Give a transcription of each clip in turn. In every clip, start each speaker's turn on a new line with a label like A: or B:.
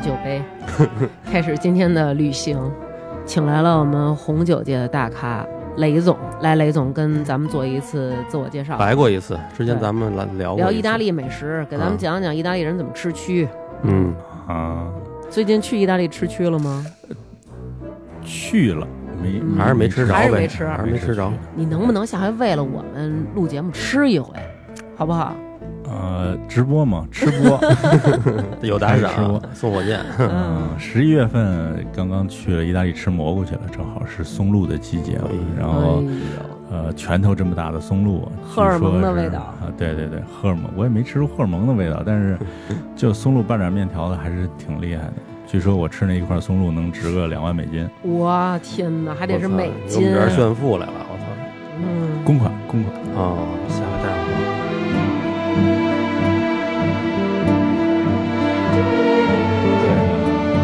A: 酒 杯，开始今天的旅行，请来了我们红酒界的大咖雷总，来雷总跟咱们做一次自我介绍，
B: 来过一次，之前
A: 啊对
B: 咱们来聊过
A: 聊
B: 一
A: 意大
B: 次，
A: 利美食，给咱们
B: 啊
A: 讲讲意大利人怎么吃蛆。
B: 嗯，
C: 啊，
A: 最近去意大利吃蛆了吗？
C: 去了没
A: 嗯？
B: 还是没吃着呗，
A: 还是没吃
B: 还是没吃着。
A: 你能不能下回为了我们录节目吃一回，好不好？
C: 呃，直 播嘛，吃播。
B: 有打赏
C: 还是吃
B: 啊送火箭，
C: 嗯，十一月份刚刚去了意大利吃蘑菇去了，正好是松露的季节嘛
B: 哎呦。
C: 然
A: 哎
C: 后
A: 呦，
C: 呃，拳头这么大的松露，
A: 荷尔蒙的
C: 据说是
A: 味道
C: 啊，对对对，荷尔蒙，我也没吃出荷尔蒙的味道，但是就松露拌点面条子还是挺厉害的。据说我吃那一块松露能值个两万美金，
A: 我天哪，还得是美
B: 我操
A: 金啊
B: 给我们这儿，炫富来了，我操！
A: 嗯，
C: 公款公款。
B: 哦，下回带上我。
C: 对，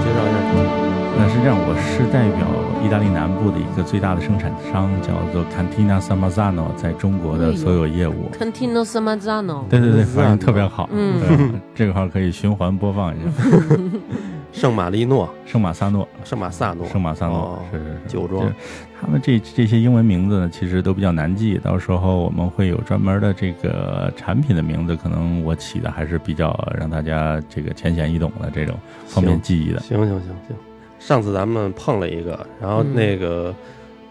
B: 介绍一
C: 那是这样，我是代表意大利南部的一个最大的生产商，叫做 Cantina s a m a z a n o 在中国的所有业务。
B: 哎
A: Cantino s a m a z a n o
C: 对对对，发音特别好。
A: 嗯
C: 对，这块儿可以循环播放一
B: 嗯
C: 下。
B: 下，圣马力诺、
C: 圣马萨诺，
B: 圣马萨诺、
C: 圣马萨诺、
B: 哦
C: 是是是
B: 酒庄
C: 就是他们这这些英文名字呢，其实都比较难记。到时候我们会有专门的这个产品的名字，可能我起的还是比较让大家这个浅显易懂的这种方便记忆的。
B: 行行行行，上次咱们碰了一个，然
A: 嗯
B: 后那个、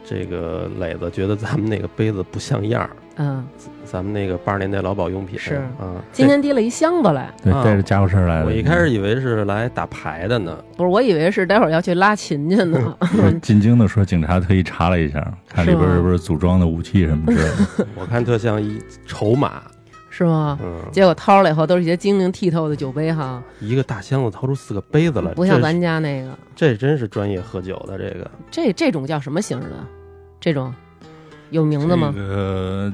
B: 这个磊子觉得咱们那个杯子不像样儿，
A: 嗯，
B: 咱们那个八十年代劳保用品
A: 是
B: 啊。
A: 今天提了一箱子来，
C: 对
B: 啊，
C: 带着家伙事儿来的。
B: 我一开始以为是来打牌的呢，
A: 不是，我以为是待会儿要去拉琴去 呢。
C: 嗯进京的时候，警察特意查了一下，看里边
A: 是吗
C: 是不是组装的武器什么之类的。
B: 我看特像一筹码，
A: 是吗？
B: 嗯，
A: 结果掏出来以后都是一些晶莹剔透的酒杯哈，
B: 一个大箱子掏出四个杯子来，
A: 不像
B: 这是
A: 咱家那个。
B: 这真是专业喝酒的这个，
A: 这这种叫什么型儿的？这种有 名字吗？
C: 这个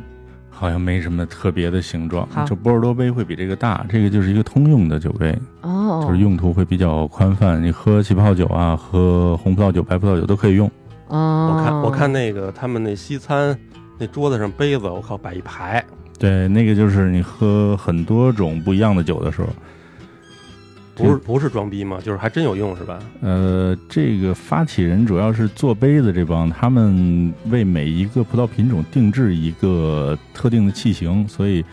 C: 好像没什么特别的形状
A: 好，
C: 就波尔多杯会比这个大，这个就是一个通用的酒杯，
A: 哦
C: 就是用途会比较宽泛，你喝气泡酒啊，喝红葡萄酒、白葡萄酒都可以用。
A: 哦，
B: 我看我看那个他们那西餐那桌子上杯子，我靠摆一排，
C: 对，那个就是你喝很多种不一样的酒的时候，
B: 不
C: 嗯
B: 是不是装逼吗？就是还真有用是吧？
C: 呃，这个发起人主要是做杯子这帮，他们为每一个葡萄品种定制一个特定的器型，所以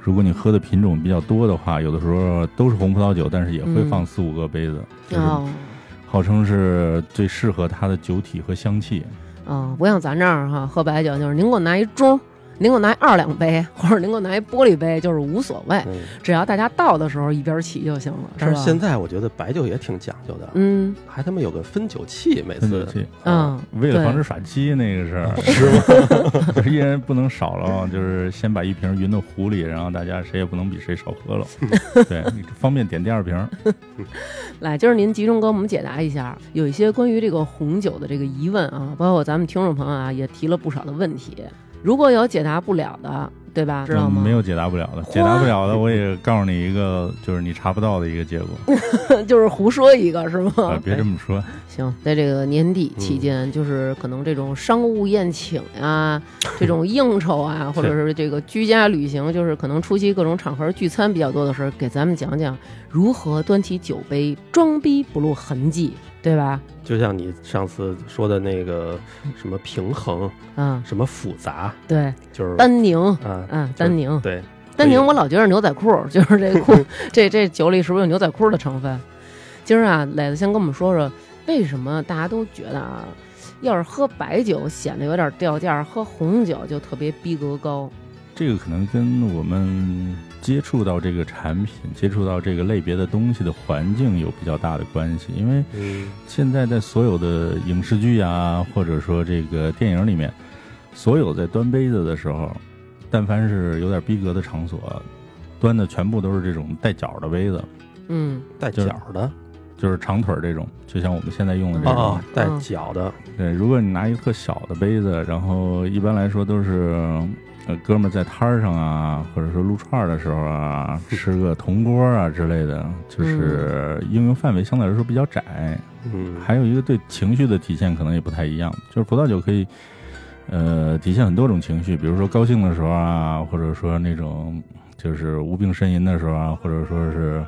C: 如果你喝的品种比较多的话，有的时候都是红葡萄酒，但是也会
A: 嗯
C: 放四五个杯子，就是
A: 哦
C: 号称是最适合它的酒体和香气。
A: 哦，不像咱这儿哈，喝白酒就是您给我拿一盅，您给我拿一二两杯， 或者您给我拿一玻璃杯，哎就是无所谓，
B: 嗯，
A: 只要大家倒的时候一边儿起就行了，
B: 但是
A: 吧？
B: 现在我觉得白酒也挺讲究的，
A: 嗯
B: 还他妈有个分酒器，每
C: 分酒
B: 次啊
C: 器，
A: 嗯，
C: 为了
A: 对
C: 防止耍鸡那个事儿，是吗？ 就是一人不能少了，就是先把一瓶匀到壶里，然后大家谁也不能比谁少喝了。对，方便点第二瓶。
A: 来，今儿您集中给我们解答一下，有一些关于这个红酒的这个疑问啊，包括咱们听众朋友啊，也提了不少的问题。如果有解答不了的，对吧？知道
C: 嗯
A: 吗？
C: 没有解答不了的，解答不了的，我也告诉你一个，就是你查不到的一个结果。
A: 嗯有， 就是胡说一个是
C: 啊
A: 吗？
C: 别这么说，
A: 行，在这个年底期间，就是可能这种商务宴请呀、这种应酬啊，或者是这个居家旅行，就是可能出席各种场合聚餐比较多的时候，给咱们讲讲如何端起酒杯装逼不露痕迹，对吧？
B: 就像你上次说的那个什么平衡、
A: 嗯，
B: 什么复杂，
A: 对，
B: 就是
A: 丹宁，
B: 啊，
A: 嗯，丹宁。
B: 对，
A: 丹宁，
B: 所以
A: 我老觉得是牛仔裤，就是这裤，这这酒里是不是有牛仔裤的成分？今儿啊，磊子先跟我们说说，为什么大家都觉得啊，要是喝白酒显得有点掉价，喝红酒就特别逼格高？
C: 这个可能跟我们接触到这个产品、接触到这个类别的东西的环境有比较大的关系。因为
B: 嗯，
C: 现在在所有的影视剧啊，或者说这个电影里面，所有在端杯子的时候，但凡是有点逼格的场所，端的全部都是这种带角的杯子，
A: 嗯，
B: 带
C: 就
B: 脚
C: 是
B: 的
C: 就是长腿儿这种，就像我们现在用的这种。
B: 哦，带
A: 嗯
B: 脚的，
C: 对，如果你拿一个特小的杯子，然后一般来说都是，呃，哥们儿在摊儿上啊，或者说撸串儿的时候啊，吃个铜锅啊之类的，
A: 嗯
C: 就是应用范围相对来说比较窄。
B: 嗯，
C: 还有一个对情绪的体现可能也不太一样，就是葡萄酒可以，呃，体现很多种情绪，比如说高兴的时候啊，或者说那种就是无病呻吟的时候啊，或者说是、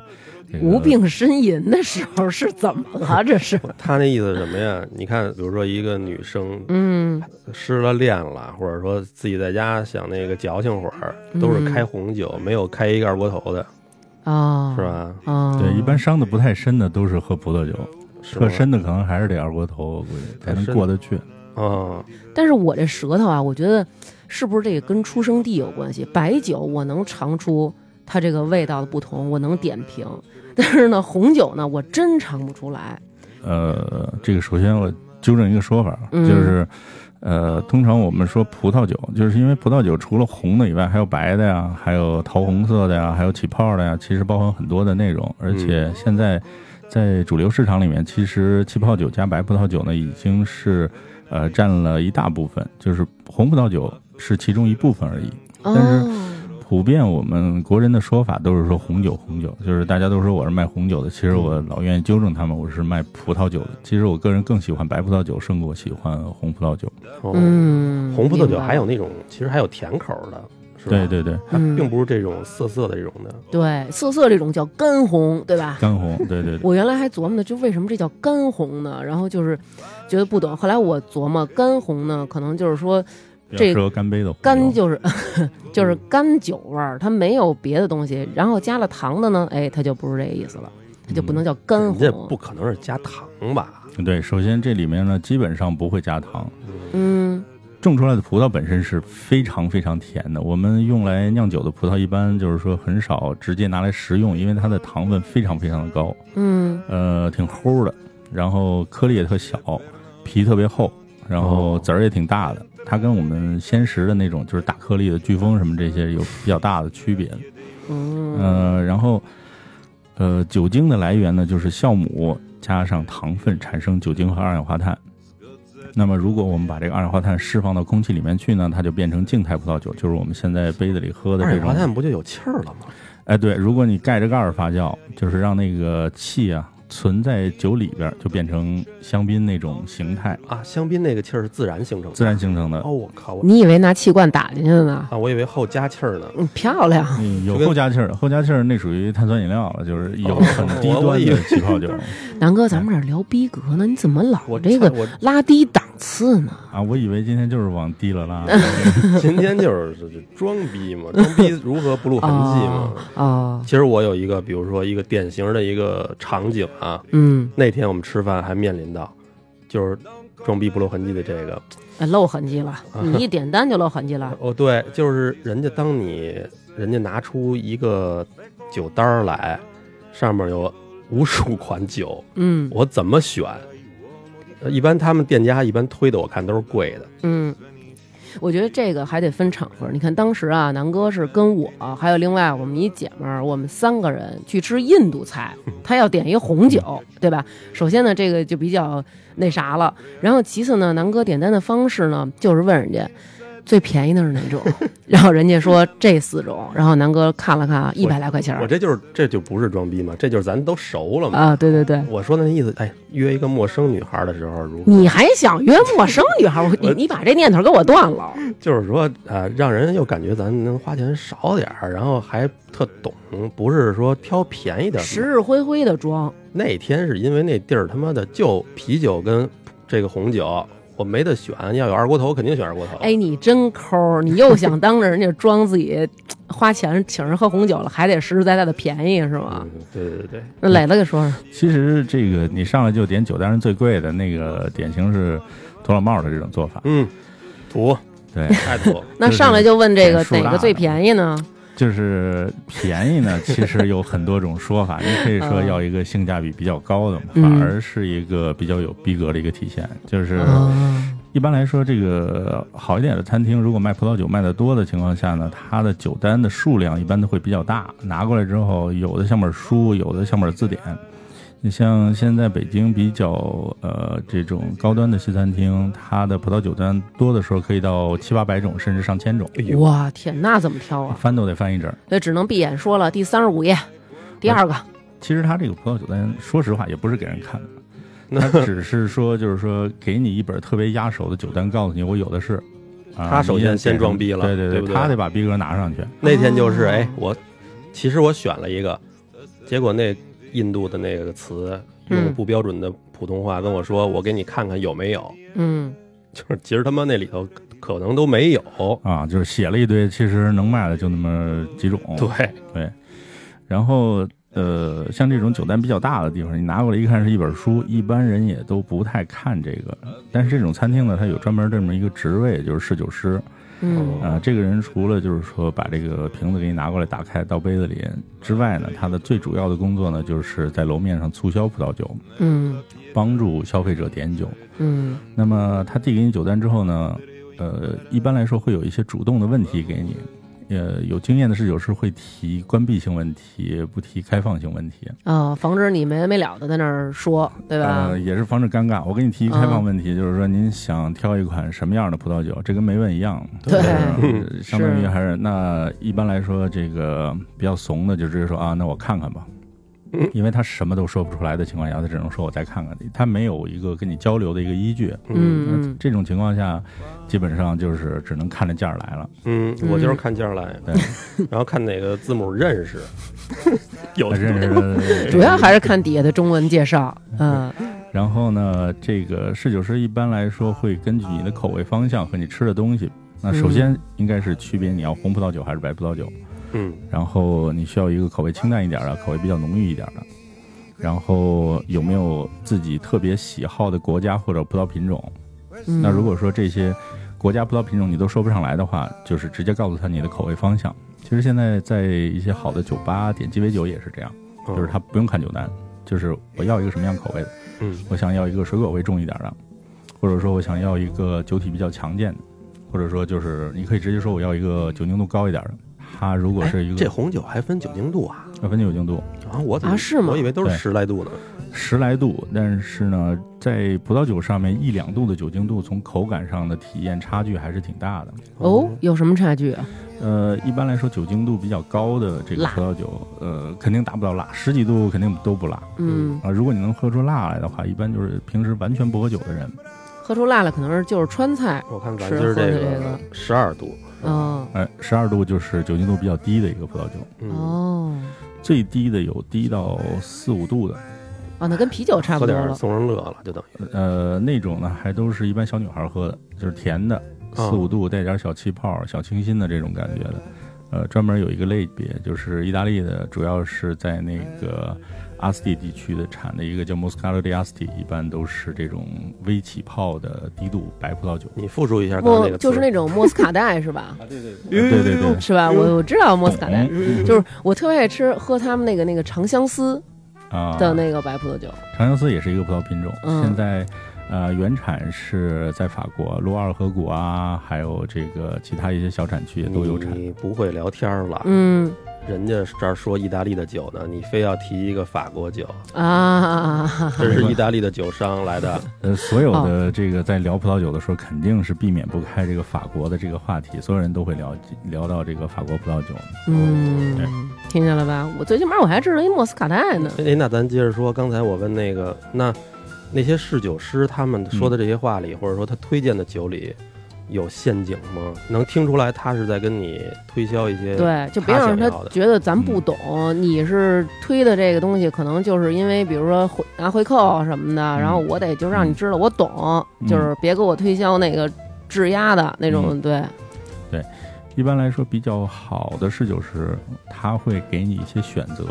C: 这个
A: 无病呻吟的时候是怎么了？这是，
B: 他那意思是什么呀？你看，比如说一个女生
A: 嗯
B: 失了恋了，或者说自己在家想那个矫情会儿，
A: 嗯
B: 都是开红酒，没有开一个二锅头的，
A: 啊，
B: 是？吧？
A: 啊，
C: 对，一般伤的不太深的都是喝葡萄酒，
B: 是
C: 特
B: 吗？
C: 深的可能还是得二锅头，我估计才能过得去。
B: 嗯，
A: 但是我这舌头啊，我觉得是不是这个跟出生地有关系？白酒我能尝出它这个味道的不同，我能点评，但是呢，红酒呢，我真尝不出来。
C: 呃，这个首先我纠正一个说法，啊
A: 嗯
C: 就是呃，通常我们说葡萄酒，就是因为葡萄酒除了红的以外，还有白的呀，还有桃红色的呀，还有起泡的呀，其实包含很多的内容。而且现在在主流市场里面，其实气泡酒加白葡萄酒呢，已经是呃占了一大部分，就是红葡萄酒是其中一部分而已。
A: 哦，
C: 但普遍我们国人的说法都是说红酒，红酒就是大家都说我是卖红酒的，其实我老愿意纠正他们，我是卖葡萄酒的。其实我个人更喜欢白葡萄酒胜过喜欢红葡萄酒。
B: 哦
A: 嗯，
B: 红葡萄
A: 明
B: 酒
A: 白
B: 还有那种，其实还有甜口的，是吧？
C: 对对对，
B: 它
A: 嗯
B: 并不是这种涩涩的这种的，
A: 对涩涩这种叫干红，对吧？
C: 干红，对对对，
A: 我原来还琢磨呢，就为什么这叫干红呢？然后就是觉得不懂，后来我琢磨干红呢，可能就是说
C: 比较
A: 这
C: 适合干杯的红酒
A: 干就是 就是干酒味儿，它没有别的东西，然后加了糖的呢，哎，它就不是这个意思了，它就不
C: 嗯
A: 能叫干
B: 人家
A: 红。
B: 不可能是加糖吧？
C: 对。首先这里面呢，基本上不会加糖，
A: 嗯
C: 种出来的葡萄本身是非常非常甜的。我们用来酿酒的葡萄一般就是说很少直接拿来食用，因为它的糖分非常非常的高。
A: 嗯
C: 呃，挺齁的，然后颗粒也特小，皮特别厚，然后
B: 哦
C: 籽儿也挺大的。它跟我们鲜食的那种就是大颗粒的飓风什么这些有比较大的区别。
A: 嗯
C: 呃，然后呃，酒精的来源呢，就是酵母加上糖分产生酒精和二氧化碳。那么，如果我们把这个二氧化碳释放到空气里面去呢，它就变成静态葡萄酒，就是我们现在杯子里喝的
B: 二
C: 这
B: 氧化
C: 种
B: 碳不就有气儿了吗？
C: 哎，对，如果你盖着盖儿发酵，就是让那个气啊存在酒里边儿，就变成香槟那种形态，
B: 啊，香槟那个气儿是自然形成的。
C: 自然嗯形成的。
B: 哦，我靠，我
A: 你以为拿气罐打进去的呢？
B: 啊，我以为后加气儿呢。
A: 嗯，漂亮。
C: 嗯，有
B: 就跟
C: 后加气儿的，后加气儿那属于碳酸饮料了，就是有
B: 哦
C: 很低
B: 我我
C: 端
B: 以
C: 的
B: 为
C: 气泡酒
A: 南哥，咱们这儿聊逼格呢，你怎么老
B: 我
A: 这个
B: 我
A: 拉低档次呢？
C: 啊，我以为今天就是往低了拉。
B: 今天就是就是装逼嘛，装逼如何不露痕迹嘛？
A: 哦，
B: 其实我有一个，比如说一个典型的一个场景啊，
A: 嗯，
B: 那天我们吃饭还面临到，就是装逼不露痕迹的这个。
A: 哎露痕迹了，你一点单就露痕迹了。
B: 哦，对，就是人家当你人家拿出一个酒单儿来，上面有无数款酒，
A: 嗯
B: 我怎么选？呃一般他们店家一般推的，我看都是贵的。
A: 嗯，我觉得这个还得分场合。你看当时啊，南哥是跟我还有另外我们一姐们儿，我们三个人去吃印度菜，他要点一红
B: 嗯
A: 酒，对吧？首先呢，这个就比较那啥了。然后其次呢，南哥点单的方式呢，就是问人家。最便宜的是哪 种？然后人家说这四种，然后南哥看了看，一百来块钱儿
B: 我这就是这就不是装逼嘛，这就是咱都熟了嘛。
A: 啊，对对对，
B: 我说那意思，哎，约一个陌生女孩的时候，如
A: 你还想约陌生女孩儿？我你
B: 我
A: 你把这念头给我断了。
B: 就是说啊，让人又感觉咱能花钱少点儿，然后还特懂，不是说挑便宜点儿。
A: 时日灰灰的装，
B: 那天是因为那地儿他妈的就啤酒跟这个红酒，我没得选，要有二锅头我肯定选二锅头。
A: 哎，，你真抠儿，你又想当着人家装自己花钱请人喝红酒了，还得实实在在的便宜是吗
B: 嗯？，对对对对，
A: 那磊子给说说，
C: 其实这个你上来就点酒，当然最贵的那个典型是土老帽的这种做法。
B: 嗯，土
C: 对，
B: 太土，
A: 那
C: 就是
A: 上来就问这个
C: 点数
A: 哪
C: 大
A: 个
C: 的
A: 最便宜呢？
C: 就是便 宜呢，其实有很多种说法，你可以说要一个性价比比较高的嘛，
A: 嗯
C: 反而是一个比较有逼格的一个体现。就是
A: 啊，
C: 一般来说，这个好一点的餐厅，如果卖葡萄酒卖的多的情况下呢，它的酒单的数量一般都会比较大，拿过来之后，有的像本书，有的像本字典。你像现在北京比较呃这种高端的西餐厅，它的葡萄酒单多的时候可以到七八百种，甚至上千种，
B: 哎呦
A: 哇天，那怎么挑啊？
C: 翻都得翻一阵儿。
A: 那只能闭眼说了，第三十五页，第二个，
C: 其实他这个葡萄酒单，说实话也不是给人看的，
B: 那
C: 他只是说就是说给你一本特别压手的酒单，告诉你我有的是，啊、啊
B: 他首先先装逼了
C: 对对
B: 对不对
C: 他得把逼格拿上去。
B: 那天就是
A: 哦
B: 哎，我其实我选了一个，结果那印度的那个词用
A: 嗯
B: 不标准的普通话跟我说，我给你看看有没有，
A: 嗯，
B: 就是其实他妈那里头可能都没有。
C: 啊，就是写了一堆，其实能卖的就那么几种。
B: 对，
C: 然后呃，像这种酒单比较大的地方，你拿过来一看是一本书，一般人也都不太看这个。但是这种餐厅呢，它有专门这么一个职位，就是侍酒师。
A: 嗯
C: 啊、这个人除了就是说把这个瓶子给你拿过来打开倒杯子里之外呢，他的最主要的工作呢，就是在楼面上促销葡萄酒，
A: 嗯
C: 帮助消费者点酒。
A: 嗯
C: 那么他递给你酒单之后呢，呃，一般来说会有一些主动的问题给你。呃，有经验的侍酒师会提关闭性问题，不提开放性问题。
A: 啊，防止你没完没了的在那儿说，对吧
C: 呃，？也是防止尴尬。我给你提一开放问题，就是说您想挑一款什么样的葡萄酒，这跟没问一样。
A: 对
C: 就是相当于
A: 是
C: 还是那一般来说，这个比较怂的就直接说啊，那我看看吧。因为他什么都说不出来的情况下，他只能说我再看看。他没有一个跟你交流的一个依据。
A: 嗯嗯
C: 这种情况下，基本上就是只能看着价儿来了。
B: 嗯，我就是看价儿来的， 然后看哪个字母认识， 有
C: 但是
A: 主要还是看底下的中文介绍，嗯
C: 然后呢，这个侍酒师一般来说会根据你的口味方向和你吃的东西，那首先应该是区别你要红葡萄酒还是白葡萄酒，
B: 嗯
C: 然后你需要一个口味清淡一点的，口味比较浓郁一点的，然后有没有自己特别喜好的国家或者葡萄品种？
A: 嗯。
C: 那如果说这些国家葡萄品种你都说不上来的话，就是直接告诉他你的口味方向。其实现在在一些好的酒吧点鸡尾酒也是这样，
B: 嗯
C: 就是他不用看酒单，就是我要一个什么样口味的。
B: 嗯
C: 我想要一个水果味重一点的，或者说我想要一个酒体比较强健的，或者说就是你可以直接说我要一个酒精度高一点的。它如果是一
B: 哎
C: 个
B: 这红酒还分酒精度啊？
C: 要分酒精度
B: 啊，我怎么
A: 啊是吗
B: 我以为都是
C: 对
B: 十来度呢。
C: 十来度，但是呢，在葡萄酒上面一两度的酒精度，从口感上的体验差距还是挺大的。
A: 哦，
B: 嗯
A: 有什么差距啊？
C: 呃，一般来说酒精度比较高的这个
A: 辣
C: 葡萄酒，呃，肯定达不到辣，十几度肯定都不辣啊、
A: 嗯，
C: 如果你能喝出辣来的话，一般就是平时完全不喝酒的人，
A: 喝出辣来可能是就是川菜，
B: 我看咱
A: 吃
B: 今儿
A: 喝的
B: 这
A: 这
B: 个
A: 个
B: 十二度，
A: 哦
C: 哎、十二度就是酒精度比较低的一个葡萄酒。
B: 嗯，
A: 哦
C: 最低的有低到四五度的，
A: 哦，那跟啤酒差不
B: 哎喝
A: 多
B: 点儿
A: 了。
B: 送人乐了，就等于
C: 呃，那种呢还都是一般小女孩喝的，就是甜的，
B: 啊
C: 四五度带点小气泡、小清新的这种感觉的。呃，专门有一个类别，就是意大利的，主要是在那个阿斯蒂地区的产的一个叫 Moscato di Asti，一般都是这种微起泡的低度白葡萄酒。
B: 你复述一下刚刚那
A: 莫
B: 个词，啊
A: 就是那种莫斯卡带是 吧？
C: 对对对，嗯
A: 是吧？我我知道嗯莫斯卡带，
B: 嗯
C: 懂
A: 就是我特别爱吃喝他们那个那个长相思
C: 啊
A: 的那个白葡萄酒。
C: 长相思也是一个葡萄品种，
A: 嗯
C: 现在呃原产是在法国卢瓦尔河谷啊，还有这个其他一些小产区也都有产。
B: 你不会聊天儿了，
A: 嗯
B: 人家这儿说意大利的酒呢，你非要提一个法国酒，
A: 啊，
B: 这是意大利的酒商来的，
C: 呃，所有
A: 哦
C: 的这个在聊葡萄酒的时候，肯定是避免不开这个法国的这个话题，所有人都会聊聊到这个法国葡萄酒。
A: 嗯，听见了吧？我最起码我还知道一莫斯卡带呢。
B: 哎，那咱接着说，刚才我问那个，那那些侍酒师他们说的这些话里，或者说他推荐的酒里，有陷阱吗？能听出来他是在跟你推销一些，，
A: 对，就别让
B: 他想
A: 他
B: 要的
A: 觉得咱不懂，
B: 嗯
A: 你是推的这个东西，可能就是因为比如说回拿回扣什么的，然
B: 嗯
A: 后我得就让你知道我懂，
C: 嗯
A: 就是别给我推销那个质押的那种，
B: 嗯
A: 对，
C: 一般来说，比较好的侍酒师，他会给你一些选择，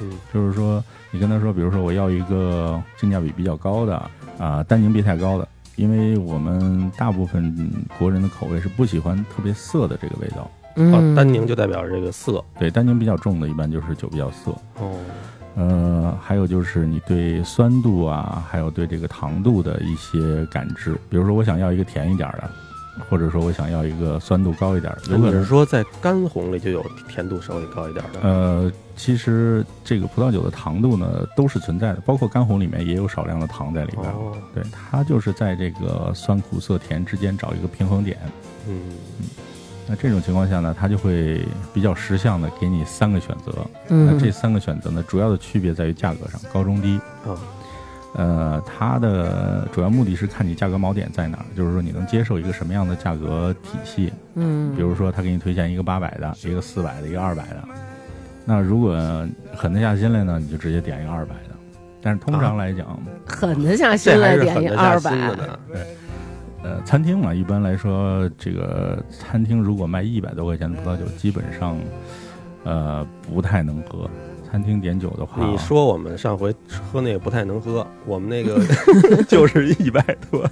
B: 嗯，
C: 就是说你跟他说，比如说我要一个性价比比较高的啊、单宁别太高的，因为我们大部分国人的口味是不喜欢特别涩的这个味道，
A: 嗯，
B: 哦，单宁就代表这个色，
C: 对，单宁比较重的，一般就是酒比较涩。
B: 哦，
C: 呃，还有就是你对酸度啊，还有对这个糖度的一些感知，比如说我想要一个甜一点的，或者说我想要一个酸度高一点，有可
B: 你
C: 能
B: 是说在干红里就有甜度稍微高一点的，
C: 呃，其实这个葡萄酒的糖度呢都是存在的，包括干红里面也有少量的糖在里边。
B: 哦，
C: 对，它就是在这个酸、苦、涩、甜之间找一个平衡点。
B: 嗯，
C: 那这种情况下呢，它就会比较识相的给你三个选择。那
A: 嗯
B: 啊
C: 这三个选择呢，主要的区别在于价格上，高中低。
B: 啊，
C: 呃，它的主要目的是看你价格锚点在哪儿，就是说你能接受一个什么样的价格体系。
A: 嗯，
C: 比如说，他给你推荐一个八百的，一个四百的，一个二百的。那如果狠得下心来呢，你就直接点一个二百的。但是通
B: 啊
C: 常来讲，
A: 狠得下心
B: 这还
A: 来
B: 是
A: 点
B: 狠
A: 一
B: 得下
A: 二
B: 心的
A: 百，
B: 呢。
C: 呃，餐厅嘛，一般来说，这个餐厅如果卖一百多块钱的葡萄酒，基本上，呃，不太能喝。餐厅点酒的话，啊
B: 你说我们上回喝那个不太能喝，我们那个 就是一百多，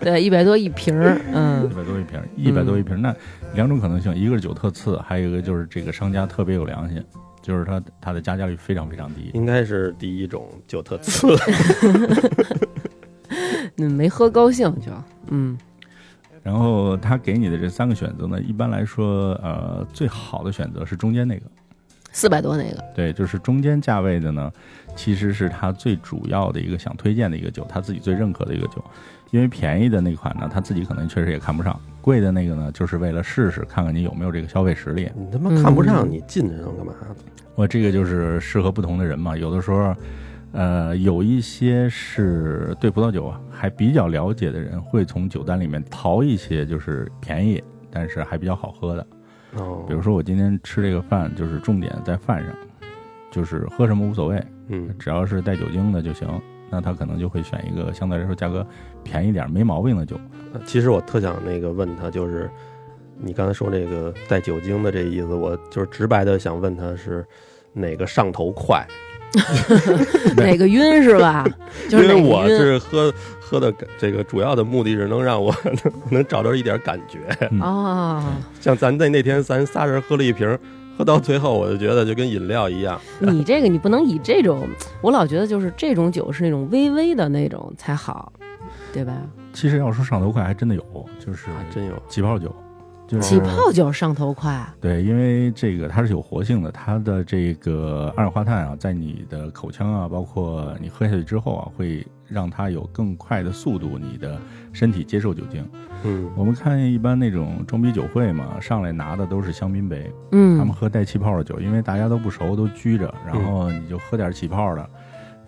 A: 对，一百多一瓶儿，嗯
C: 一百多一瓶，一百
B: 嗯
C: 多一瓶，那两种可能性，一个是酒特次，还有一个就是这个商家特别有良心，就是他他的加价率非常非常低。
B: 应该是第一种酒特次。
A: 嗯，没喝高兴就，嗯
C: 然后他给你的这三个选择呢，一般来说，呃，最好的选择是中间那个，
A: 四百多那个，
C: 对，就是中间价位的呢，其实是他最主要的一个想推荐的一个酒，他自己最认可的一个酒。因为便宜的那款呢，他自己可能确实也看不上；贵的那个呢，就是为了试试，看看你有没有这个消费实力。
B: 你他妈看不上，
A: 嗯
B: 你进这种干嘛？
C: 我这个就是适合不同的人嘛。有的时候，呃，有一些是对葡萄酒啊还比较了解的人，会从酒单里面淘一些就是便宜但是还比较好喝的。
B: 哦，
C: 比如说我今天吃这个饭，就是重点在饭上，就是喝什么无所谓，
B: 嗯，
C: 只要是带酒精的就行。那他可能就会选一个相对来说价格便宜点儿、没毛病的酒。
B: 呃其实我特想那个问他，就是你刚才说这个带酒精的这意思，我就是直白的想问他是哪个上头快，
C: 对
A: 哪个晕是 吧？就是
B: 因
A: 哪
B: 为
A: 个
B: 我
A: 晕
B: 是喝喝的这个主要的目的是能让我 能能找到一点感觉。
A: 哦，
B: 像咱那那天咱仨人喝了一瓶，喝到最后我就觉得就跟饮料一样，
A: 你这个你不能以这种，我老觉得就是这种酒是那种微微的那种才好，对吧？
B: 嗯
C: 其实要说上头快，还真的有，就是
B: 还啊真有。
C: 起泡酒，就是
A: 起泡酒上头快，
C: 对，因为这个它是有活性的，它的这个二氧化碳啊，在你的口腔啊，包括你喝下去之后啊，会让它有更快的速度，你的身体接受酒精。
B: 嗯，
C: 我们看一般那种装逼酒会嘛，上来拿的都是香槟杯，他们
A: 嗯，
C: 喝带气泡的酒，因为大家都不熟，都拘着，然后你就喝点起泡的，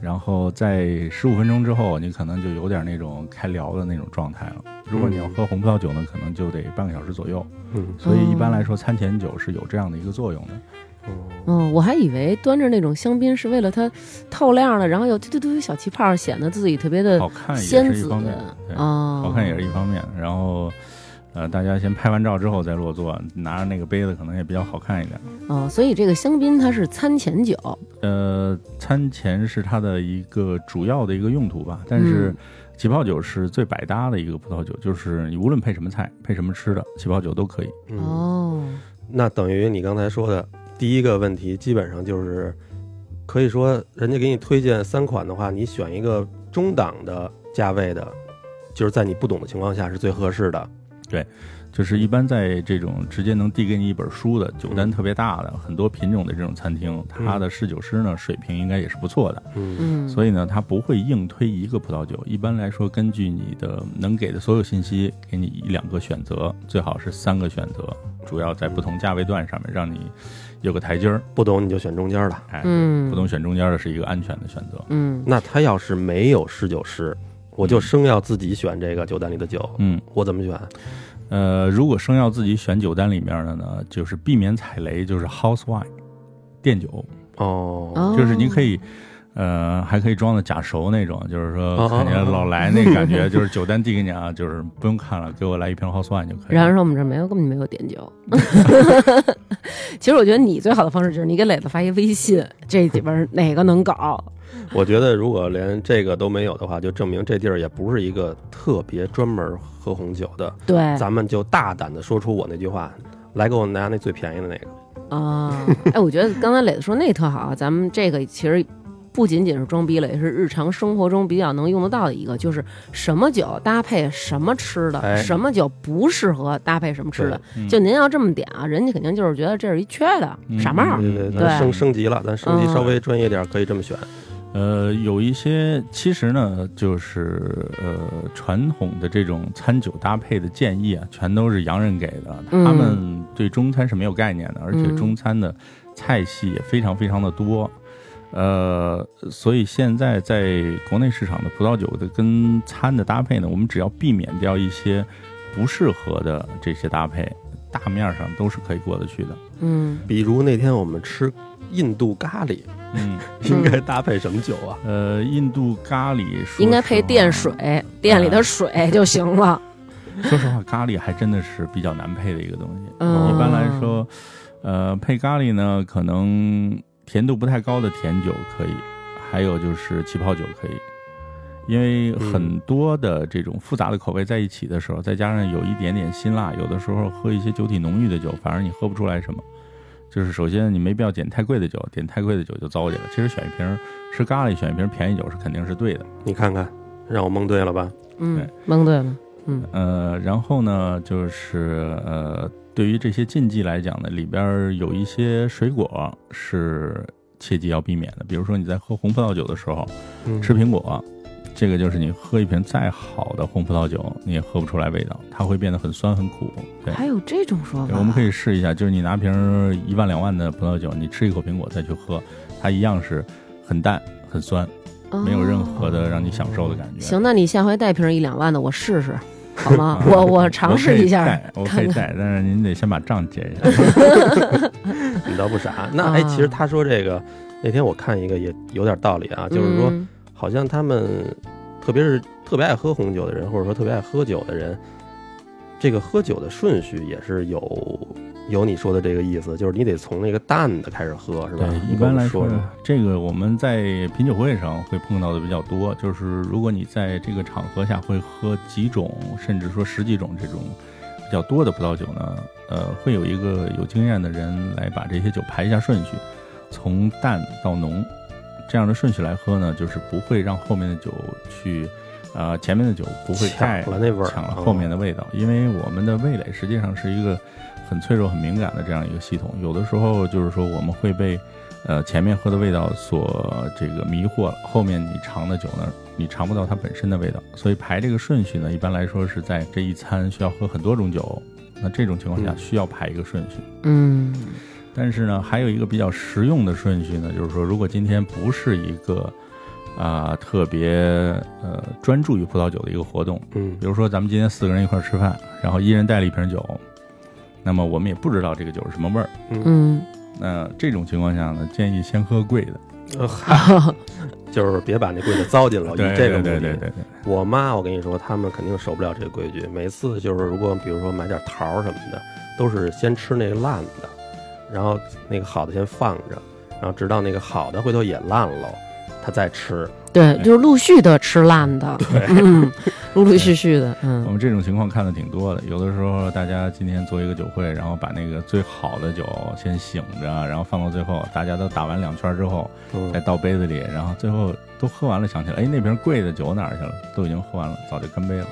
C: 然后在十五分钟之后，你可能就有点那种开聊的那种状态了。如果你要
B: 嗯
C: 喝红葡萄酒呢，可能就得半个小时左右。
B: 嗯，
C: 所以一般来说，餐前酒是有这样的一个作用的。
B: 哦
A: 嗯，我还以为端着那种香槟是为了它透亮了，然后有嘟嘟嘟小气泡，显得自己特别的
C: 好看也
A: 嗯仙
C: 是一
A: 子
C: 方面，对，
A: 哦，
C: 好看也是一方面。然后，呃，大家先拍完照之后再落座，拿着那个杯子可能也比较好看一点。
A: 哦，所以这个香槟它是餐前酒，
C: 呃，餐前是它的一个主要的一个用途吧，但是
A: 嗯
C: 起泡酒是最百搭的一个葡萄酒，就是你无论配什么菜、配什么吃的，起泡酒都可以。
B: 嗯，
A: 哦，
B: 那等于你刚才说的第一个问题，基本上就是可以说人家给你推荐三款的话，你选一个中档的价位的，就是在你不懂的情况下是最合适的。
C: 就是一般在这种直接能递给你一本书的酒
A: 嗯
C: 单特别大的、很多品种的这种餐厅，它的侍酒师呢水平应该也是不错的。
B: 嗯
A: 嗯，
C: 所以呢，它不会硬推一个葡萄酒。一般来说，根据你的能给的所有信息，给你一两个选择，最好是三个选择，主要在不同价位段上面让你有个台阶儿。
B: 不懂你就选中间了。
C: 哎，
A: 嗯，
C: 不懂选中间的是一个安全的选择。
A: 嗯，
B: 那他要是没有侍酒师，我就生要自己选这个酒单里的酒，
C: 嗯，
B: 我怎么选？
C: 呃，如果生要自己选酒单里面的呢，就是避免踩雷，就是 house wine，店酒，
B: 哦，
A: 哦
C: 嗯就是你可以。呃，还可以装的假熟那种，就是说
B: 哦
C: 看起来
B: 哦哦
C: 老来那感觉，就是酒单递给你啊，就是不用看了，给我来一瓶 house wine 就可以了。
A: 然而说我们这儿没有，根本没有点 酒。其实我觉得你最好的方式就是你给磊子发一微信，这里边儿哪个能搞？
B: 我觉得如果连这个都没有的话，就证明这地儿也不是一个特别专门喝红酒的。
A: 对，
B: 咱们就大胆的说出我那句话，来给我拿那最便宜的那个。
A: 啊，哎，我觉得刚才磊子说那特好啊，咱们这个其实不仅仅是装逼了，也是日常生活中比较能用得到的一个，就是什么酒搭配什么吃的，
B: 哎
A: 什么酒不适合搭配什么吃的。
C: 嗯
A: 就您要这么点啊，人家肯定就是觉得这是一缺的、
C: 嗯
A: 傻帽儿。
B: 对对，咱
A: 对
B: 升升级了，咱升级
A: 嗯
B: 稍微专业点，可以这么选。
C: 呃，有一些其实呢，就是呃传统的这种餐酒搭配的建议啊，全都是洋人给的，
A: 嗯
C: 他们对中餐是没有概念的，而且
A: 嗯
C: 中餐的菜系也非常非常的多。呃，所以现在在国内市场的葡萄酒的跟餐的搭配呢，我们只要避免掉一些不适合的这些搭配，大面上都是可以过得去的。
A: 嗯，
B: 比如那天我们吃印度咖喱，
C: 嗯，
B: 应该搭配什么酒啊？
C: 呃，印度咖喱说
A: 应该配
C: 实话啊
A: 电水，店里的水就行了。
C: 说实话，咖喱还真的是比较难配的一个东西。
A: 嗯
C: 一般来说，呃，配咖喱呢，可能甜度不太高的甜酒可以，还有就是气泡酒可以。因为很多的这种复杂的口味在一起的时候，再加上有一点点辛辣，有的时候喝一些酒体浓郁的酒，反而你喝不出来什么。就是首先你没必要点太贵的酒，点太贵的酒就糟践了。其实选一瓶吃咖喱，选一瓶便宜酒是肯定是对的。
B: 你看看，让我蒙对了吧？
A: 嗯
C: 对，
A: 蒙对了。
C: 呃，然后呢，就是呃，对于这些禁忌来讲呢，里边儿有一些水果是切记要避免的，比如说你在喝红葡萄酒的时候
B: 嗯
C: 吃苹果，这个就是你喝一瓶再好的红葡萄酒，你也喝不出来味道，它会变得很酸很苦。 对，
A: 还有这种说
C: 对
A: 法，
C: 我们可以试一下，就是你拿瓶儿一万两万的葡萄酒，你吃一口苹果再去喝，它一样是很淡很酸，没有任何的让你享受的感觉。？
A: 啊哦行，那你下回带瓶一两万的，我试试，好吗 我我尝试一下。
C: 我可以带，我可以带，但是您得先把账结一下。
B: 你倒不傻。那哎，
A: 啊
B: 其实他说这个，那天我看一个也有点道理啊，就是说，
A: 嗯
B: 好像他们，特别是特别爱喝红酒的人，或者说特别爱喝酒的人，这个喝酒的顺序也是有有你说的这个意思，就是你得从那个淡的开始喝，是吧？
C: 对，
B: 你
C: 一
B: 跟我
C: 般来
B: 说
C: 说
B: 说，，
C: 这个我们在品酒会上会碰到的比较多。就是如果你在这个场合下会喝几种，甚至说十几种这种比较多的葡萄酒呢，呃，会有一个有经验的人来把这些酒排一下顺序，从淡到浓，这样的顺序来喝呢，就是不会让后面的酒去，呃，前面的酒不会
B: 抢
C: 太
B: 了那味儿，嗯
C: 抢了后面
B: 的。
C: 的味道，因为我们的味蕾实际上是一个很脆弱、很敏感的这样一个系统。有的时候就是说我们会被呃前面喝的味道所这个迷惑了，后面你尝的酒呢，你尝不到它本身的味道。所以排这个顺序呢，一般来说是在这一餐需要喝很多种酒，那这种情况下
B: 嗯
C: 需要排一个顺序。
A: 嗯
C: 但是呢，还有一个比较实用的顺序呢，就是说，如果今天不是一个啊、特别呃专注于葡萄酒的一个活动，
B: 嗯
C: 比如说咱们今天四个人一块儿吃饭，然后一人带了一瓶酒，那么我们也不知道这个酒是什么味儿。
A: 嗯，
C: 那这种情况下呢，建议先喝贵的。
B: 呃嗨就是别把那规矩糟践了，哦以这个目的。
C: 对对对对对，
B: 我妈，我跟你说，他们肯定守不了这个规矩。每次就是，如果比如说买点桃儿什么的，都是先吃那个烂的，然后那个好的先放着，然后直到那个好的回头也烂了，她再吃。
C: 哎
A: 对，就是陆续的吃烂的，嗯，陆陆续续的，
C: 我
A: 嗯
C: 们这种情况看的挺多的。有的时候大家今天做一个酒会，然后把那个最好的酒先醒着，然后放到最后，大家都打完两圈之后，再
B: 嗯，
C: 倒杯子里，然后最后都喝完了，想起来，哎，那瓶贵的酒哪儿去了？都已经喝完了，早就干杯了，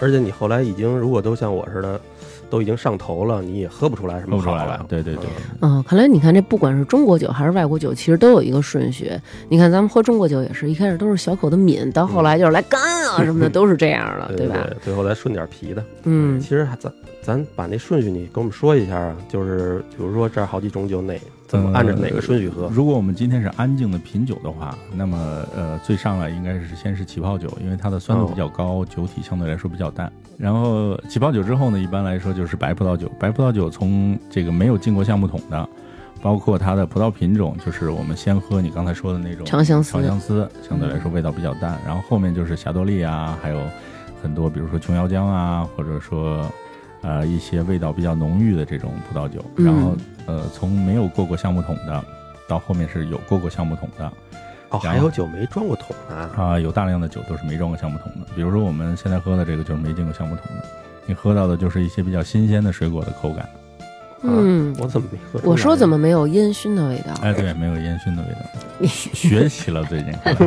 B: 而且你后来已经，如果都像我似的，都已经上头了，你也喝不出来什
C: 喝
B: 么
C: 不出
B: 好
C: 来了。对对对，
A: 嗯，看来你看这不管是中国酒还是外国酒，其实都有一个顺序。你看咱们喝中国酒也是一开始都是小口的抿，到后来就是来干啊什么的，都是这样了， 对
B: 对嗯对
A: 吧？，
B: 最后再顺点皮的。
A: 嗯
B: 其实还咱咱把那顺序你跟我们说一下啊，就是比如说这儿好几种酒哪怎么按照
C: 嗯
B: 哪个顺序喝？
C: 如果我们今天是安静的品酒的话，那么呃，最上来应该是先是起泡酒，因为它的酸度比较高，酒体相对来说比较淡。然后起泡酒之后呢，一般来说就是白葡萄酒。白葡萄酒从这个没有进过橡木桶的，包括它的葡萄品种，就是我们先喝你刚才说的那种
A: 长相思
C: 长相思，相对来
A: 嗯
C: 说味道比较淡。然后后面就是霞多丽啊，还有很多比如说琼瑶浆啊，或者说呃一些味道比较浓郁的这种葡萄酒。
A: 嗯
C: 然后呃从没有过过橡木桶的，到后面是有过过橡木桶的
B: 哦，还有酒没装过桶啊？
C: 啊、有大量的酒都是没装过橡木桶的。比如说我们现在喝的这个就是没进过橡木桶的，你喝到的就是一些比较新鲜的水果的口感。
A: 嗯，
B: 我怎么没喝出来？
A: 我说怎么没有烟熏的味道？
C: 哎，对，没有烟熏的味道，学 学习了最近，看来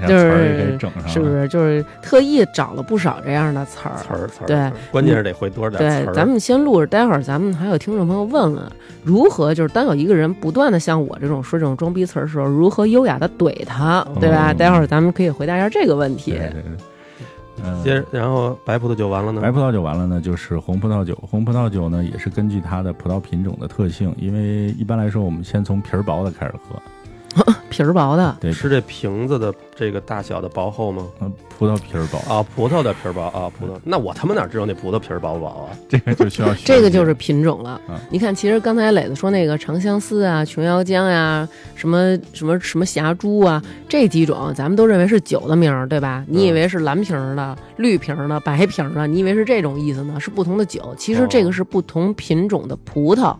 C: 然后词儿也给整上了，
A: 是不是就是特意找了不少这样的词儿？
B: 词儿词儿？
A: 对
B: 词儿，关键是得会多少点
A: 对
B: 词，儿。啊
A: 咱们先录着，待会儿咱们还有听众朋友问了，如何就是当有一个人不断的像我这种说这种装逼词儿的时候，如何优雅的怼他，对吧？
C: 嗯
A: 待会儿咱们可以回答一下这个问题
C: 对？。对对，嗯，
B: 接着，然后白葡萄酒完了呢？
C: 白葡萄酒完了呢，就是红葡萄酒。红葡萄酒呢，也是根据它的葡萄品种的特性，因为一般来说，我们先从皮儿薄的开始喝，
A: 皮儿薄的，
C: 对
B: 是这瓶子的这个大小的薄厚吗？
C: 呃，葡萄皮儿薄，
B: 啊，葡萄的皮儿薄啊，葡
C: 嗯
B: 萄。那我他妈哪知道那葡萄皮儿薄不薄啊？
C: 这个就需要学
A: 这个
C: 一下
A: 就是品种了
C: 嗯。
A: 你看，其实刚才磊子说那个长相思啊、琼瑶浆呀、什么什么什么霞珠啊，这几种咱们都认为是酒的名儿，对吧？你以为是蓝瓶儿的、绿瓶儿的、白瓶儿的，你以为是这种意思呢？是不同的酒，其实这个是不同品种的葡萄，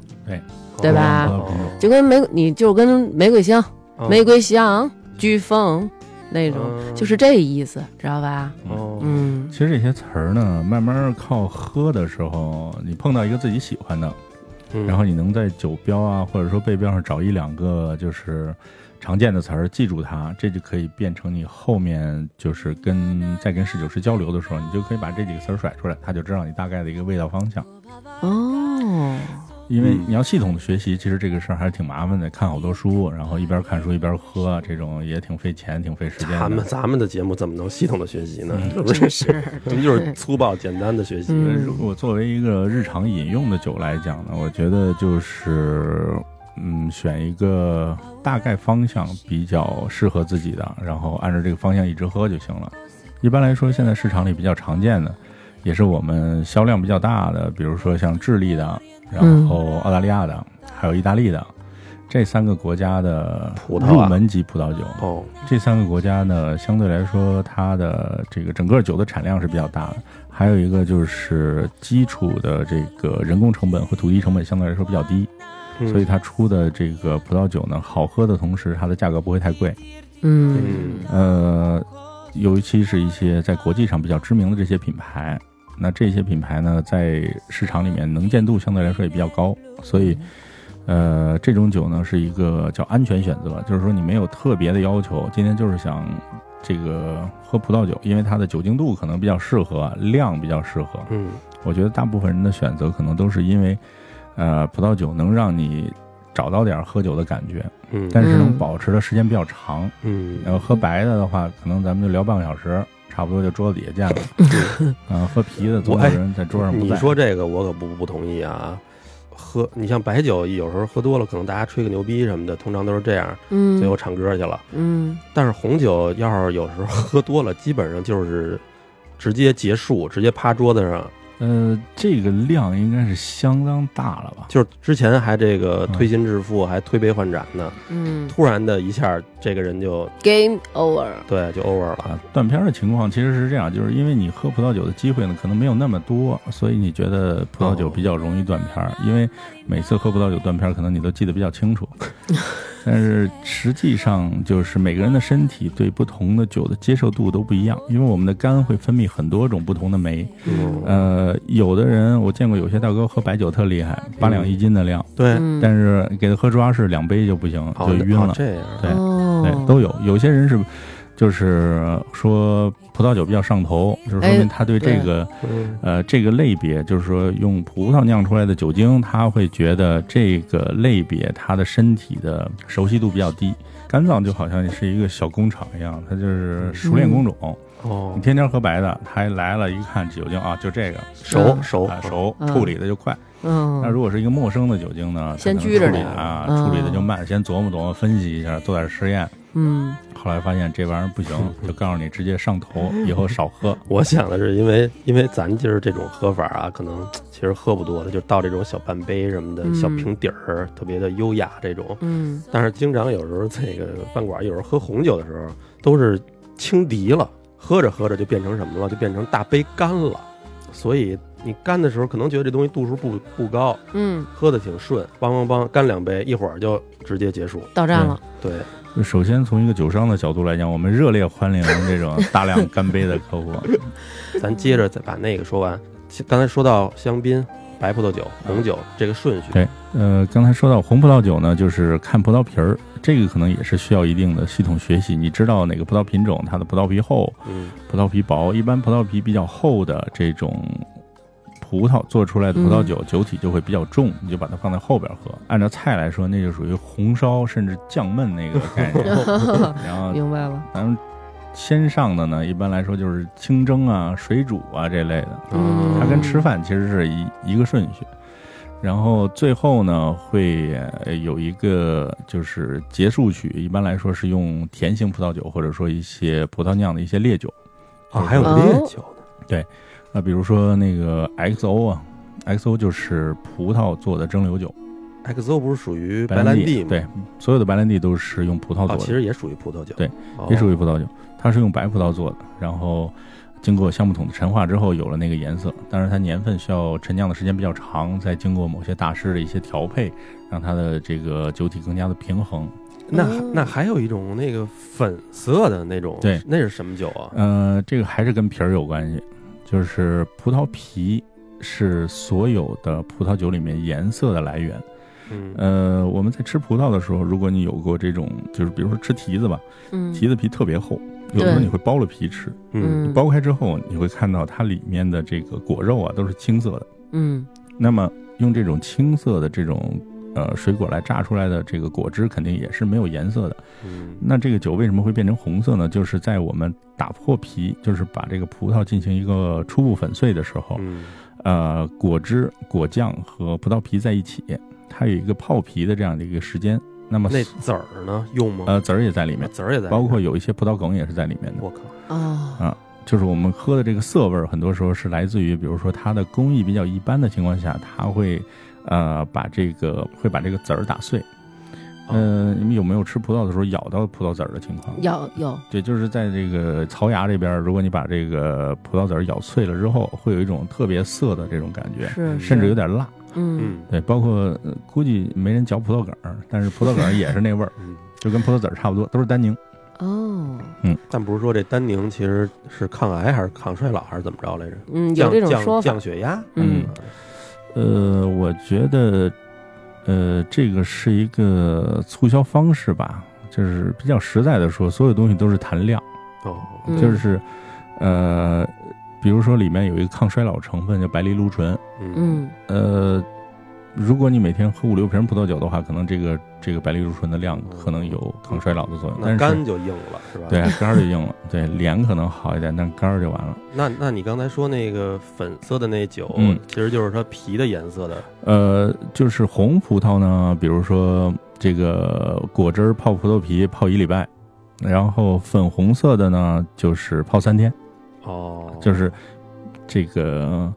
A: 对吧
B: 哦
A: 就跟玫你就跟玫瑰香、
B: 哦
A: 玫瑰香、飓风那种，
B: 嗯
A: 就是这意思，知道吧？
B: 哦，
A: 嗯，
C: 其实这些词儿呢，慢慢靠喝的时候，你碰到一个自己喜欢的，
B: 嗯
C: 然后你能在酒标啊，或者说背标上找一两个就是常见的词儿，记住它，这就可以变成你后面就是跟在跟侍酒师交流的时候，你就可以把这几个词儿甩出来，他就知道你大概的一个味道方向。
A: 哦，
C: 因为
B: 嗯
C: 你要系统的学习，其实这个事儿还是挺麻烦的，看好多书，然后一边看书一边喝，这种也挺费钱，挺费时间嗯的。
B: 咱们咱们的节目怎么能系统的学习呢？是不
A: 哦真
B: 是？
A: 是
B: 咱们 就是粗暴简单的学习。
A: 嗯
C: 如果作为一个日常饮用的酒来讲呢，我觉得就是，嗯，选一个大概方向比较适合自己的，然后按照这个方向一直喝就行了。一般来说，现在市场里比较常见的，也是我们销量比较大的，比如说像智利的，然
B: 嗯
C: 后澳大利亚的，还有意大利的。这三个国家的
B: 葡萄
C: 入
B: 啊
C: 门级葡萄酒，
B: 哦，
C: 这三个国家呢，相对来说，它的这个整个酒的产量是比较大的。还有一个就是基础的这个人工成本和土地成本相对来说比较低，
B: 嗯
C: 所以它出的这个葡萄酒呢，好喝的同时，它的价格不会太贵。
A: 嗯
C: 呃，尤其是一些在国际上比较知名的这些品牌，那这些品牌呢，在市场里面能见度相对来说也比较高，所以，呃，这种酒呢是一个叫安全选择，就是说你没有特别的要求，今天就是想这个喝葡萄酒，因为它的酒精度可能比较适合，量比较适合。
B: 嗯，
C: 我觉得大部分人的选择可能都是因为，呃，葡萄酒能让你找到点儿喝酒的感觉，
B: 嗯
C: 但是能
A: 嗯
C: 保持的时间比较长。
B: 嗯
C: 然后呃喝白的的话，可能咱们就聊半个小时，差不多就桌子底下 见了。啊，喝啤的总有人在桌上不
B: 哎你
C: 在。
B: 说这个我可不不同意啊。喝，你像白酒，有时候喝多了，可能大家吹个牛逼什么的，通常都是这样，
A: 嗯，
B: 最后唱歌去了。
A: 嗯
B: 但是红酒要是有时候喝多了，基本上就是直接结束，直接趴桌子上。
C: 呃，这个量应该是相当大了吧？
B: 就是之前还这个
C: 嗯
B: 推心置腹，还推杯换盏呢，
A: 嗯
B: 突然的一下，这个人就
A: ，Game Over。
B: 对就 over 了。
C: 啊，断片儿的情况其实是这样，就是因为你喝葡萄酒的机会呢，可能没有那么多，所以你觉得葡萄酒
B: 哦
C: 比较容易断片儿。因为每次喝葡萄酒断片儿，可能你都记得比较 清楚。但是实际上，就是每个人的身体对不同的酒的接受度都不一样，因为我们的肝会分泌很多种不同的酶，
B: 嗯
C: 呃，有的人我见过，有些大哥喝白酒特厉害，八两一斤的量，
B: 对，
A: 嗯
C: 但是给他喝中央式两杯就不行，
B: 哦
C: 就晕
B: 哦
C: 了。
B: 这样，
C: 对
A: 哦，
C: 对，都有。有些人是，就是说葡萄酒比较上头，就是说
A: 哎
C: 明他对这个、
B: 嗯
C: 呃这个类别，就是说用葡萄酿出来的酒精，他会觉得这个类别他的身体的熟悉度比较低。肝脏就好像是一个小工厂一样，它就是熟练工种。
B: 哦
C: 你，天天喝白的，他来了，一看酒精啊，就这个
B: 熟
A: 嗯
B: 熟
C: 啊，熟，
A: 嗯
C: 处理的就快。
A: 嗯，
C: 那如果是一个陌生的酒精呢，
A: 先
C: 它可能
A: 拘着
C: 处理
B: 点儿
C: 啊，
A: 嗯
C: 处理的就慢，先琢磨琢磨，分析一下，做点实验。
A: 嗯
C: 后来发现这玩意儿不行，就告诉你直接上头，以后少喝。
A: 嗯
B: 我想的是，因为因为咱今儿这种喝法啊，可能其实喝不多的，就倒这种小半杯什么的，
A: 嗯
B: 小平底儿，特别的优雅这种。
A: 嗯，
B: 但是经常有时候这个饭馆，有时候喝红酒的时候都是轻敌了，喝着喝着就变成什么了？就变成大杯干了。所以你干的时候可能觉得这东西度数不不高，
A: 嗯，
B: 喝的挺顺，梆梆梆干两杯，一会儿就直接结束。
A: 到站了，
B: 对，
C: 首先从一个酒商的角度来讲，我们热烈欢迎这种大量干杯的 客户。
B: 咱接着再把那个说完。其刚才说到香槟、白葡萄酒、红酒这个顺序，
C: 对，呃，刚才说到红葡萄酒呢，就是看葡萄皮儿，这个可能也是需要一定的系统学习。你知道哪个葡萄品种，它的葡萄皮厚，
B: 嗯
C: 葡萄皮薄，一般葡萄皮比较厚的这种葡萄做出来的葡萄酒，酒体就会比较重，你就把它放在后边喝。按照菜来说，那就属于红烧甚至酱焖那个概念。然 后
A: 明白了，
C: 咱们先上的呢，一般来说就是清蒸啊、水煮啊这类的，
A: 嗯
C: 它跟
B: 哦
C: 吃饭其实是一一个顺序。然后最后呢，会呃有一个就是结束曲，一般来说是用甜型葡萄酒或者说一些葡萄酿的一些烈酒，
B: 啊，还有烈
A: 哦
B: 酒呢，
C: 啊，比如说那个 XO 啊，XO 就是葡萄做的蒸馏酒，
B: XO 不是属于
C: 白
B: 白
C: 兰
B: 兰地
C: 地
B: 吗？
C: 对，所有的白兰地都是用葡萄
B: 哦，
C: 做
B: 其
C: 的，
B: 实也属于葡萄酒，
C: 对
B: 哦，
C: 也属于葡萄酒，它是用白葡萄做的，然后经过橡木桶的陈化之后有了那个颜色，但是它年份需要陈酿的时间比较长，再经过某些大师的一些调配，让它的这个酒体更加的平衡。
B: 那
A: 嗯
B: 那还有一种那个粉色的那种，
C: 对
B: 那是什么酒啊？
C: 呃，这个还是跟皮儿有关系，就是葡萄皮是所有的葡萄酒里面颜色的来源。
B: 嗯，
C: 呃，我们在吃葡萄的时候，如果你有过这种，就是比如说吃提子吧，
A: 嗯
C: 提子皮特别厚，有的时候
A: 对
C: 你会剥了皮吃，
B: 嗯
A: 嗯
C: 剥开之后你会看到它里面的这个果肉啊都是青色的。
A: 嗯
C: 那么用这种青色的这种呃水果来榨出来的这个果汁，肯定也是没有颜色的。
B: 嗯
C: 那这个酒为什么会变成红色呢？就是在我们打破皮，就是把这个葡萄进行一个初步粉碎的时候，
B: 嗯
C: 呃，果汁、果酱和葡萄皮在一起，它有一个泡皮的这样的一个时间。那么
B: 那籽儿呢？用吗？
C: 呃籽儿也在里面，
B: 籽儿也在里面，
C: 包括有一些葡萄梗也是在里面的。
B: 我靠，
A: 哦
C: 啊就是我们喝的这个涩味儿，很多时候是来自于，比如说它的工艺比较一般的情况下，它会，呃，把这个会把这个籽儿打碎。呃，你们有没有吃葡萄的时候咬到葡萄籽儿的情况？
A: 哦有有
C: 对，就是在这个槽牙这边儿，如果你把这个葡萄籽儿咬碎了之后，会有一种特别涩的这种感觉，
A: 是
C: 甚至有
A: 点
C: 点辣。
A: 嗯
B: 嗯，
C: 对，包括、呃估计没人嚼葡萄梗儿，但是葡萄梗儿也是那味儿
B: 嗯，
C: 就跟葡萄籽儿差不多，都是单宁。
A: 哦
B: 但不是说这丹宁其实是抗癌还是抗衰老还是怎么着来着？
A: 嗯有
B: 降
A: 这种
B: 降
A: 说法
B: 降血压，
A: 嗯
C: 呃，我觉得，呃，这个是一个促销方式吧，就是比较实在的说，所有东西都是谈量，
B: 哦，
A: 嗯
C: 就是，呃，比如说里面有一个抗衰老成分叫白藜芦醇，
A: 嗯
C: 呃，如果你每天喝五六瓶葡萄酒的话，可能这个这个白藜芦醇的量可能有抗衰老的作用，
B: 那
C: 但是
B: 肝就硬了是吧？
C: 对，肝儿就硬了，对脸可能好一点，但肝儿就完了。
B: 那那你刚才说那个粉色的那酒，
C: 嗯
B: 其实就是它皮的颜色的，
C: 呃，就是红葡萄呢，比如说这个果汁儿泡葡萄皮泡一礼拜，然后粉红色的呢就是泡三天，
B: 哦，
C: 就是这个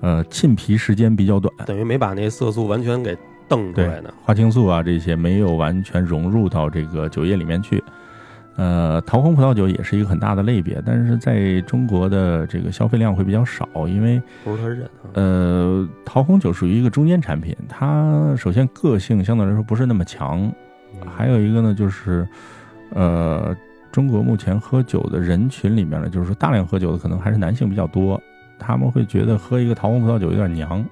C: 呃浸皮时间比较短，
B: 等于没把那色素完全给瞪出来呢。
C: 花青素啊这些没有完全融入到这个酒液里面去。呃，桃红葡萄酒也是一个很大的类别，但是在中国的这个消费量会比较少，因为
B: 不是他认啊，
C: 呃，桃红酒属于一个中间产品，它首先个性相对来说不是那么强，
B: 嗯
C: 还有一个呢，就是呃，中国目前喝酒的人群里面呢，就是说大量喝酒的可能还是男性比较多，他们会觉得喝一个桃红葡萄酒有点娘。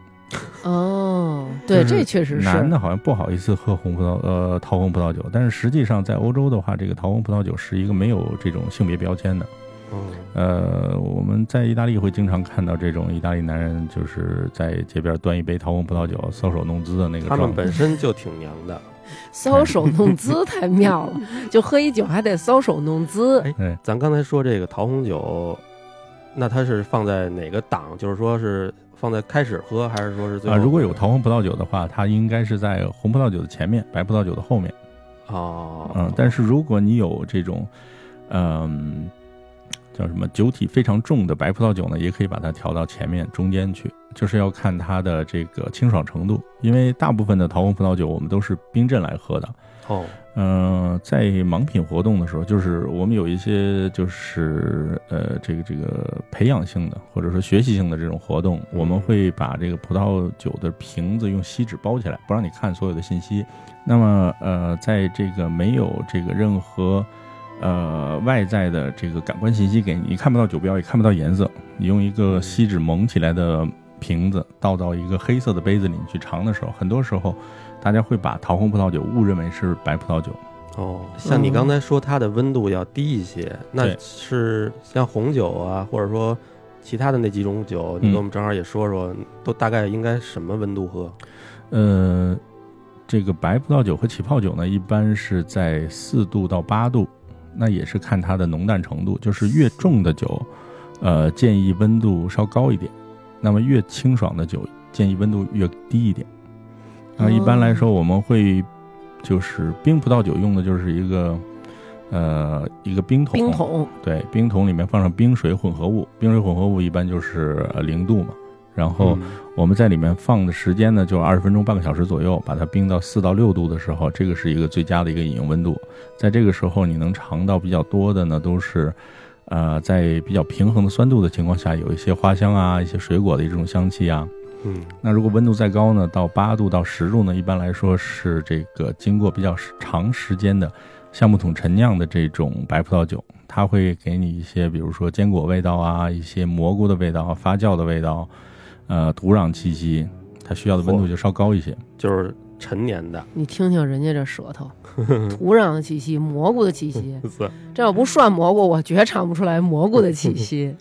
A: 哦对
C: 就是
A: 这确实是
C: 男的好像不好意思喝红葡萄呃桃红葡萄酒，但是实际上在欧洲的话，这个桃红葡萄酒是一个没有这种性别标签的。
B: 嗯
C: 呃，我们在意大利会经常看到这种意大利男人就是在街边端一杯桃红葡萄酒搔首弄姿的那个
B: 他
C: 状
B: 们
C: 态。
B: 本身就挺娘的。
A: 搔首弄姿太妙了， 就喝一酒还得搔首弄姿
B: 哎。咱刚才说这个桃红酒，那它是放在哪个档？就是说是放在开始喝，还是说是最
C: 啊、
B: 后喝？
C: 如果有桃红葡萄酒的话，它应该是在红葡萄酒的前面，白葡萄酒的后面。
B: 哦，
C: 嗯，但是如果你有这种，嗯，叫什么酒体非常重的白葡萄酒呢，也可以把它调到前面中间去，就是要看它的这个清爽程度。因为大部分的桃红葡萄酒我们都是冰镇来喝的。
B: 哦，
C: 嗯、在盲品活动的时候，就是我们有一些就是呃这个这个培养性的或者说学习性的这种活动，我们会把这个葡萄酒的瓶子用锡纸包起来，不让你看所有的信息。那么呃，在这个没有这个任何呃外在的这个感官信息给你，你看不到酒标，也看不到颜色，你用一个锡纸蒙起来的瓶子倒到一个黑色的杯子里你去尝的时候，很多时候大家会把桃红葡萄酒误认为是白葡萄酒。
B: 哦，嗯像你刚才说它的温度要低一些，那
C: 对
B: 是像红酒啊，或者说其他的那几种酒，你
C: 嗯
B: 给我们正好也说说，都大概应该什么温度喝？
C: 呃，这个白葡萄酒和起泡酒呢，一般是在四度到八度，那也是看它的浓淡程度，就是越重的酒，呃，建议温度稍高一点；那么越清爽的酒，建议温度越低一点。那一般来说，我们会就是冰葡萄酒用的就是一个呃一个冰桶，
A: 冰桶，
C: 对，冰桶里面放上冰水混合物，冰水混合物一般就是呃零度嘛，然后
B: 嗯
C: 我们在里面放的时间呢，就二十分钟、半个小时左右，把它冰到四到六度的时候，这个是一个最佳的一个饮用温度。在这个时候，你能尝到比较多的呢，都是，呃，在比较平衡的酸度的情况下，有一些花香啊，一些水果的这种香气啊。
B: 嗯
C: 那如果温度再高呢，到八度到十度呢，一般来说是这个经过比较长时间的橡木桶陈酿的这种白葡萄酒，它会给你一些，比如说坚果味道啊，一些蘑菇的味道啊、发酵的味道，呃，土壤气息，它需要的温度就稍高一些。
B: 就是陈年的，
A: 你听听人家这舌 头，土壤的气息，蘑菇的气息，
B: 是
A: 这要不涮蘑菇，我绝尝不出来蘑菇的气 息。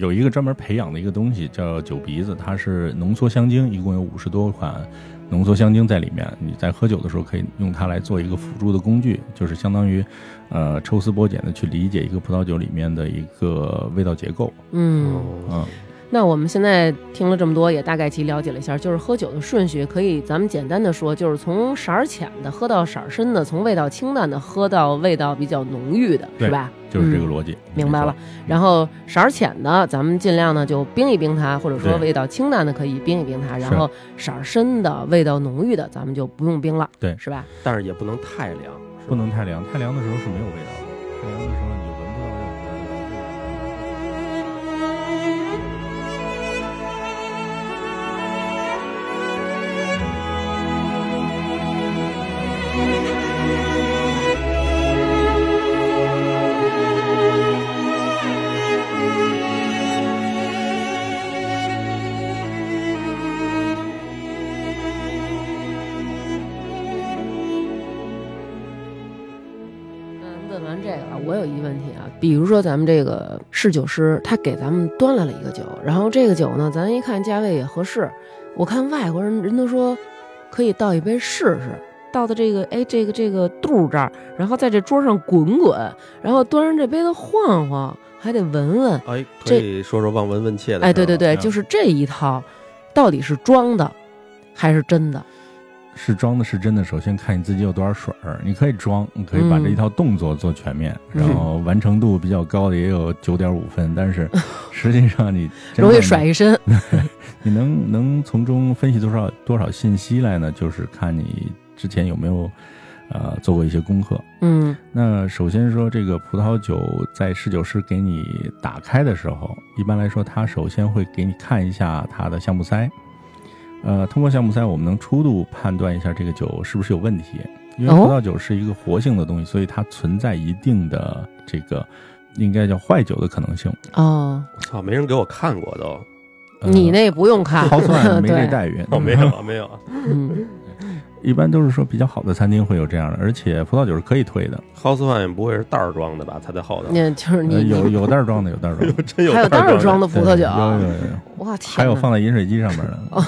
C: 有一个专门培养的一个东西叫酒鼻子，它是浓缩香精，一共有五十多款浓缩香精在里面。你在喝酒的时候可以用它来做一个辅助的工具，就是相当于，呃，抽丝剥茧的去理解一个葡萄酒里面的一个呃味道结构。
A: 嗯，
B: 哦
C: 嗯，
A: 那我们现在听了这么多，也大概其了解了一下，就是喝酒的顺序，可以咱们简单的说，就是从色儿浅的喝到色儿深的，从味道清淡的喝到味道比较浓郁的，
C: 对
A: 是吧？
C: 就是这
A: 嗯
C: 个逻辑。
A: 明白了
C: 没错。。
A: 然后色儿浅的，咱们尽量呢就冰一冰它，或者说
C: 对
A: 味道清淡的可以冰一冰它。
C: 是
A: 然后色儿深的、味道浓郁的，咱们就不用冰了，
C: 对
A: 是吧？
B: 但是也不能太凉，是吧
C: 不能太凉，太凉的时候是没有味道的，太凉的时候你就闻不到任何的味道。
A: 嗯，问完这个了，我有一问题啊，比如说咱们这个侍酒师，他给咱们端来了一个酒，然后这个酒呢，咱一看价位也合适，我看外国人人都说可以倒一杯试试，倒到这个哎这个这个肚这儿，然后在这桌上滚滚，然后端上这杯子晃晃，还得闻闻，
B: 哎，可以说说望闻问切的事儿吧。
A: 哎，对对对，
C: 嗯
A: 就是这一套，到底是装的还是真的？
C: 是装的是真的，首先看你自己有多少水儿。你可以装，你可以把
A: 嗯
C: 这一套动作做全面，
A: 嗯
C: 然后完成度比较高的也有九点五分，但是实际上你真
A: 容易
C: 正
A: 甩，一身，
C: 你能能从中分析多少多少信息来呢？就是看你之前有没有呃做过一些功课。
A: 嗯
C: 那首先说，这个葡萄酒在侍酒师给你打开的时候，一般来说，他首先会给你看一下它的橡木塞。呃，通过橡木塞，我们能初步判断一下这个酒是不是有问题。因为
A: 哦
C: 葡萄酒是一个活性的东西，所以它存在一定的这个应该叫坏酒的可能性。嗯
A: 哦，
B: 我操，没人给我看过都，
C: 呃、
A: 你那不用看，
C: 好算没这
A: 对
C: 待遇，
B: 哦，没有 没有，
A: 嗯
C: 一般都是说比较好的餐厅会有这样的，而且葡萄酒是可以退的，
B: house wine 也不会是袋儿装的吧？它在后头，，
A: 那就是
C: 呃
A: 你
C: 有有袋儿装的，有袋 儿装的
B: 真有
A: 嗯还有袋儿装
B: 的。
A: 的葡萄
C: 对
A: 酒，
C: 有有有有，
A: 哇天哪，
C: 还有放在饮水机上面的。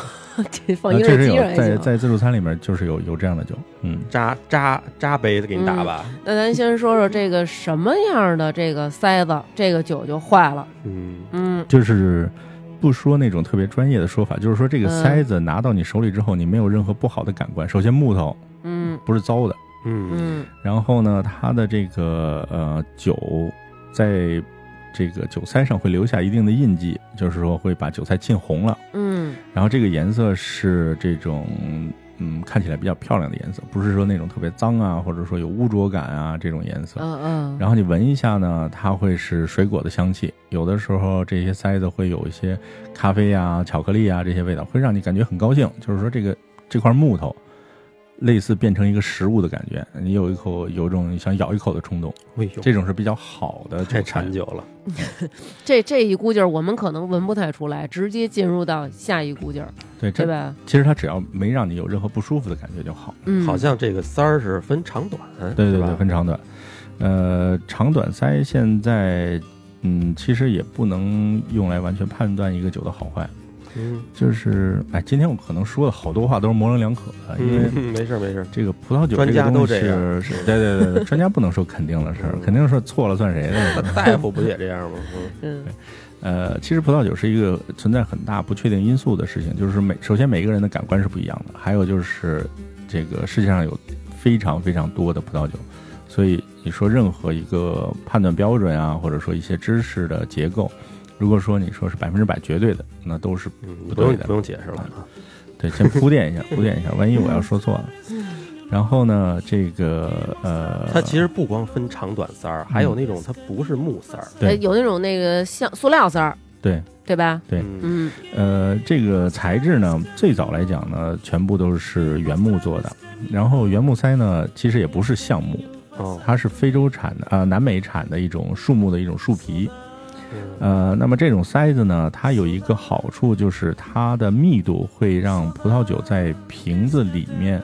A: 这放
C: 呃
A: 音
C: 这
A: 乐
C: 是
A: 机
C: 有
A: 上
C: 在
A: 也行。啊
C: 在自助餐里面就是有有这样的酒，嗯，
B: 扎扎扎杯子给你打吧，
A: 那咱先说说这个什么样的这个塞子，这个酒就坏了。
B: 嗯，
A: 嗯，
C: 就是不说那种特别专业的说法，就是说这个
A: 嗯
C: 塞子拿到你手里之后，你没有任何不好的感官。首先木头
A: 嗯
C: 不是糟的，
B: 嗯，
A: 嗯
C: 然后呢，它的这个呃酒在这个酒塞上会留下一定的印记，就是说会把酒塞浸红了，
A: 嗯
C: 然后这个颜色是这种。嗯，看起来比较漂亮的颜色，不是说那种特别脏啊，或者说有污浊感啊这种颜色。
A: 嗯嗯，
C: 然后你闻一下呢，它会是水果的香气，有的时候这些塞子会有一些咖啡啊、巧克力啊这些味道，会让你感觉很高兴。就是说这个这块木头，类似变成一个食物的感觉，你有一口有一种想咬一口的冲动，
B: 哎呦，
C: 这种是比较好的
B: 太
C: 酒材
B: 馋。酒了，
A: 这这一股劲儿我们可能闻不太出来，直接进入到下一股劲儿，
C: 对，
A: 对
C: 这
A: 吧？
C: 其实它只要没让你有任何不舒服的感觉就好。
A: 嗯，
B: 好像这个塞儿是分长短，
C: 对对
B: 吧
C: 对，？分长短。呃，长短塞现在，嗯，其实也不能用来完全判断一个酒的好坏。
B: 嗯，
C: 就是，哎，今天我可能说的好多话都是模棱两可的，因为
B: 嗯，没事儿 没事儿，
C: 这个葡萄酒
B: 专
C: 这
B: 家
C: 个
B: 都
C: 东
B: 这
C: 西
B: 样
C: 是，是对对对对，专家不能说肯定的事儿
B: 嗯，
C: 肯定说错了算谁的。
B: 那大夫不也这样吗？嗯
A: 嗯
C: 呃，其实葡萄酒是一个存在很大不确定因素的事情，就是每首先每个人的感官是不一样的，还有就是这个世界上有非常非常多的葡萄酒，所以你说任何一个判断标准啊，或者说一些知识的结构，如果说你说是百分之百绝对的，那都是
B: 嗯，
C: 不
B: 不用
C: 对的
B: 不用解释了啊。
C: 对，先铺垫一下，铺垫一下，万一我要说错了。然后呢，这个呃，
B: 它其实不光分长短塞
C: 嗯
B: 儿，还有那种它不是木塞儿。
C: 对
A: 哎有那种那个像塑料塞儿，
C: 对
A: 对吧？
C: 对
B: 嗯
A: 嗯，
C: 呃，这个材质呢，最早来讲呢，全部都是原木做的。然后原木塞呢，其实也不是橡木，
A: 嗯
B: 哦，
C: 它是非洲产的，呃，南美产的一种树木的一种树皮。
B: 嗯
C: 呃，那么这种塞子呢，它有一个好处就是它的密度会让葡萄酒在瓶子里面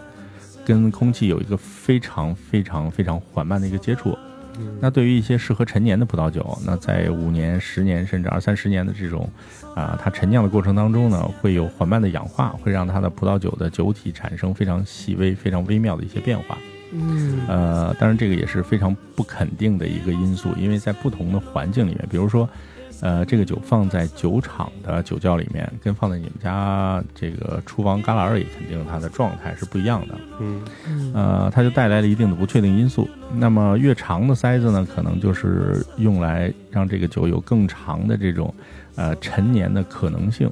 C: 跟空气有一个非常非常非常缓慢的一个接触。
B: 嗯
C: 那对于一些适合陈年的葡萄酒，那在五年、十年甚至二三十年的这种啊、它陈酿的过程当中呢，会有缓慢的氧化，会让它的葡萄酒的酒体产生非常细微、非常微妙的一些变化。
A: 嗯，
C: 呃，当然这个也是非常不肯定的一个因素，因为在不同的环境里面，比如说，呃，这个酒放在酒厂的酒窖里面，跟放在你们家这个厨房旮旯儿里，肯定它的状态是不一样的。
B: 嗯
A: 嗯
C: 呃，它就带来了一定的不确定因素。那么越长的塞子呢，可能就是用来让这个酒有更长的这种呃陈年的可能性。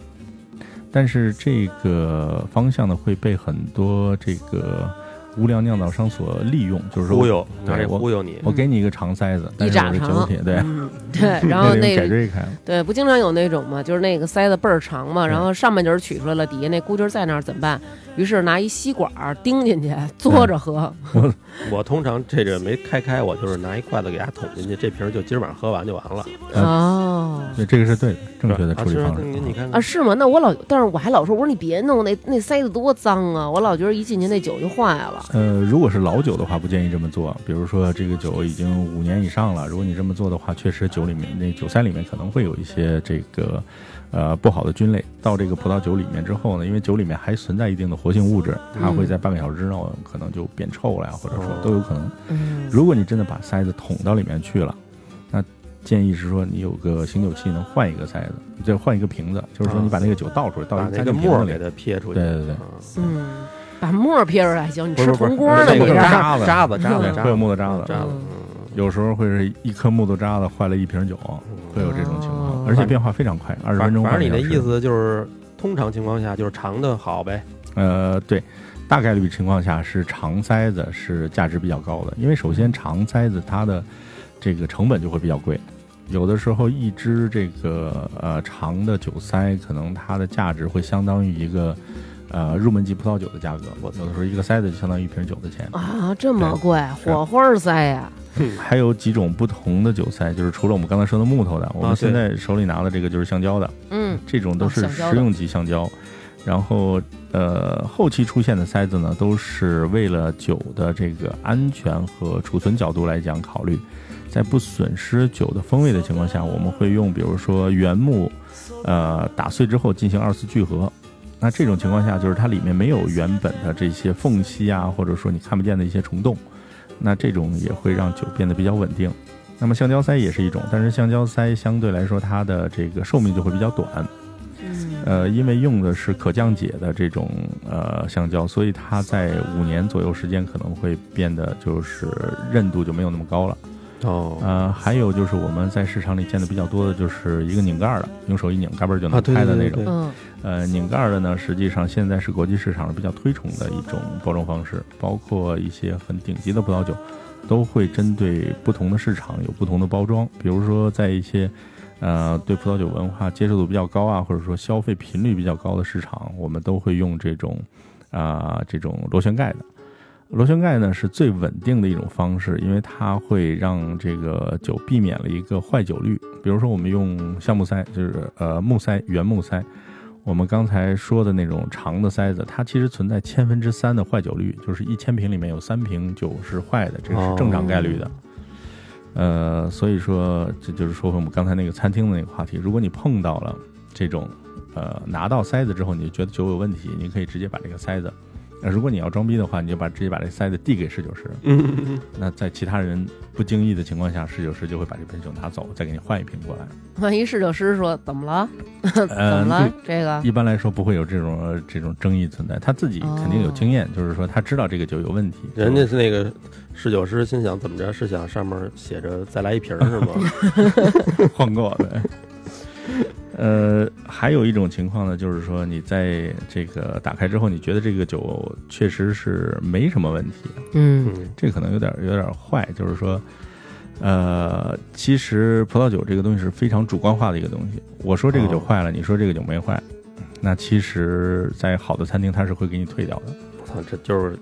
C: 但是这个方向呢，会被很多这个无良酿造商所利用，就是说
B: 忽悠，
C: 对
B: 拿这
C: 我
B: 忽悠你。
C: 我给你一个长塞子，但
A: 一
C: 是
A: 拃
C: 我是酒
A: 长
C: 品， 对，
A: 嗯对，然后
C: 给
A: 那
C: 你改锥开了，
A: 对，不经常有那种嘛，就是那个塞子倍儿长嘛，
C: 对
A: 然后上半截儿取出来了，底下那箍筋儿在那儿怎么办？于是拿一吸管儿钉进去，嘬着喝。
B: 我通常这个没开开，我就是拿一筷子给它捅进去，这瓶儿就今儿晚上喝完就完了。
C: 嗯
A: 哦，
C: 对，这个是对的，正确的
B: 啊
C: 处理
B: 其实
C: 方式。
B: 你你看
A: 啊，
B: 看，
A: 是吗？那我老，但是我还老说，我说你别弄那那塞子多脏啊！我老觉得一进去那酒就坏了。
C: 呃，如果是老酒的话，不建议这么做。比如说，这个酒已经五年以上了，如果你这么做的话，确实酒里面那酒塞里面可能会有一些这个呃不好的菌类到这个葡萄酒里面之后呢，因为酒里面还存在一定的活性物质，
B: 嗯
C: 它会在半个小时之内可能就变臭了呀，或者说
B: 哦
C: 都有可能。
A: 嗯，
C: 如果你真的把塞子捅到里面去了，那建议是说你有个醒酒器能换一个塞子，就换一个瓶子，就是说你把那个酒倒出来，倒
B: 把
C: 一
B: 那
C: 个
B: 个
C: 瓶
B: 沫儿
C: 子里
B: 给，它撇出去。
C: 对对对
B: 啊
A: 嗯，把沫儿撇出来行，你
B: 不
A: 吃
B: 是不是
A: 铜锅
B: 不
A: 呢？
B: 是
A: 你
B: 那
A: 这
B: 个
A: 儿
B: 渣子渣子渣
A: 嗯
B: 子
C: 对，会有木头渣子。
B: 渣子。
A: 嗯
B: 嗯
C: 有时候会是一颗木头渣子坏了一瓶酒，
B: 嗯
C: 会有这种情况，
A: 哦
C: 而且变化非常快，二十分
B: 反
C: 钟。
B: 反正你的
C: 半个小
B: 意
C: 时，
B: 思就是，通常情况下就是长的好呗。
C: 呃，对，大概率情况下是长塞子是价值比较高的，因为首先长塞子它的这个成本就会比较贵，有的时候一支这个呃长的酒塞可能它的价值会相当于一个呃入门级葡萄酒的价格，我有的时候一个塞子就相当于一瓶酒的钱。
A: 啊，这么
C: 对
A: 贵，火花儿塞呀！
C: 还有几种不同的酒塞，就是除了我们刚才说的木头的，我
B: 啊
C: 们
B: 对
C: 现在手里拿的这个就是橡胶的。
A: 嗯，
C: 这种都是
A: 啊橡胶的
C: 食用级橡胶。然后，呃，后期出现的塞子呢，都是为了酒的这个安全和储存角度来讲考虑，在不损失酒的风味的情况下，我们会用比如说原木，呃，打碎之后进行二次聚合。那这种情况下，就是它里面没有原本的这些缝隙啊，或者说你看不见的一些虫洞，那这种也会让酒变得比较稳定。那么橡胶塞也是一种，但是橡胶塞相对来说它的这个寿命就会比较短。
A: 嗯
C: 呃，因为用的是可降解的这种呃橡胶，所以它在五年左右时间可能会变得就是韧度就没有那么高了。
B: 哦
C: 呃，还有就是我们在市场里见的比较多的就是一个拧盖儿的，用手一拧，嘎嘣儿就
B: 啊
C: 能
B: 对
C: 开的
B: 对
C: 那
B: 对
C: 种。
A: 嗯
C: 呃，拧盖儿的呢，实际上现在是国际市场上比较推崇的一种包装方式，包括一些很顶级的葡萄酒，都会针对不同的市场有不同的包装。比如说，在一些呃对葡萄酒文化接受度比较高啊，或者说消费频率比较高的市场，我们都会用这种啊、这种螺旋盖的。螺旋盖呢是最稳定的一种方式，因为它会让这个酒避免了一个坏酒率。比如说我们用橡木塞，就是呃木塞原木塞，我们刚才说的那种长的塞子，它其实存在千分之三的坏酒率，就是一千瓶里面有三瓶酒是坏的，这是正常概率的。呃，所以说这就是说回我们刚才那个餐厅的那个话题，如果你碰到了这种呃拿到塞子之后，你就觉得酒有问题，你可以直接把这个塞子呃如果你要装逼的话，你就把直接把这塞子递给侍酒师。
B: 嗯嗯
C: 那在其他人不经意的情况下，侍酒师就会把这瓶酒拿走，再给你换一瓶过来。
A: 万一侍酒师说怎么了， 怎么
C: 呃
A: 了？这个
C: 一般来说不会有这种呃这种争议存在，他自己肯定有经验，就是说他知道这个酒有 问题。
B: 人家是那个侍酒师，心想怎么着？是想上面写着再来一瓶儿是吗？
C: 就换购的。 呃，还有一种情况呢，就是说你在这个打开之后，你觉得这个酒确实是没什么问题，
A: 嗯
B: 嗯
C: 这可能有点有点坏，就是说，呃，其实葡萄酒这个东西是非常主观化的一个东西。我说这个酒
B: 哦
C: 坏了，你说这个酒没坏，那其实，在好的餐厅它是会给你退掉的。
B: 我操，这就是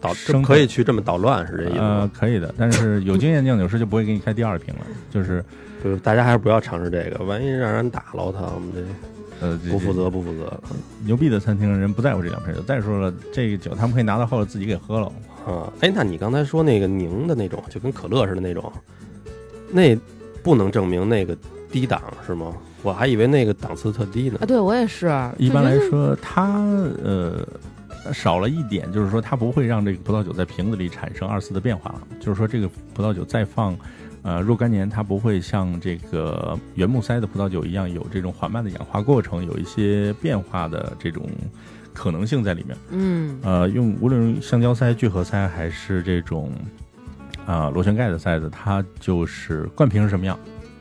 B: 捣，这
C: 生
B: 可以去这么捣乱是这意思
C: 呃
B: 吗？，
C: 可以的，但是有经验酿酒师就不会给你开第二瓶了，就是
B: 对，大家还是不要尝试这个，万一让人打了，我操，我们这
C: 呃，
B: 不
C: 责。
B: 负责，不负责
C: 牛逼的餐厅人不在乎这两瓶酒。再说了，这个酒他们可以拿到后头自己给喝了。
B: 啊！哎，那你刚才说那个凝的那种，就跟可乐似的那种，那不能证明那个低档是吗？我还以为那个档次特低呢
A: 啊，。对我也是，
C: 一般来
A: 就觉得
C: 说，它呃少了一点，就是说它不会让这个葡萄酒在瓶子里产生二次的变化了。就是说，这个葡萄酒再放呃若干年，它不会像这个原木塞的葡萄酒一样有这种缓慢的氧化过程，有一些变化的这种可能性在里面。
A: 嗯
C: 呃，用无论用橡胶塞、聚合塞还是这种啊、螺旋盖的塞子，它就是灌瓶是什么样，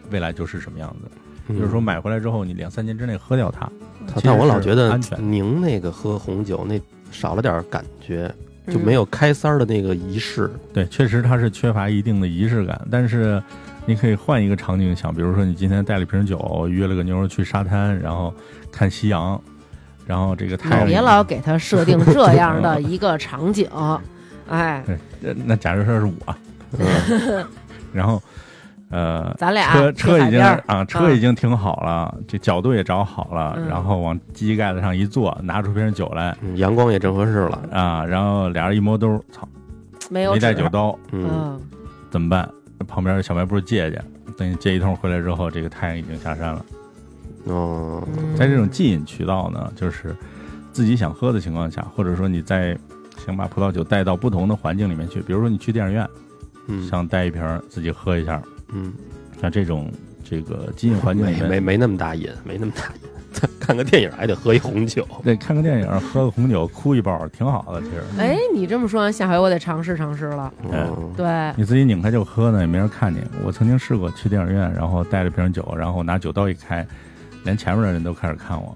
C: 未来就是什么样子。啊就是说，买回来之后，你两三年之内喝掉它，
B: 他，
C: 其实
B: 嗯但我老
C: 是
B: 觉得
C: 安全的
B: 凝那个喝红酒那少了点感觉，就
A: 嗯
B: 没有开塞儿的那个仪式。
C: 对，确实它是缺乏一定的仪式感，但是你可以换一个场景想，比如说你今天带了一瓶酒，约了个妞儿去沙滩，然后看夕阳，然后这个太
A: 你别
C: 阳
A: 老给他设定这样的一个场 景，哎，
C: 呃那假如说是我，
B: 嗯，
C: 然后呃，
A: 咱俩
C: 车
A: 去
C: 车
A: 海
C: 已经
A: 边儿，
C: 啊，车已经停好了，这角度也找好了，
A: 嗯
C: 然后往机盖子上一坐，拿出瓶酒来
B: 嗯阳光也正合适了。
C: 啊，然后俩人一摸兜，操，
A: 没有
C: 没带
A: 纸
C: 酒，刀
B: 嗯，
A: 嗯，
C: 怎么办？旁边小卖部借去，等你借一通回来之后，这个太阳已经下山了。
B: 哦，
A: 嗯
C: 在这种即饮渠道呢，就是自己想喝的情况下，或者说你在想把葡萄酒带到不同的环境里面去，比如说你去电影院，
B: 嗯
C: 想带一瓶儿自己喝一下，
B: 嗯，
C: 像这种这个即饮环境里
B: 没
C: 面
B: 没没那么大瘾，没那么大瘾。 看个电影还得喝一红酒，
C: 对，看个电影，喝个红酒，哭一包，挺好的。其实
A: 哎，你这么说，下回我得尝试尝试了。
B: 嗯，
A: 对，
C: 你自己拧开就喝呢，也没人看你。我曾经试过去电影院，然后带着瓶酒，然后拿酒刀一开，连前面的人都开始看我，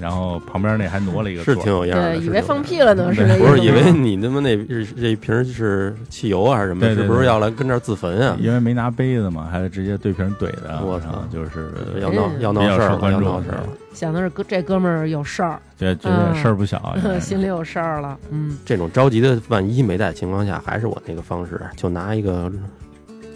C: 然后旁边那还挪了一个
B: 是
C: 座
B: 挺有样儿的。
A: 对，
B: 是
A: 以为
B: 挺有
A: 放
B: 样儿的
A: 屁了呢，是这意
B: 不
A: 思吗？
B: 是以为你他妈那是这瓶儿是汽油啊还是什么？
C: 对对
B: 是不是
C: 对
B: 要来跟这儿自焚啊？
C: 因为没拿杯子嘛，还是直接对瓶怼的。啊
B: 我
C: 然后
B: 操
C: 就是
B: 要闹
A: 嗯
B: 要闹
C: 比较
B: 事儿
C: 受
B: 了，
C: 关
B: 要
C: 注
B: 闹事儿了。
A: 想的是哥这哥们儿有事儿，
C: 对，觉得事儿不小， 原来是
A: 心里有事儿了。嗯，
B: 这种着急的，万一没带的情况下，还是我那个方式，就拿一个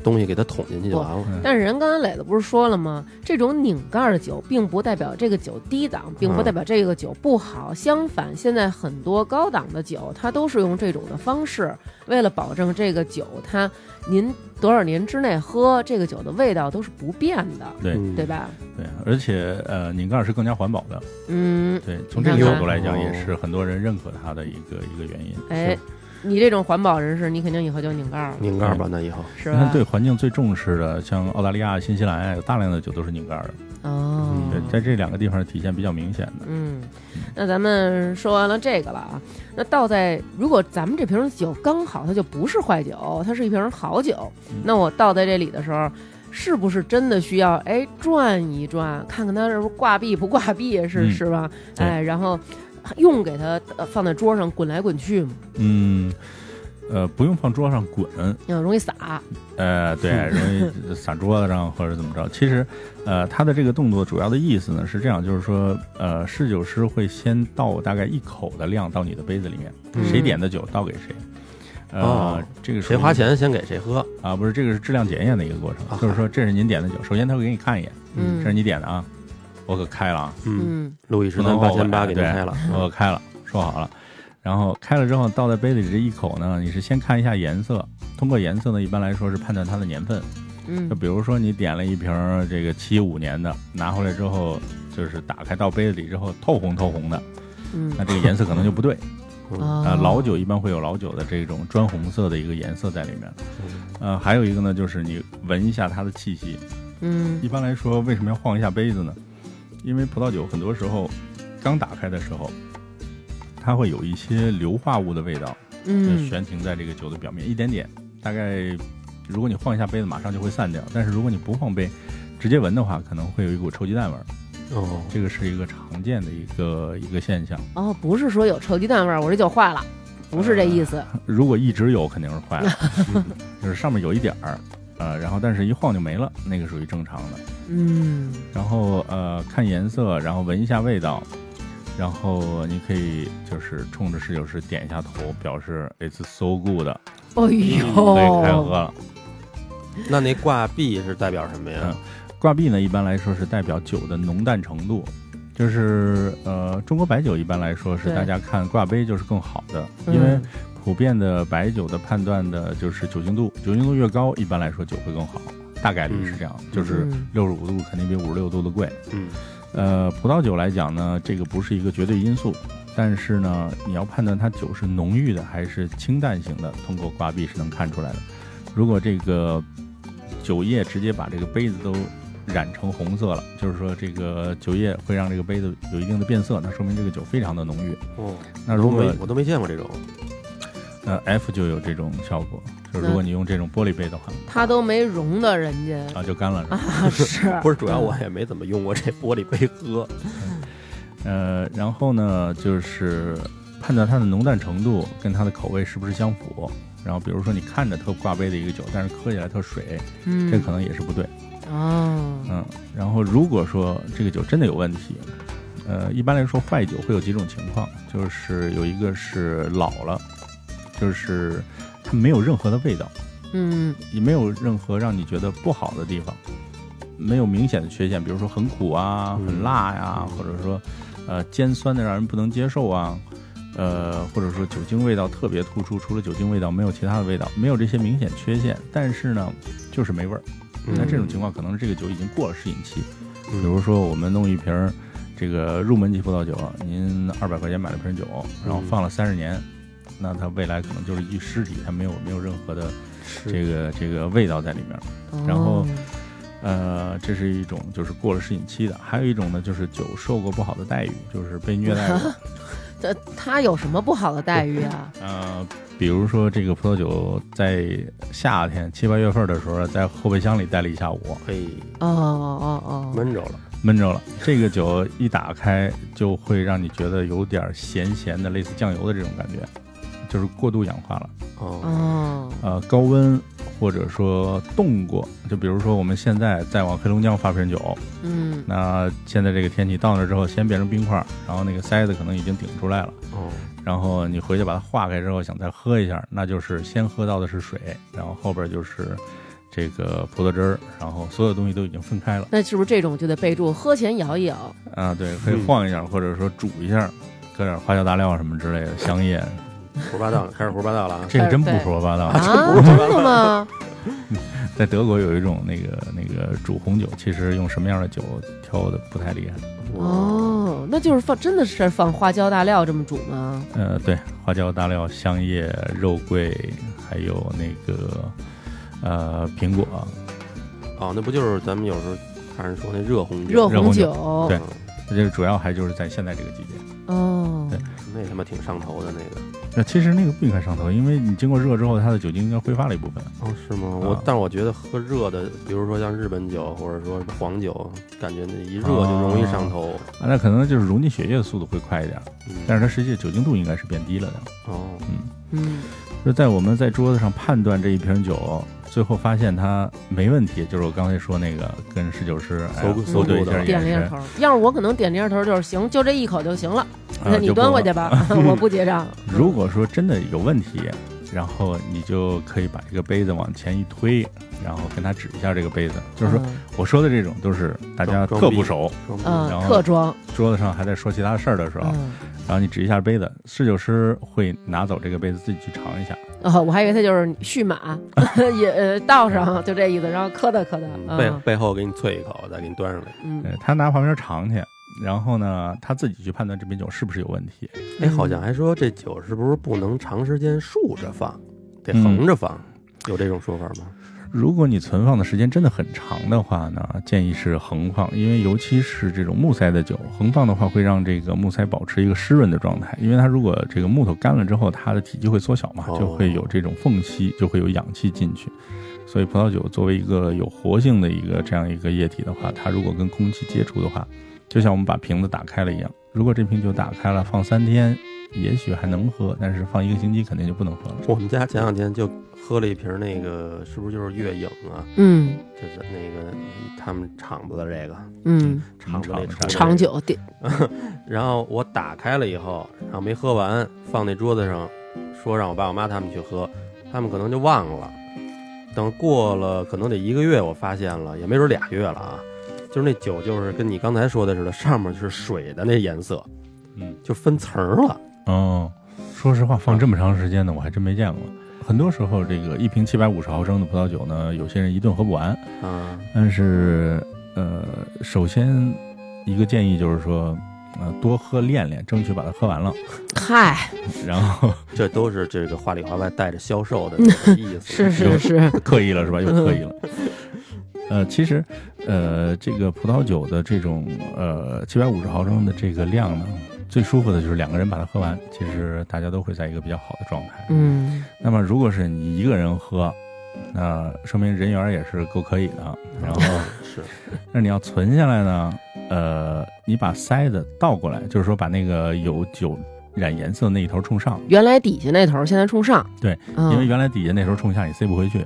B: 东西给它捅进去就完了。
C: 嗯
A: 但是人刚才磊子不是说了吗？这种拧盖儿的酒，并不代表这个酒低档，并
C: 嗯
A: 不代表这个酒不好。相反，现在很多高档的酒，它都是用这种的方式，为了保证这个酒它您多少年之内喝这个酒的味道都是不变的，
C: 对
B: 嗯
A: 对？吧？
C: 对，而且呃，拧盖儿是更加环保的。
A: 嗯，
C: 对，从这个
A: 你看
C: 角度来讲，
B: 看
C: 也是很多人认可它的一个一个原因。
A: 哎，你这种环保人士，你肯定以后就拧盖儿了，
B: 拧盖儿吧，那以后
A: 是
C: 你看
A: 吧？，
C: 对环境最重视的，像澳大利亚、新西兰呀，啊有大量的酒都是拧盖儿的。
A: 哦，
C: 对，在这两个地方体现比较明显的。
A: 嗯，那咱们说完了这个了啊，那倒在如果咱们这瓶酒刚好它就不是坏酒，它是一瓶好酒，
C: 嗯
A: 那我倒在这里的时候，是不是真的需要哎转一转，看看它是不是挂壁不挂壁，是、
C: 嗯
A: 是吧？
C: 对
A: 哎，然后用给它、呃放在桌上滚来滚去嘛，
C: 嗯，呃，不用放桌上滚，
A: 嗯，容易洒。
C: 呃， 对，容易撒桌子上或者怎么着。其实，呃，他的这个动作主要的意思呢是这样，就是说，呃，侍酒师会先倒大概一口的量到你的杯子里面，
A: 嗯
C: 谁点的酒倒给谁。呃，
B: 哦
C: 这个
B: 谁花钱先给谁喝。
C: 啊？不是，这个是质量检验的一个过程，
B: 啊
C: 就是说这是您点的酒，首先他会给你看一眼，
A: 嗯
C: 这是你点的啊，我可开了啊，
B: 嗯，
A: 嗯
B: 路易十三八千八给您开了。嗯
C: 我可开了，说好了。然后开了之后倒在杯子里这一口呢，你是先看一下颜色，通过颜色呢，一般来说是判断它的年份。
A: 嗯
C: 就比如说你点了一瓶儿这个七五年的，拿回来之后就是打开到杯子里之后透红透红的，
A: 嗯
C: 那这个颜色可能就不对。
A: 哦
C: 呃，老酒一般会有老酒的这种砖红色的一个颜色在里面。
B: 嗯
C: 呃，还有一个呢，就是你闻一下它的气息。
A: 嗯
C: 一般来说，为什么要晃一下杯子呢？因为葡萄酒很多时候刚打开的时候，它会有一些硫化物的味道，就
A: 嗯
C: 悬停在这个酒的表面一点点。大概如果你晃一下杯子，马上就会散掉。但是如果你不晃杯，直接闻的话，可能会有一股臭鸡蛋味儿。
B: 哦，
C: 这个是一个常见的一个一个现象。
A: 哦，不是说有臭鸡蛋味儿，我这酒坏了，不是这意思。
C: 如果一直有，肯定是坏了， 就是上面有一点儿，呃，然后但是一晃就没了，那个属于正常的。
A: 嗯
C: 然后呃，看颜色，然后闻一下味道，然后你可以就是冲着侍酒师点一下头，表示 it's so good，
A: 哎
C: 对，开喝
A: 呦，
C: 了。
B: 那那挂壁是代表什么呀？
C: 挂壁呢，一般来说是代表酒的浓淡程度。就是呃，中国白酒一般来说是
A: 对
C: 大家看挂杯就是更好的，因为普遍的白酒的判断的就是酒精度，酒精度越高，一般来说酒会更好，大概率是这样，就是
A: 嗯
C: 六十五度肯定比五十六度的贵。
B: 嗯
C: 呃，葡萄酒来讲呢，这个不是一个绝对因素，但是呢，你要判断它酒是浓郁的还是清淡型的，通过挂壁是能看出来的。如果这个酒液直接把这个杯子都染成红色了，就是说这个酒液会让这个杯子有一定的变色，那说明这个酒非常的浓郁。
B: 哦，
C: 那
B: 我都
C: 如果
B: 没我都没见过这种，
C: 那 F 就有这种效果，就是如果你用这种玻璃杯的话，
A: 他都没容的人家
C: 啊就干了是吧。
A: 啊，是
B: 不是主要我也没怎么用过这玻璃杯喝。
C: 呃，然后呢，就是判断它的浓淡程度跟它的口味是不是相符。然后比如说你看着特挂杯的一个酒，但是喝起来特水，
A: 嗯，
C: 这可能也是不对。
A: 哦，
C: 嗯，然后如果说这个酒真的有问题，呃，一般来说坏酒会有几种情况，就是有一个是老了，就是它没有任何的味道。
A: 嗯
C: 也没有任何让你觉得不好的地方，没有明显的缺陷，比如说很苦啊、
B: 嗯
C: 很辣呀、
B: 嗯
C: 或者说呃尖酸的让人不能接受啊，呃，或者说酒精味道特别突出，除了酒精味道没有其他的味道，没有这些明显缺陷，但是呢就是没味儿。那这种情况可能这个酒已经过了适饮期，比
B: 嗯，
C: 如说我们弄一瓶儿这个入门级葡萄酒，您二百块钱买了瓶酒，
B: 嗯
C: 然后放了三十年，那它未来可能就是一具尸体，它没有没有任何的。这个这个味道在里面儿。嗯然
A: 哦
C: 后呃，这是一种就是过了适饮期的，还有一种呢就是酒受过不好的待遇，就是被虐待过。
A: 他他有什么不好的待遇 啊？
C: 呃，比如说这个葡萄酒在夏天七八月份的时候，在后备箱里待了一下午，
B: 可以
A: 哦哦哦，
B: 闷着了，
C: 闷着了。这个酒一打开就会让你觉得有点儿咸咸的，类似酱油的这种感觉，就是过度氧化了。
B: 哦，
A: 哦，
C: 呃，高温或者说冻过，就比如说我们现在再往黑龙江发瓶酒，
A: 嗯
C: 那现在这个天气到那之后，先变成冰块儿，然后那个塞子可能已经顶出来了，
B: 哦，
C: 然后你回去把它化开之后，想再喝一下，那就是先喝到的是水，然后后边就是这个葡萄汁儿，然后所有东西都已经分开了。
A: 那是不是这种就得备注喝前摇一摇？
C: 啊，对，可以晃一下，或者说煮一下，搁点花椒大料什么之类的，香叶，
B: 胡说八道了，开始胡说八道了啊！
C: 这个真不胡说八道。
A: 啊，真的吗？
C: 在德国有一种那个那个煮红酒，其实用什么样的酒挑的不太厉害。
A: 哦，那就是放，真的是放花椒大料这么煮吗？
C: 呃，对，花椒、大料、香叶、肉桂，还有那个呃苹果，
B: 哦，那不就是咱们有时候看人说那热红酒？嗯
A: 热
C: 红
A: 红
C: 酒
A: 酒，
C: 对，这就是主要还就是在现在这个季节。
A: 哦，
C: 对
B: 那他妈挺上头的那个。
C: 那其实那个不应该上头，因为你经过热之后，它的酒精应该挥发了一部分。
B: 哦，是吗？我
C: 啊
B: 但是我觉得喝热的，比如说像日本酒或者说黄酒，感觉那一热就容易上头。
C: 啊，那可能就是溶进血液的速度会快一点，
B: 嗯，
C: 但是它实际酒精度应该是变低了的。
B: 哦，
A: 嗯，
C: 就在我们在桌子上判断这一瓶酒，最后发现它没问题，就是我刚才说那个跟侍酒师哎呀
B: 搜
C: 搜对一
B: 搜
C: 下
B: 过
A: 嗯点
C: 眼
A: 了一下
C: 神，
A: 头。要是我可能点了一下头，就是行，就这一口就行了。那
C: 啊
A: 你
C: 就
A: 端
C: 不
A: 过去吧， 我不结账。
C: 如果说真的有问题，然后你就可以把这个杯子往前一推，然后跟他指一下这个杯子。就是说，我说的这种都是大家
B: 装
C: 特
B: 逼
C: 不熟，
B: 装逼
A: 嗯嗯，
C: 然
A: 嗯，
C: 后
A: 特装，
C: 桌子上还在说其他事儿的时候，啊
A: 嗯，
C: 然后你指一下杯子，侍酒师会拿走这个杯子自己去尝一下。
A: 哦，我还以为他就是续码， 也呃倒上，就这意思，然后磕哒磕哒，
B: 嗯背
A: 嗯
C: 哎
B: 背后给你啐一口，再给你端上来。
A: 嗯
C: 呃，他拿旁边尝去，然后呢，他自己去判断这瓶酒是不是有问题。
B: 哎，好像还说这酒是不是不能长时间竖着放，得横着放，有这种说法吗？
C: 如果你存放的时间真的很长的话呢，建议是横放，因为尤其是这种木塞的酒，横放的话会让这个木塞保持一个湿润的状态，因为它如果这个木头干了之后，它的体积会缩小嘛，
B: 哦
C: 就会有这种缝隙，就会有氧气进去。所以葡萄酒作为一个有活性的一个这样一个液体的话，它如果跟空气接触的话，就像我们把瓶子打开了一样，如果这瓶酒打开了放三天，也许还能喝，但是放一个星期肯定就不能喝了。
B: 我们家前两天就喝了一瓶那个，是不是就是月影啊？
A: 嗯
B: 就是那个他们厂子的这个
A: 嗯，
B: 厂子
C: 厂
B: 那
C: 子
B: 出的
A: 长久点，
B: 然后我打开了以后，然后没喝完，放那桌子上，说让我爸我妈他们去喝，他们可能就忘了。等过了可能得一个月，我发现了，也没准俩月了啊，就是那酒就是跟你刚才说的似的，上面就是水的那颜色，
C: 嗯，
B: 就分层了。
C: 哦，说实话，放这么长时间呢，我还真没见过。很多时候，这个一瓶七百五十毫升的葡萄酒呢，有些人一顿喝不完。
B: 啊，
C: 但是，呃，首先一个建议就是说，呃，多喝练练，争取把它喝完了。
A: 嗨，
C: 然后
B: 这都是这个话里话外带着销售的那个意思。
A: 是是是，
C: 刻意了是吧？又刻意了。呃，其实，呃，这个葡萄酒的这种呃七百五十毫升的这个量呢，最舒服的就是两个人把它喝完，其实大家都会在一个比较好的状态。
A: 嗯
C: 那么如果是你一个人喝，那说明人缘儿也是够可以的。啊
B: 嗯
C: 然后，
B: 是，
C: 那你要存下来呢，呃，你把塞子倒过来，就是说把那个有酒染颜色那一头冲上，
A: 原来底下那头儿现在冲上，
C: 对
A: 嗯，
C: 因为原来底下那头冲下你塞不回去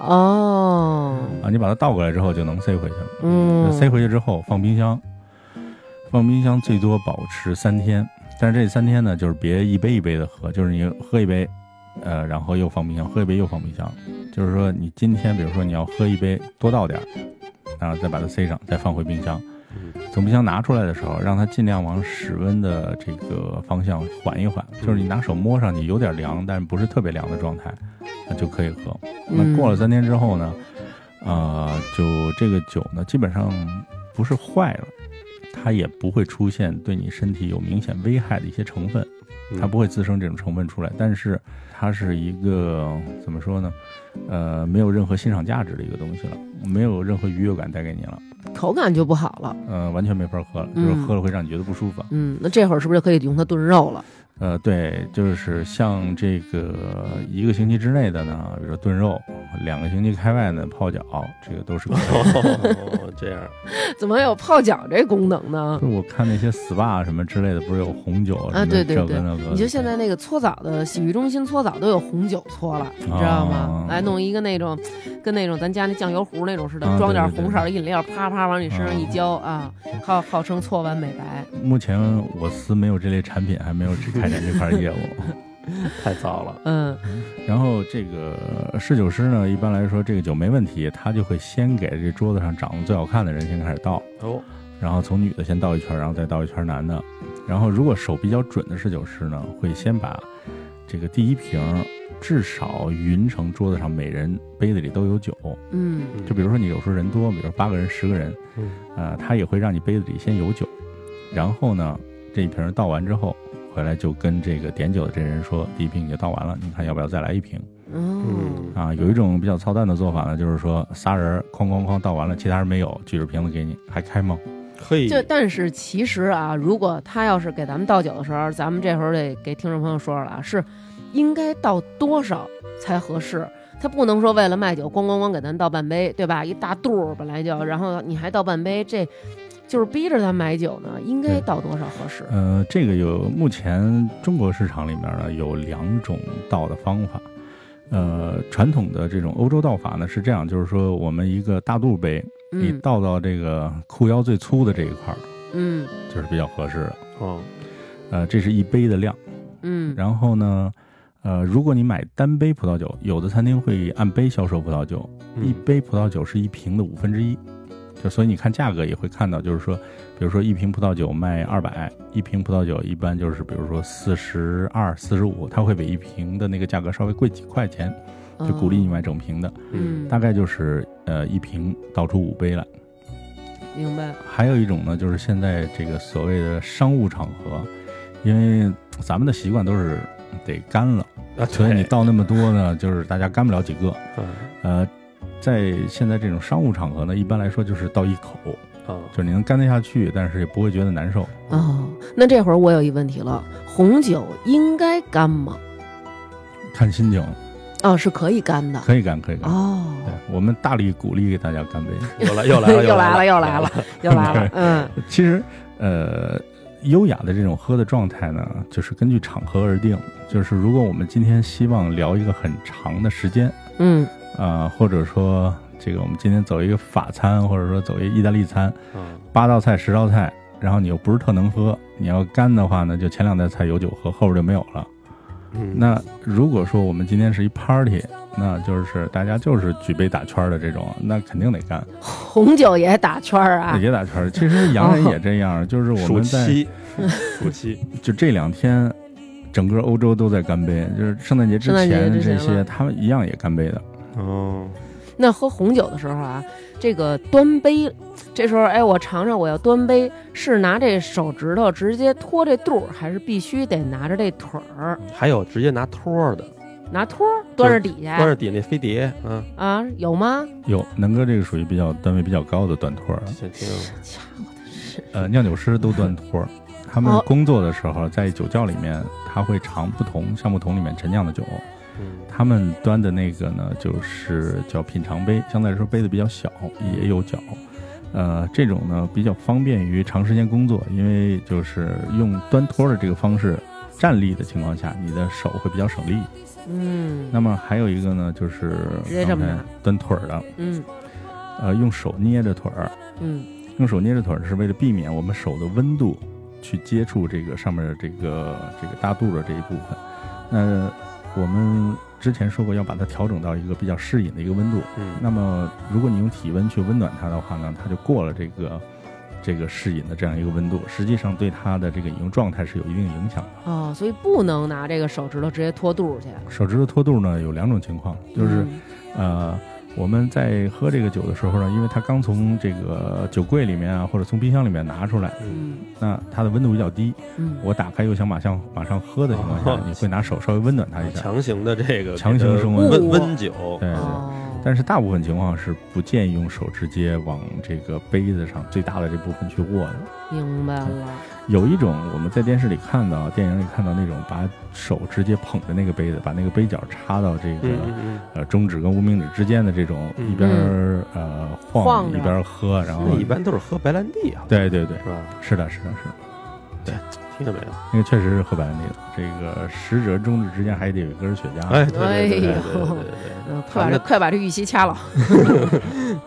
A: 哦，
C: 啊，你把它倒过来之后就能塞回去了。
A: 嗯
C: 那塞回去之后放冰箱，放冰箱最多保持三天，但是这三天呢，就是别一杯一杯的喝，就是你喝一杯，呃，然后又放冰箱，喝一杯又放冰箱，就是说你今天比如说你要喝一杯，多倒点儿，然后再把它塞上，再放回冰箱。
B: 嗯
C: 从冰箱拿出来的时候，让它尽量往室温的这个方向缓一缓，就是你拿手摸上去有点凉，但是不是特别凉的状态，那就可以喝。那过了
A: 嗯
C: 三天之后呢，呃，就这个酒呢，基本上不是坏了，它也不会出现对你身体有明显危害的一些成分，
B: 嗯
C: 它不会滋生这种成分出来。但是它是一个怎么说呢？呃，没有任何欣赏价值的一个东西了，没有任何愉悦感带给你了，
A: 嗯口感就不好了。
C: 呃，完全没法喝了，就
A: 嗯
C: 是喝了会让你觉得不舒服。
A: 嗯，那这会儿是不是就可以用它炖肉了？
C: 呃，对，就是像这个一个星期之内的呢，比如说炖肉，两个星期开外呢泡脚，这个都是可以的。
B: 哦，这样
A: 怎么还有泡脚这功能呢？
C: 就我看那些 SPA 什么之类的，不是有红酒什么、
A: 啊对对
C: 这
A: 对
C: 个那个，
A: 你就现在那个搓澡的洗浴中心搓澡都有红酒搓了，你知道吗？
C: 啊
A: 来弄一个那种，跟那种咱家那酱油壶那种似的，
C: 啊
A: 装点
C: 对对对
A: 红色的饮料，啪啪往你身上一浇啊，号号称搓完美白。
C: 目前我司没有这类产品，还没有只开展这块业务。
B: 太糟了。
A: 嗯
C: 然后这个侍酒师呢，一般来说这个酒没问题，他就会先给这桌子上长得最好看的人先开始倒，
B: 哦，
C: 然后从女的先倒一圈，然后再倒一圈男的。然后如果手比较准的侍酒师呢，会先把这个第一瓶至少匀成桌子上每人杯子里都有酒。
A: 嗯
B: 嗯
C: 就比如说你有时候人多，比如八个人、十个人，
B: 嗯
C: 呃，他也会让你杯子里先有酒，然后呢，这一瓶倒完之后，回来就跟这个点酒的这人说，第一瓶已经倒完了，你看要不要再来一瓶
A: 嗯，
C: 啊？有一种比较操蛋的做法呢，就是说仨人哐哐哐倒完了，其他人没有，举着瓶子给你，还开吗？
B: 嘿，
A: 就但是其实啊，如果他要是给咱们倒酒的时候，咱们这会儿得给听众朋友说说了啊，是应该倒多少才合适。他不能说为了卖酒，咣咣咣给咱倒半杯，对吧？一大肚儿本来就，然后你还倒半杯，这就是逼着他买酒呢。应该
C: 对
A: 倒多少合适？
C: 呃，这个有目前中国市场里面呢有两种倒的方法。呃，传统的这种欧洲倒法呢是这样，就是说我们一个大肚杯，你
A: 嗯
C: 倒到这个裤腰最粗的这一块儿，
A: 嗯
C: 就是比较合适的。
B: 哦，
C: 呃，这是一杯的量。
A: 嗯
C: 然后呢，呃，如果你买单杯葡萄酒，有的餐厅会按杯销售葡萄酒，一
B: 嗯
C: 杯葡萄酒是一瓶的五分之一。就所以你看价格也会看到，就是说，比如说一瓶葡萄酒卖二百，一瓶葡萄酒一般就是比如说四十二、四十五，它会比一瓶的那个价格稍微贵几块钱，就
A: 哦
C: 鼓励你买整瓶的。
A: 嗯
C: 大概就是呃一瓶倒出五杯来。
A: 明白，
C: 还有一种呢，就是现在这个所谓的商务场合，因为咱们的习惯都是得干了，
B: 啊，
C: 所以嗯你
B: 对
C: 倒那么多呢，就是大家干不了几个。
B: 嗯
C: 呃，在现在这种商务场合呢，一般来说就是倒一口，
B: 啊
C: 就是你能干得下去，但是也不会觉得难受。
A: 哦，那这会儿我有一问题了，红酒应该干吗？
C: 看心情，
A: 哦，是可以干的。
C: 可以干，可以干。
A: 哦，
C: 对，我们大力鼓励给大家干杯。
B: 又来 又来了
A: 又来
B: 了
A: 了，又来了，又来了。嗯，
C: 其实，呃，优雅的这种喝的状态呢，就是根据场合而定。就是如果我们今天希望聊一个很长的时间，
A: 嗯，
C: 啊，或者说这个我们今天走一个法餐，或者说走一个意大利餐，
B: 啊
C: 八道菜、十道菜，然后你又不是特能喝，你要干的话呢，就前两道菜有酒喝，后边就没有了。
B: 嗯
C: 那如果说我们今天是一 party，那就是大家就是举杯打圈儿的这种，那肯定得干，
A: 红酒也打圈儿啊。
C: 也打圈儿。其实洋人也这样，就是我
B: 暑
C: 们 在
B: 期暑期
C: 就这两天，整个欧洲都在干杯，就是圣诞节之
A: 圣诞节
C: 前
A: 之前
C: 这
A: 了
C: 些，他们一样也干杯的。
B: 哦，
A: 那喝红酒的时候啊，这个端杯，这时候哎，我尝尝，我要端杯，是拿这手指头直接托这肚儿，还是必须得拿着这腿儿，
B: 还有直接拿托儿的，
A: 拿托儿端着底
B: 端
A: 下
B: 着底那飞碟，嗯，
A: 啊？有吗？
C: 有能哥这个属于比较单位比较高的断托儿了，
B: 挺挺
A: 家伙的是，
C: 呃，酿酒师都断托儿。他们
A: 哦
C: 工作的时候，在酒窖里面，他会尝不同橡木桶里面陈酿的酒。
B: 嗯
C: 他们端的那个呢，就是叫品尝杯，相对来说杯子比较小，也有脚。呃，这种呢比较方便于长时间工作，因为就是用端托的这个方式站立的情况下，你的手会比较省力。
A: 嗯
C: 那么还有一个呢，就是
A: 直接这么
C: 刚才
A: 拿
C: 端腿儿的，
A: 嗯
C: 呃，用手捏着腿儿，
A: 嗯，
C: 用手捏着腿儿是为了避免我们手的温度去接触这个上面的这个这个大肚的这一部分。那我们之前说过要把它调整到一个比较适应的一个温度。
B: 嗯，
C: 那么如果你用体温去温暖它的话呢，它就过了这个这个适饮的这样一个温度，实际上对它的这个饮用状态是有一定影响的。
A: 哦，所以不能拿这个手指头直接托肚儿去，
C: 手指头脱肚呢有两种情况，就是、
A: 嗯
C: 呃，我们在喝这个酒的时候呢，因为它刚从这个酒柜里面啊，或者从冰箱里面拿出来，
A: 嗯
C: 那它的温度比较低，
A: 嗯，
C: 我打开又想马上马上喝的情况下
B: 哦，
C: 你会拿手稍微温暖它一下。
B: 强行的这个
C: 强行嗯升
A: 温
B: 温温酒，
C: 对对
A: 哦，
C: 但是大部分情况是不建议用手直接往这个杯子上最大的这部分去握的。
A: 明白了，
C: 有一种我们在电视里看到、电影里看到那种把手直接捧着那个杯子，把那个杯角插到这个、
B: 嗯嗯
C: 呃中指跟无名指之间的这种，
B: 嗯
C: 一边儿、呃晃
A: 晃着
C: 一边儿喝，然
B: 嗯，
C: 后
B: 那一般都是喝白兰地啊，
C: 对对对，
B: 是吧？
C: 是的，是的，是的，
B: 听见没有？
C: 那个确实是喝白兰地的。这个食指、中指之间还得有一根雪茄。
B: 哎，对对对对
A: 哎
B: 对
A: 呦
B: 对对对，
A: 嗯，快把这快把这玉溪掐了，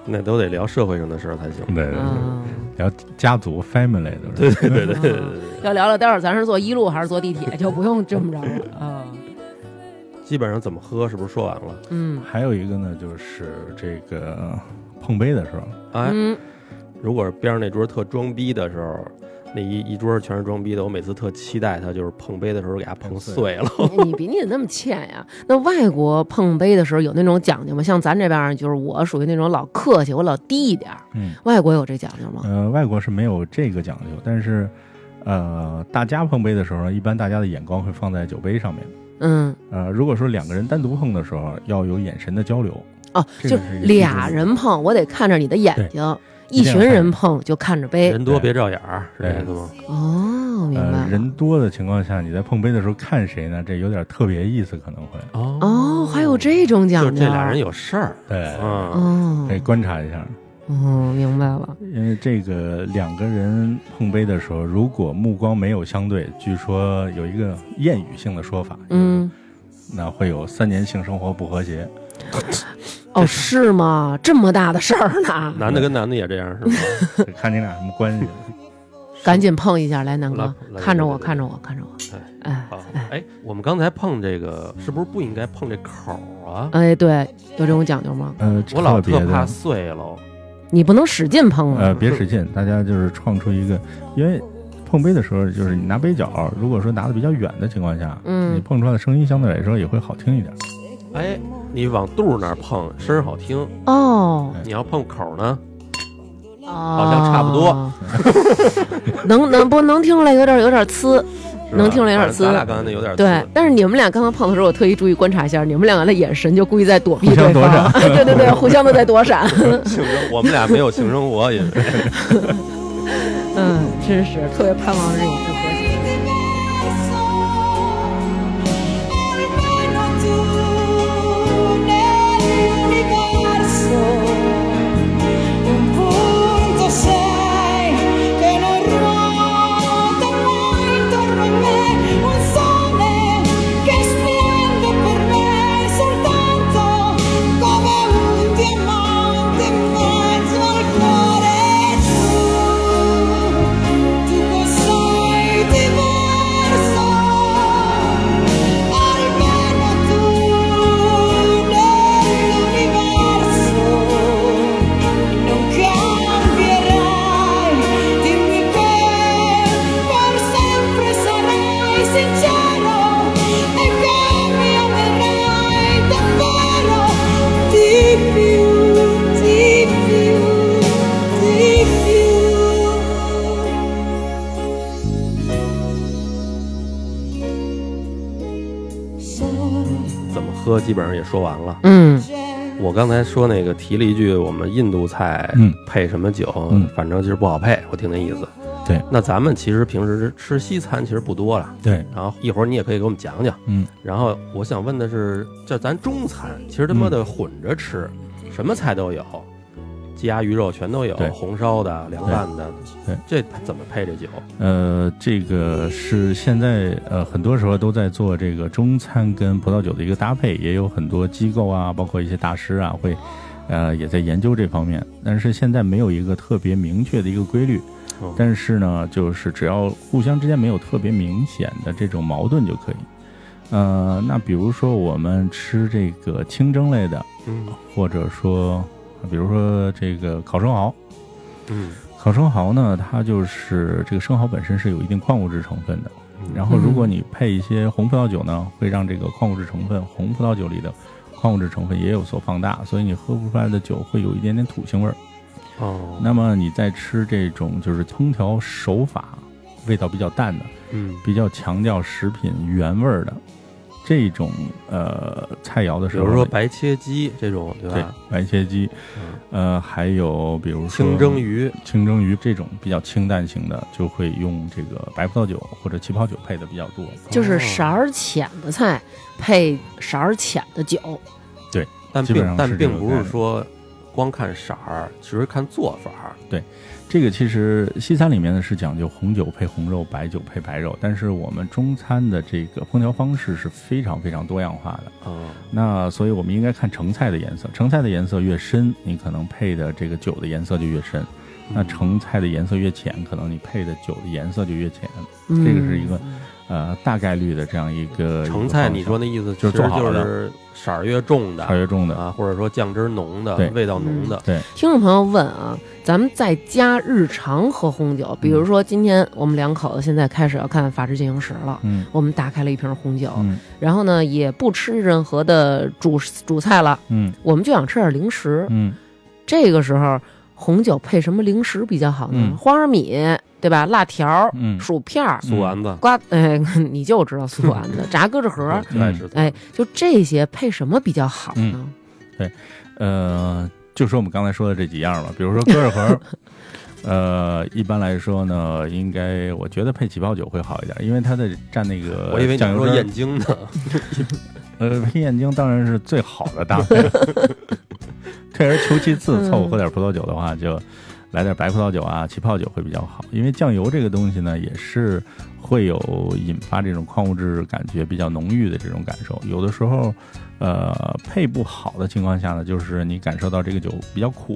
B: 那都得聊社会上的事儿才行。
C: 对对对，
A: 嗯，
C: 聊家族 family 都是。
B: 对对对对对对对，
A: 嗯要聊聊，待会儿咱是坐一路还是坐地铁，就不用这么着了啊，
B: 基本上怎么喝是不是说完了？
A: 嗯
C: 还有一个呢，就是这个碰杯的时候，
B: 哎，
A: 嗯。
B: 如果是边上那桌特装逼的时候，那一一桌全是装逼的，我每次特期待他就是碰杯的时候给他碰碎了。
A: 哎你比你怎么那么欠呀？那外国碰杯的时候有那种讲究吗？像咱这边儿就是我属于那种老客气，我老低一点儿。
C: 嗯，
A: 外国有这讲究吗？
C: 呃，外国是没有这个讲究，但是。呃，大家碰杯的时候呢，一般大家的眼光会放在酒杯上面。
A: 嗯，
C: 呃，如果说两个人单独碰的时候，要有眼神的交流。
A: 哦，
C: 这
A: 就
C: 个是一个
A: 俩
C: 基础
A: 人碰，我得看着你的眼睛；
C: 一
A: 一
C: 定要
A: 群
C: 看
A: 人碰就看着杯。
B: 人多别照眼儿，
A: 哎
B: 是这意思吗？
A: 哦，明白
C: 呃，
A: 了。
C: 人多的情况下，你在碰杯的时候看谁呢？这有点特别意思，可能会
A: 哦，还有这种
B: 就
A: 讲
B: 是
A: 究。
B: 这俩人。有事儿，
C: 对，
B: 嗯，
A: 哦
C: 可以，观察一下。
A: 哦，明白了。
C: 因为哎这个两个人碰杯的时候，如果目光没有相对，据说有一个谚语性的说法，，
A: 嗯，
C: 那会有三年性生活不和谐。
A: 哦，是吗？这么大的事儿呢，
B: 男的跟男的也这样是吗？
C: 看你俩什么关系？
A: 赶紧碰一下来，南哥
B: 来，来
A: 看着
B: 来
A: 我，
B: 来
A: 看着我，看着我
B: 哎。
A: 哎
B: 好， 哎，我们刚才碰这个，是不是不应该碰这口儿啊？
A: 哎，对，有这种讲究吗？
C: 呃，
B: 我老
C: 特别
B: 特怕
C: 的，
B: 碎了，
A: 你不能使劲碰啊。
C: 呃，别使劲，大家就是创出一个，因为碰杯的时候，就是你拿杯角，如果说拿的比较远的情况下，
A: 嗯
C: 你碰出来的声音相对来说也会好听一点。
B: 哎，你往肚儿那儿碰，声儿好听；
A: 哦
C: 哎
B: 你要碰口儿呢，
A: 好
B: 像差不多。
A: 啊能能不能听出来有点有点呲？
B: 是吧
A: 能听着有点
B: 反正咱
A: 呲
B: 俩刚才那有点
A: 对
B: 呲，
A: 但 是你们俩刚刚碰的时候，我特意注意观察一下，你们两个的眼神就故意在躲避
C: 互相
A: 对
C: 躲
A: 方， 对对 对，互相都在躲闪。
B: 性生，我们俩没有性生活也是。
A: 嗯，真是特别盼望这种不和谐。
D: Un punto sei che non ruota mai intorno a me, un sole che splende per me soltanto come un diamante in mezzo al cuore. Tu tu sei diverso, almeno tu nell'universo non cambierai, dimmi che per sempre sarai sincero e che mi amerai davvero di più, di più, di più. Sorry,
B: 怎么喝基本上也说完了。
A: 嗯，
D: Jen.
B: 我刚才说那个提了一句，我们印度菜
C: 嗯
B: 配什么酒，
C: 嗯
B: 反正就是不好配。我听那意思。
C: 对，
B: 那咱们其实平时吃西餐其实不多了，
C: 对，
B: 然后一会儿你也可以给我们讲讲。
C: 嗯，
B: 然后我想问的是，这咱中餐其实他
C: 嗯
B: 妈的混着吃，什么菜都有，鸡鸭鱼肉全都有
C: 对，
B: 红烧的、凉拌的，
C: 对
B: 这怎么配这酒？
C: 呃，这个是现在呃很多时候都在做这个中餐跟葡萄酒的一个搭配，也有很多机构啊，包括一些大师啊，会呃也在研究这方面。但是现在没有一个特别明确的一个规律，
B: 嗯
C: 但是呢，就是只要互相之间没有特别明显的这种矛盾就可以。呃，那比如说我们吃这个清蒸类的，
B: 嗯
C: 或者说比如说这个烤生蚝，
B: 嗯，
C: 烤生蚝呢，它就是这个生蚝本身是有一定矿物质成分的，然后如果你配一些红葡萄酒呢，会让这个矿物质成分，红葡萄酒里的矿物质成分也有所放大，所以你喝不出来的酒会有一点点土腥味儿。
B: 哦，
C: 那么你再吃这种就是烹调手法味道比较淡的，
B: 嗯
C: 比较强调食品原味儿的这种呃菜肴的
B: 比
C: 时候，
B: 如说白切鸡这种，对
C: 对
B: 吧？
C: 白切鸡，
B: 嗯
C: 呃，还有比如说
B: 清蒸鱼，
C: 清蒸鱼这种比较清淡型的，就会用这个白葡萄酒或者起泡酒配的比较多。
A: 就是色儿浅的菜配色儿浅的酒。
B: 但
C: 基本
B: 并
C: 上
B: 但
C: 是这
B: 并
C: 个
B: 不
C: 概
B: 是
C: 念
B: 说光看色儿，只是看做法儿。
C: 这个其实西餐里面呢是讲究红酒配红肉，白酒配白肉，但是我们中餐的这个烹调方式是非常非常多样化的。
B: 嗯
C: 那所以我们应该看成菜的颜色，成菜的颜色越深，你可能配的这个酒的颜色就越深；
B: 嗯
C: 那成菜的颜色越浅，可能你配的酒的颜色就越浅。
A: 嗯
C: 这个是一个呃大概率哎的这样一个
B: 成菜，你说
C: 那
B: 那意思
C: 就
B: 其实
C: 是做好
B: 就
C: 的
B: 是色儿越重的
C: 超越重的
B: 啊，或者说酱汁儿浓的
C: 对，
B: 味道浓的，
A: 听众朋友问啊，咱们在家日常喝红
C: 嗯
A: 酒，比如说今天我们两口子现在开始要看《法制进行时》了。
C: 嗯
A: 我们打开了一瓶红酒，
C: 嗯
A: 然后呢，也不吃任何的主主菜了，
C: 嗯
A: 我们就想吃点零食。
C: 嗯
A: 这个时候，红酒配什么零食比较好呢？
C: 嗯
A: 花生米，对吧？辣条、
C: 嗯嗯
A: 薯片儿、
B: 素丸子。
A: 瓜， 哎，你就知道素丸子、炸胳肢盒，
B: 就爱吃素
A: 哎，就这些配什么比较好呢？
C: 呃，就说我们刚才说的这几样吧，比如说胳肢 盒儿，呃，一般来说呢，应该我觉得配起泡酒会好一点，因为它的蘸那个
B: 我以为你
C: 酱油
B: 说
C: 汁儿
B: 眼睛呢，
C: 呃，配燕京当然是最好的搭配， 退而求其次，凑合喝点葡萄酒的话，就来点白葡萄酒啊、起泡酒会比较好。因为酱油这个东西呢，也是会有引发这种矿物质感觉比较浓郁的这种感受。有的时候，呃，配不好的情况下呢，就是你感受到这个酒比较苦，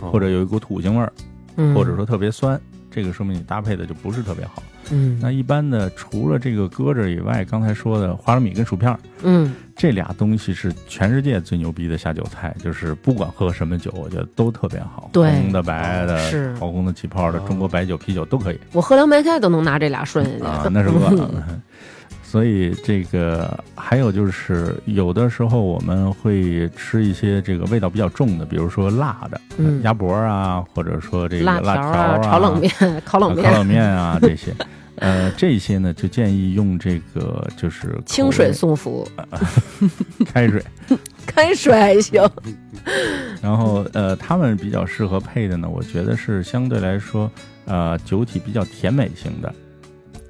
B: 哦
C: 或者有一股土腥味儿，
A: 嗯，
C: 或者说特别酸，这个说明你搭配的就不是特别好。
A: 嗯，
C: 那一般的，除了这个搁着以外，刚才说的花生米跟薯片儿。
A: 嗯
C: 这俩东西是全世界最牛逼的下酒菜，就是不管喝什么酒，我觉得都特别好，
A: 对
C: 红的、白的、
A: 是
C: 桃红的、起泡的
B: 哦，
C: 中国白酒、啤酒都可以啊
A: 我喝凉白开都能拿这俩顺下去。
C: 啊，那是饿了。所以这个还有就是，有的时候我们会吃一些这个味道比较重的，比如说辣的，
A: 嗯
C: 鸭脖啊，或者说这个
A: 辣
C: 条
A: 条啊，炒冷面、烤冷
C: 烤
A: 面、
C: 冷面啊这些。呃，这些呢，就建议用这个就是口
A: 清水
C: 味
A: 送服，
C: 开水，
A: 开水还行。
C: 然后呃，他们比较适合配的呢，我觉得是相对来说，呃，酒体比较甜美型的，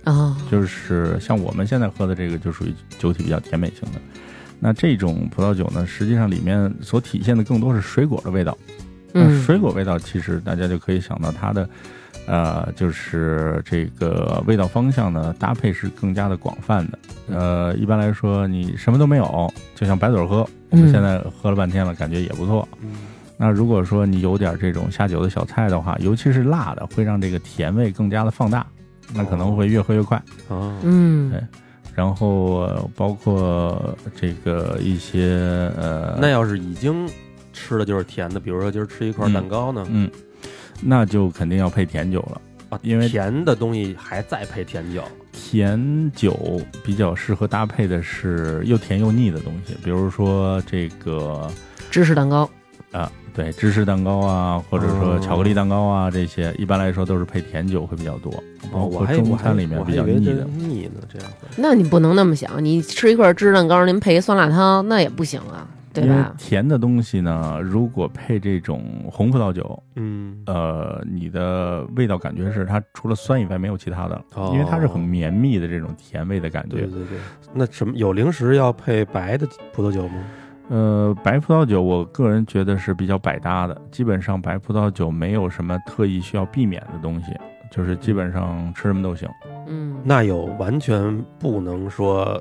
A: 啊，
C: 就是像我们现在喝的这个就属于酒体比较甜美型的。那这种葡萄酒呢，实际上里面所体现的更多是水果的味道。那
A: 嗯，
C: 水果味道其实大家就可以想到它的，呃，就是这个味道方向呢搭配是更加的广泛的。呃，一般来说你什么都没有，就像白嘴喝，我
A: 嗯
C: 们现在喝了半天了，感觉也不错。那如果说你有点这种下酒的小菜的话，尤其是辣的，会让这个甜味更加的放大，
B: 哦
C: 那可能会越喝越快。
B: 啊，
A: 嗯，
C: 然后呃包括这个一些呃，
B: 那要是已经吃的就是甜的，比如说今儿吃一块蛋糕呢，
C: 嗯，那就肯定要配甜酒了。
B: 啊，
C: 因为
B: 甜的东西还再配甜酒，
C: 甜酒比较适合搭配的是又甜又腻的东西，比如说这个
A: 芝士蛋糕，
C: 啊，对，芝士蛋糕啊，或者说
B: 哦
C: 巧克力蛋糕啊，这些一般来说都是配甜酒会比较多，包
B: 哦我
C: 括
B: 还
C: 中
B: 我还
C: 餐里面
B: 我还
C: 比
B: 以
C: 较
B: 为
C: 腻
B: 真
C: 的。
B: 腻呢，这样会
A: 那你不能那么想，你吃一块芝士蛋糕，您配一酸辣汤，那也不行啊，对
C: 因为
A: 吧？
C: 甜的东西呢，如果配这种红葡萄酒，
B: 嗯
C: 呃，你的味道感觉是它除了酸以外没有其他的了，
B: 哦
C: 因为它是很绵密的这种甜味的感
B: 对
C: 觉。
B: 对对，那什么有零食要配白的葡萄酒吗？
C: 呃，白葡萄酒我个人觉得是比较百搭的，基本上白葡萄酒没有什么特意需要避免的东西，就是基本上吃什么都行。
A: 嗯，
B: 那有完全不能说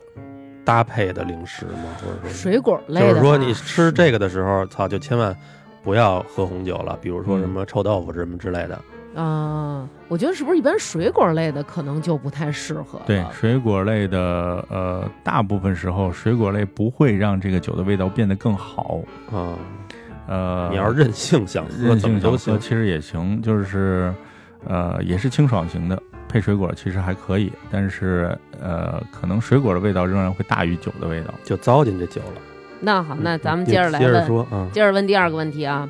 B: 搭配的零食吗？或者说
A: 水果类
B: 就
A: 的吧，
B: 是说你吃这个的时候，操，就千万不要喝红酒了，比如说
C: 嗯
B: 什么臭豆腐什么之类的。
A: 啊，我觉得是不是一般水果类的可能就不太适合了？
C: 对，水果类的，呃，大部分时候水果类不会让这个酒的味道变得更好。
B: 啊，
C: 呃，
B: 你要是任性想喝，
C: 任
B: 怎么
C: 性
B: 都
C: 想
B: 行。
C: 喝其实也行，就是呃也是清爽型的，配水果其实还可以，但是呃可能水果的味道仍然会大于酒的味道。
B: 就糟践这酒了。嗯
A: 那好，那咱们接着来
B: 接
A: 问
B: 着，说啊，
A: 接着问第二个问题啊，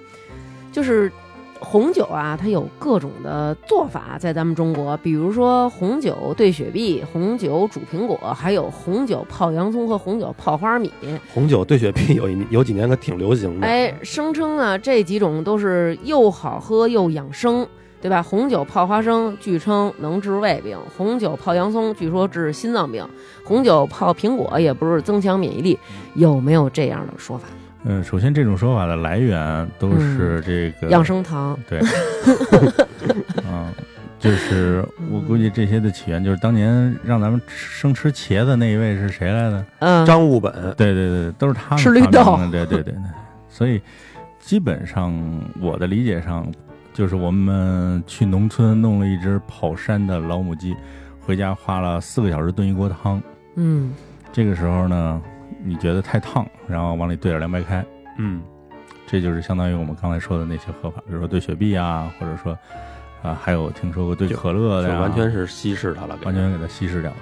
A: 就是红酒啊，它有各种的做法，在咱们中国，比如说红酒兑雪碧、红酒煮苹果，还有红酒泡洋葱和红酒泡花米。
C: 嗯
B: 红酒兑雪碧有一有几年可挺流行的。
A: 哎，声称啊，这几种都是又好喝又养生。对吧？红酒泡花生，据称能治胃病；红酒泡洋葱，据说治心脏病；红酒泡苹果，也不是增强免疫力。有没有这样的说法？
C: 嗯，首先这种说法的来源都是这
A: 嗯
C: 个、
A: 养生堂，
C: 对， 嗯，就是我估计这些的起源就是当年让咱们吃生吃茄子那一位是谁来的？
A: 嗯，
B: 张悟本，
C: 对对对，都是他们
A: 吃绿豆
C: 发明的对对对对，所以基本上我的理解上，就是我们去农村弄了一只跑山的老母鸡，回家花了四个小时炖一锅汤。
A: 嗯，
C: 这个时候呢，你觉得太烫，然后往里兑点凉白开，
B: 嗯，
C: 这就是相当于我们刚才说的那些喝法，比如说兑雪碧啊，或者说啊、还有听说过兑可乐
B: 就
C: 的呀，
B: 完全是稀释它了，给
C: 啊完全给它稀释掉了。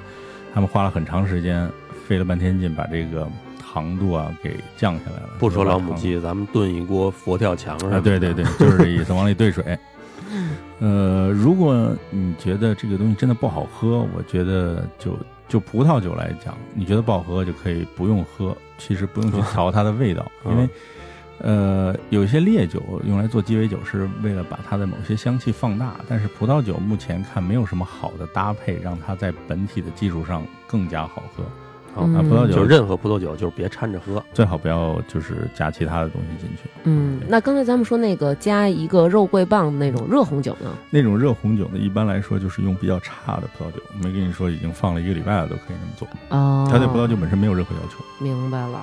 C: 他们花了很长时间，费了半天劲把这个糖度啊给降下来了。
B: 不说
C: 就把
B: 老母
C: 糖
B: 鸡，咱们炖一锅佛跳墙上
C: 啊，对对对，就是这意思，往里兑水。呃，如果你觉得这个东西真的不好喝，我觉得就就葡萄酒来讲，你觉得不好喝就可以不用喝，其实不用去调它的味道，
B: 嗯
C: 因为呃，有些烈酒用来做鸡尾酒是为了把它的某些香气放大，但是葡萄酒目前看没有什么好的搭配，让它在本体的基础上更加好喝。
B: 好
C: 哦那啊葡萄
A: 嗯
C: 酒
B: 就任何葡萄酒就是别掺着喝。
C: 最好不要就是加其他的东西进去。
A: 嗯，那刚才咱们说那个加一个肉桂棒的那种热红酒呢？
C: 那种热红酒呢，一般来说就是用比较差的葡萄酒，没跟你说已经放了一个礼拜了，都可以那么做。
A: 哦，
C: 它对葡萄酒本身没有任何要求。
A: 明白了。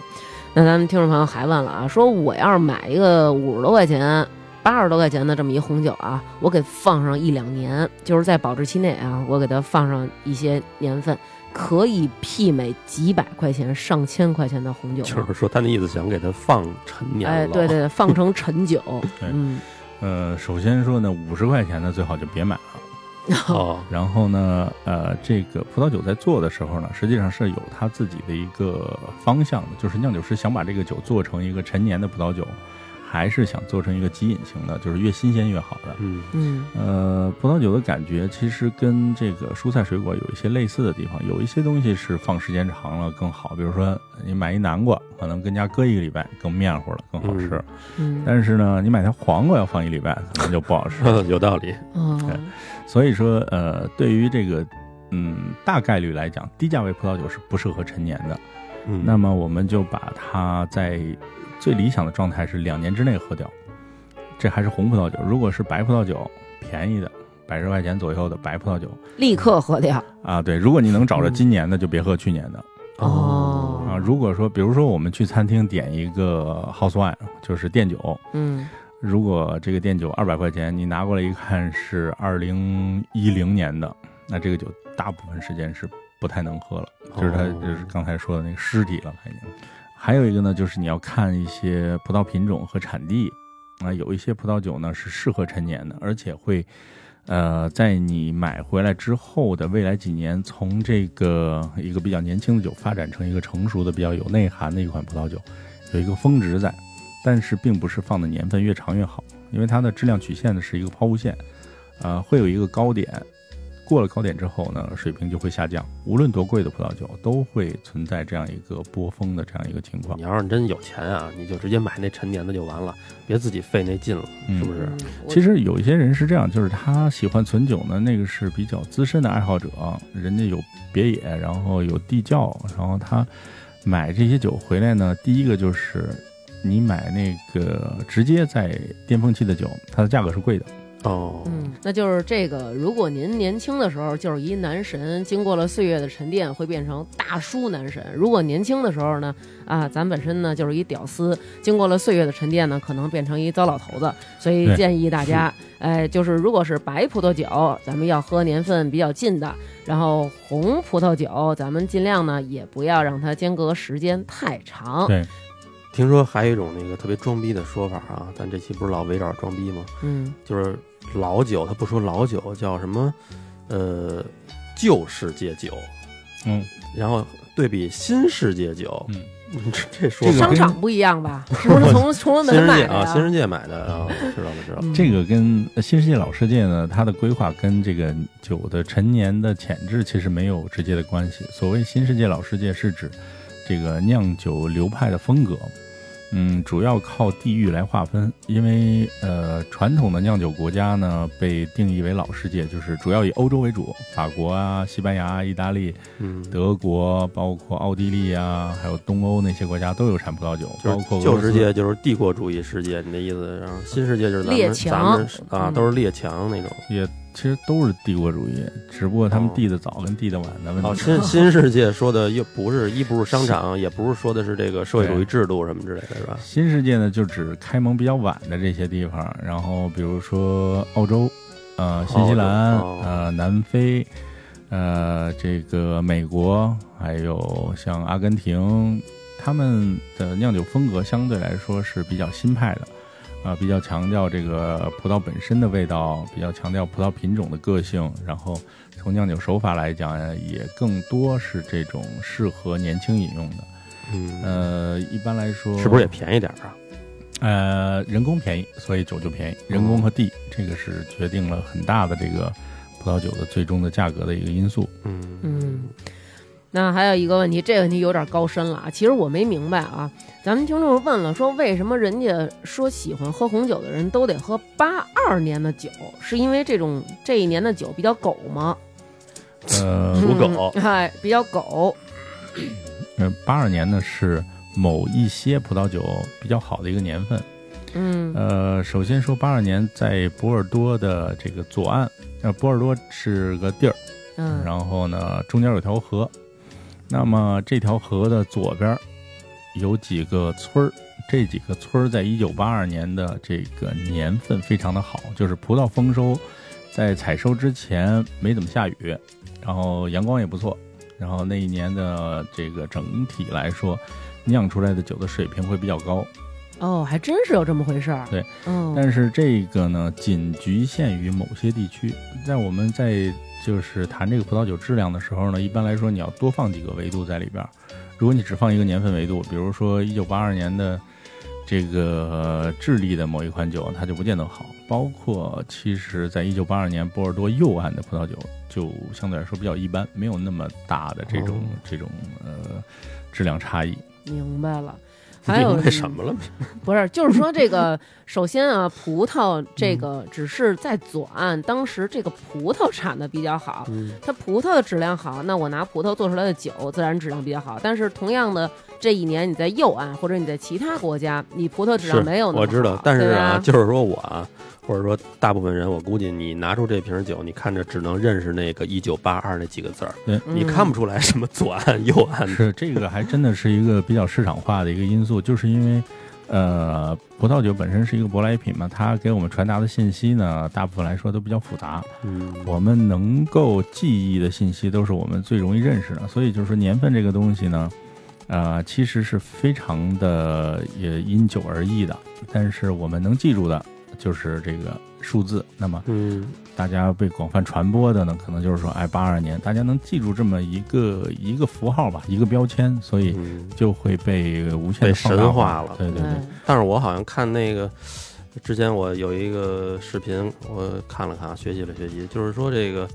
A: 那咱们听众朋友还问了啊，说我要是买一个五十多块钱、八十多块钱的这么一红酒啊，我给放上一两年，就是在保质期内啊，我给它放上一些年份，可以媲美几百块钱、上千块钱的红
C: 嗯
A: 酒
B: 就
A: 吗。
B: 是说他那意思想给它放陈年了。
A: 哎，对对，对 放成陈酒，
C: 对
A: 嗯，
C: 呃，首先说呢，五十块钱的最好就别买了，
B: 哦，
C: 然后呢，呃，这个葡萄酒在做的时候呢，实际上是有它自己的一个方向的，就是酿酒师想把这个酒做成一个陈年的葡萄酒，还是想做成一个极饮型的，就是越新鲜越好的。
B: 嗯
A: 嗯
C: 呃，葡萄酒的感觉其实跟这个蔬菜水果有一些类似的地方，有一些东西是放时间长了更好，比如说你买一南瓜，可能跟家搁一个礼拜更面糊了，更好吃。
B: 嗯
A: 嗯
C: 但是呢，你买条黄瓜要放一礼拜，可能就不好吃。
B: 有道理，哎
A: 哦，
C: 所以说，呃，对于这个，嗯，大概率来讲，低价位葡萄酒是不适合陈年的。
B: 嗯，
C: 那么我们就把它在最理想的状态是两年之内喝掉，这还是红葡萄酒。如果是白葡萄酒，便宜的百十块钱左右的白葡萄酒
A: 立刻喝掉。
C: 啊，对，如果你能找着今年的，就别喝去年的
A: 哦
C: 啊。如果说，比如说我们去餐厅点一个 house wine，就是店酒。
A: 嗯
C: 如果这个店酒二百块钱，你拿过来一看是二零一零年的，那这个酒大部分时间是不太能喝了，就是它
B: 哦
C: 就是刚才说的那个尸体了，它已经。还有一个呢，就是你要看一些葡萄品种和产地，啊，有一些葡萄酒呢是适合陈年的，而且会，呃，在你买回来之后的未来几年，从这个一个比较年轻的酒发展成一个成熟的、比较有内涵的一款葡萄酒，有一个峰值在，但是并不是放的年份越长越好，因为它的质量曲线呢是一个抛物线，呃，会有一个高点，过了高点之后呢，水平就会下降。无论多贵的葡萄酒，都会存在这样一个波峰的这样一个情况
B: 你。要是真有钱啊，你就直接买那陈年的就完了，别自己费那劲了，
C: 嗯
B: 是不是？
A: 我
C: 其实有一些人是这样，就是他喜欢存酒呢，那个是比较资深的爱好者，人家有别野，然后有地窖，然后他买这些酒回来呢，第一个就是你买那个直接在巅峰期的酒，它的价格是贵的。
B: 哦，
A: 嗯，那就是这个。如果您年轻的时候就是一男神，经过了岁月的沉淀，会变成大叔男神；如果年轻的时候呢，啊，咱本身呢就是一屌丝，经过了岁月的沉淀呢，可能变成一糟老头子。所以
C: 对
A: 建议大家，哎，就是如果是白葡萄酒，咱们要喝年份比较近的；然后红葡萄酒，咱们尽量呢也不要让它间隔时间太长。
C: 对，
B: 听说还有一种那个特别装逼的说法啊，咱这期不是老围绕装逼吗？
A: 嗯，
B: 就是老酒，他不说老酒，叫什么？呃，旧世界酒，
C: 嗯，
B: 然后对比新世界酒，
C: 嗯
B: 这这说
C: 这个
B: 法
A: 商场不一样吧？是不是从崇文门
B: 新世
A: 买
B: 界
A: 的
B: 啊，
A: 呀？
B: 新世界买的啊，知道了知道了。
A: 嗯
C: 这个跟呃新世界老世界呢，它的规划跟这个酒的陈年的潜质其实没有直接的关系。所谓新世界老世界，是指这个酿酒流派的风格，嗯，主要靠地域来划分。因为呃，传统的酿酒国家呢，被定义为老世界，就是主要以欧洲为主，法国啊、西班牙啊、意大利、
B: 嗯，
C: 德国，包括奥地利啊，还有东欧那些国家都有产葡萄酒，包
B: 就是
C: 括俄
B: 旧
C: 罗
B: 世
C: 斯
B: 界就是帝国主义世界，你的意思？然后新世界就是咱
A: 列
B: 们
A: 强
B: 咱们是啊，
A: 嗯
B: 都是列强那种。
C: 也其实都是帝国主义，只不过他们递的早跟递的晚的问
B: 哦，
C: 题。
B: 新新世界说的又不是一不是商场，也不是说的是这个社会主义制度什么之类的，是吧？
C: 新世界呢，就指开蒙比较晚的这些地方，然后比如说澳洲、呃新西兰、
B: 哦
C: 呃南非、呃这个美国，还有像阿根廷，他们的酿酒风格相对来说是比较新派的，啊、比较强调这个葡萄本身的味道，比较强调葡萄品种的个性，然后从酿酒手法来讲，也更多是这种适合年轻饮用的。
B: 嗯，
C: 呃，一般来说，
B: 是不是也便宜点儿啊？
C: 呃，人工便宜，所以酒就便宜。人工和地，这个是决定了很大的这个葡萄酒的最终的价格的一个因素。
B: 嗯
A: 嗯，那还有一个问题，这个问题有点高深了啊。其实我没明白啊，咱们听众问了，说为什么人家说喜欢喝红酒的人都得喝八二年的酒，是因为这种这一年的酒比较狗吗？
C: 呃
B: 属狗
A: 嗯哎，比较狗。
C: 呃，八二年呢是某一些葡萄酒比较好的一个年份。
A: 嗯
C: 呃，首先说八二年在波尔多的这个左岸，呃，波尔多是个地儿，
A: 嗯
B: 啊
C: 然后呢，中间有条河，那么这条河的左边有几个村儿，这几个村儿在一九八二年的这个年份非常的好，就是葡萄丰收，在采收之前没怎么下雨，然后阳光也不错，然后那一年的这个整体来说，酿出来的酒的水平会比较高。
A: 哦，还真是有这么回事儿。
C: 对，
A: 嗯，
C: 但是这个呢，仅局限于某些地区。在我们在就是谈这个葡萄酒质量的时候呢，一般来说你要多放几个维度在里边儿。如果你只放一个年份维度，比如说一九八二年的这个智利的某一款酒，它就不见得好。包括其实，在一九八二年波尔多右岸的葡萄酒，就相对来说比较一般，没有那么大的这种、
B: 哦
C: 这种呃质量差异。
A: 明白了。还有
B: 明白什么了？
A: 不是，就是说这 个，首先啊，葡萄这
B: 嗯
A: 个只是在左岸，当时这个葡萄产的比较好，
B: 嗯，
A: 它葡萄的质量好，那我拿葡萄做出来的酒自然质量比较好。但是同样的，这一年你在右岸或者你在其他国家，你葡萄质
B: 是
A: 量没有那么好
B: 我知道，但是
A: 对
B: 啊，
A: 吧
B: 就是说我啊，或者说大部分人，我估计你拿出这瓶酒，你看着只能认识那个一九八二那几个字儿，
A: 嗯
B: 你看不出来什么左岸右岸的。
C: 是这个还真的是一个比较市场化的一个因素，就是因为，呃，葡萄酒本身是一个舶来品嘛，它给我们传达的信息呢，大部分来说都比较复杂。
B: 嗯，
C: 我们能够记忆的信息都是我们最容易认识的，所以就是说年份这个东西呢，呃，其实是非常的也因酒而异的，但是我们能记住的就是这个数字。那么
B: 嗯，
C: 大家被广泛传播的呢，可能就是说，哎，八二年，大家能记住这么一个一个符号吧，一个标签，所以
B: 嗯
C: 就会被无限的
B: 被
C: 放大
B: 神化了
C: 对对
A: 嗯
C: 对，
B: 但是我好像看那个之前我有一个视频，我看了看，学习了学习，就是说这个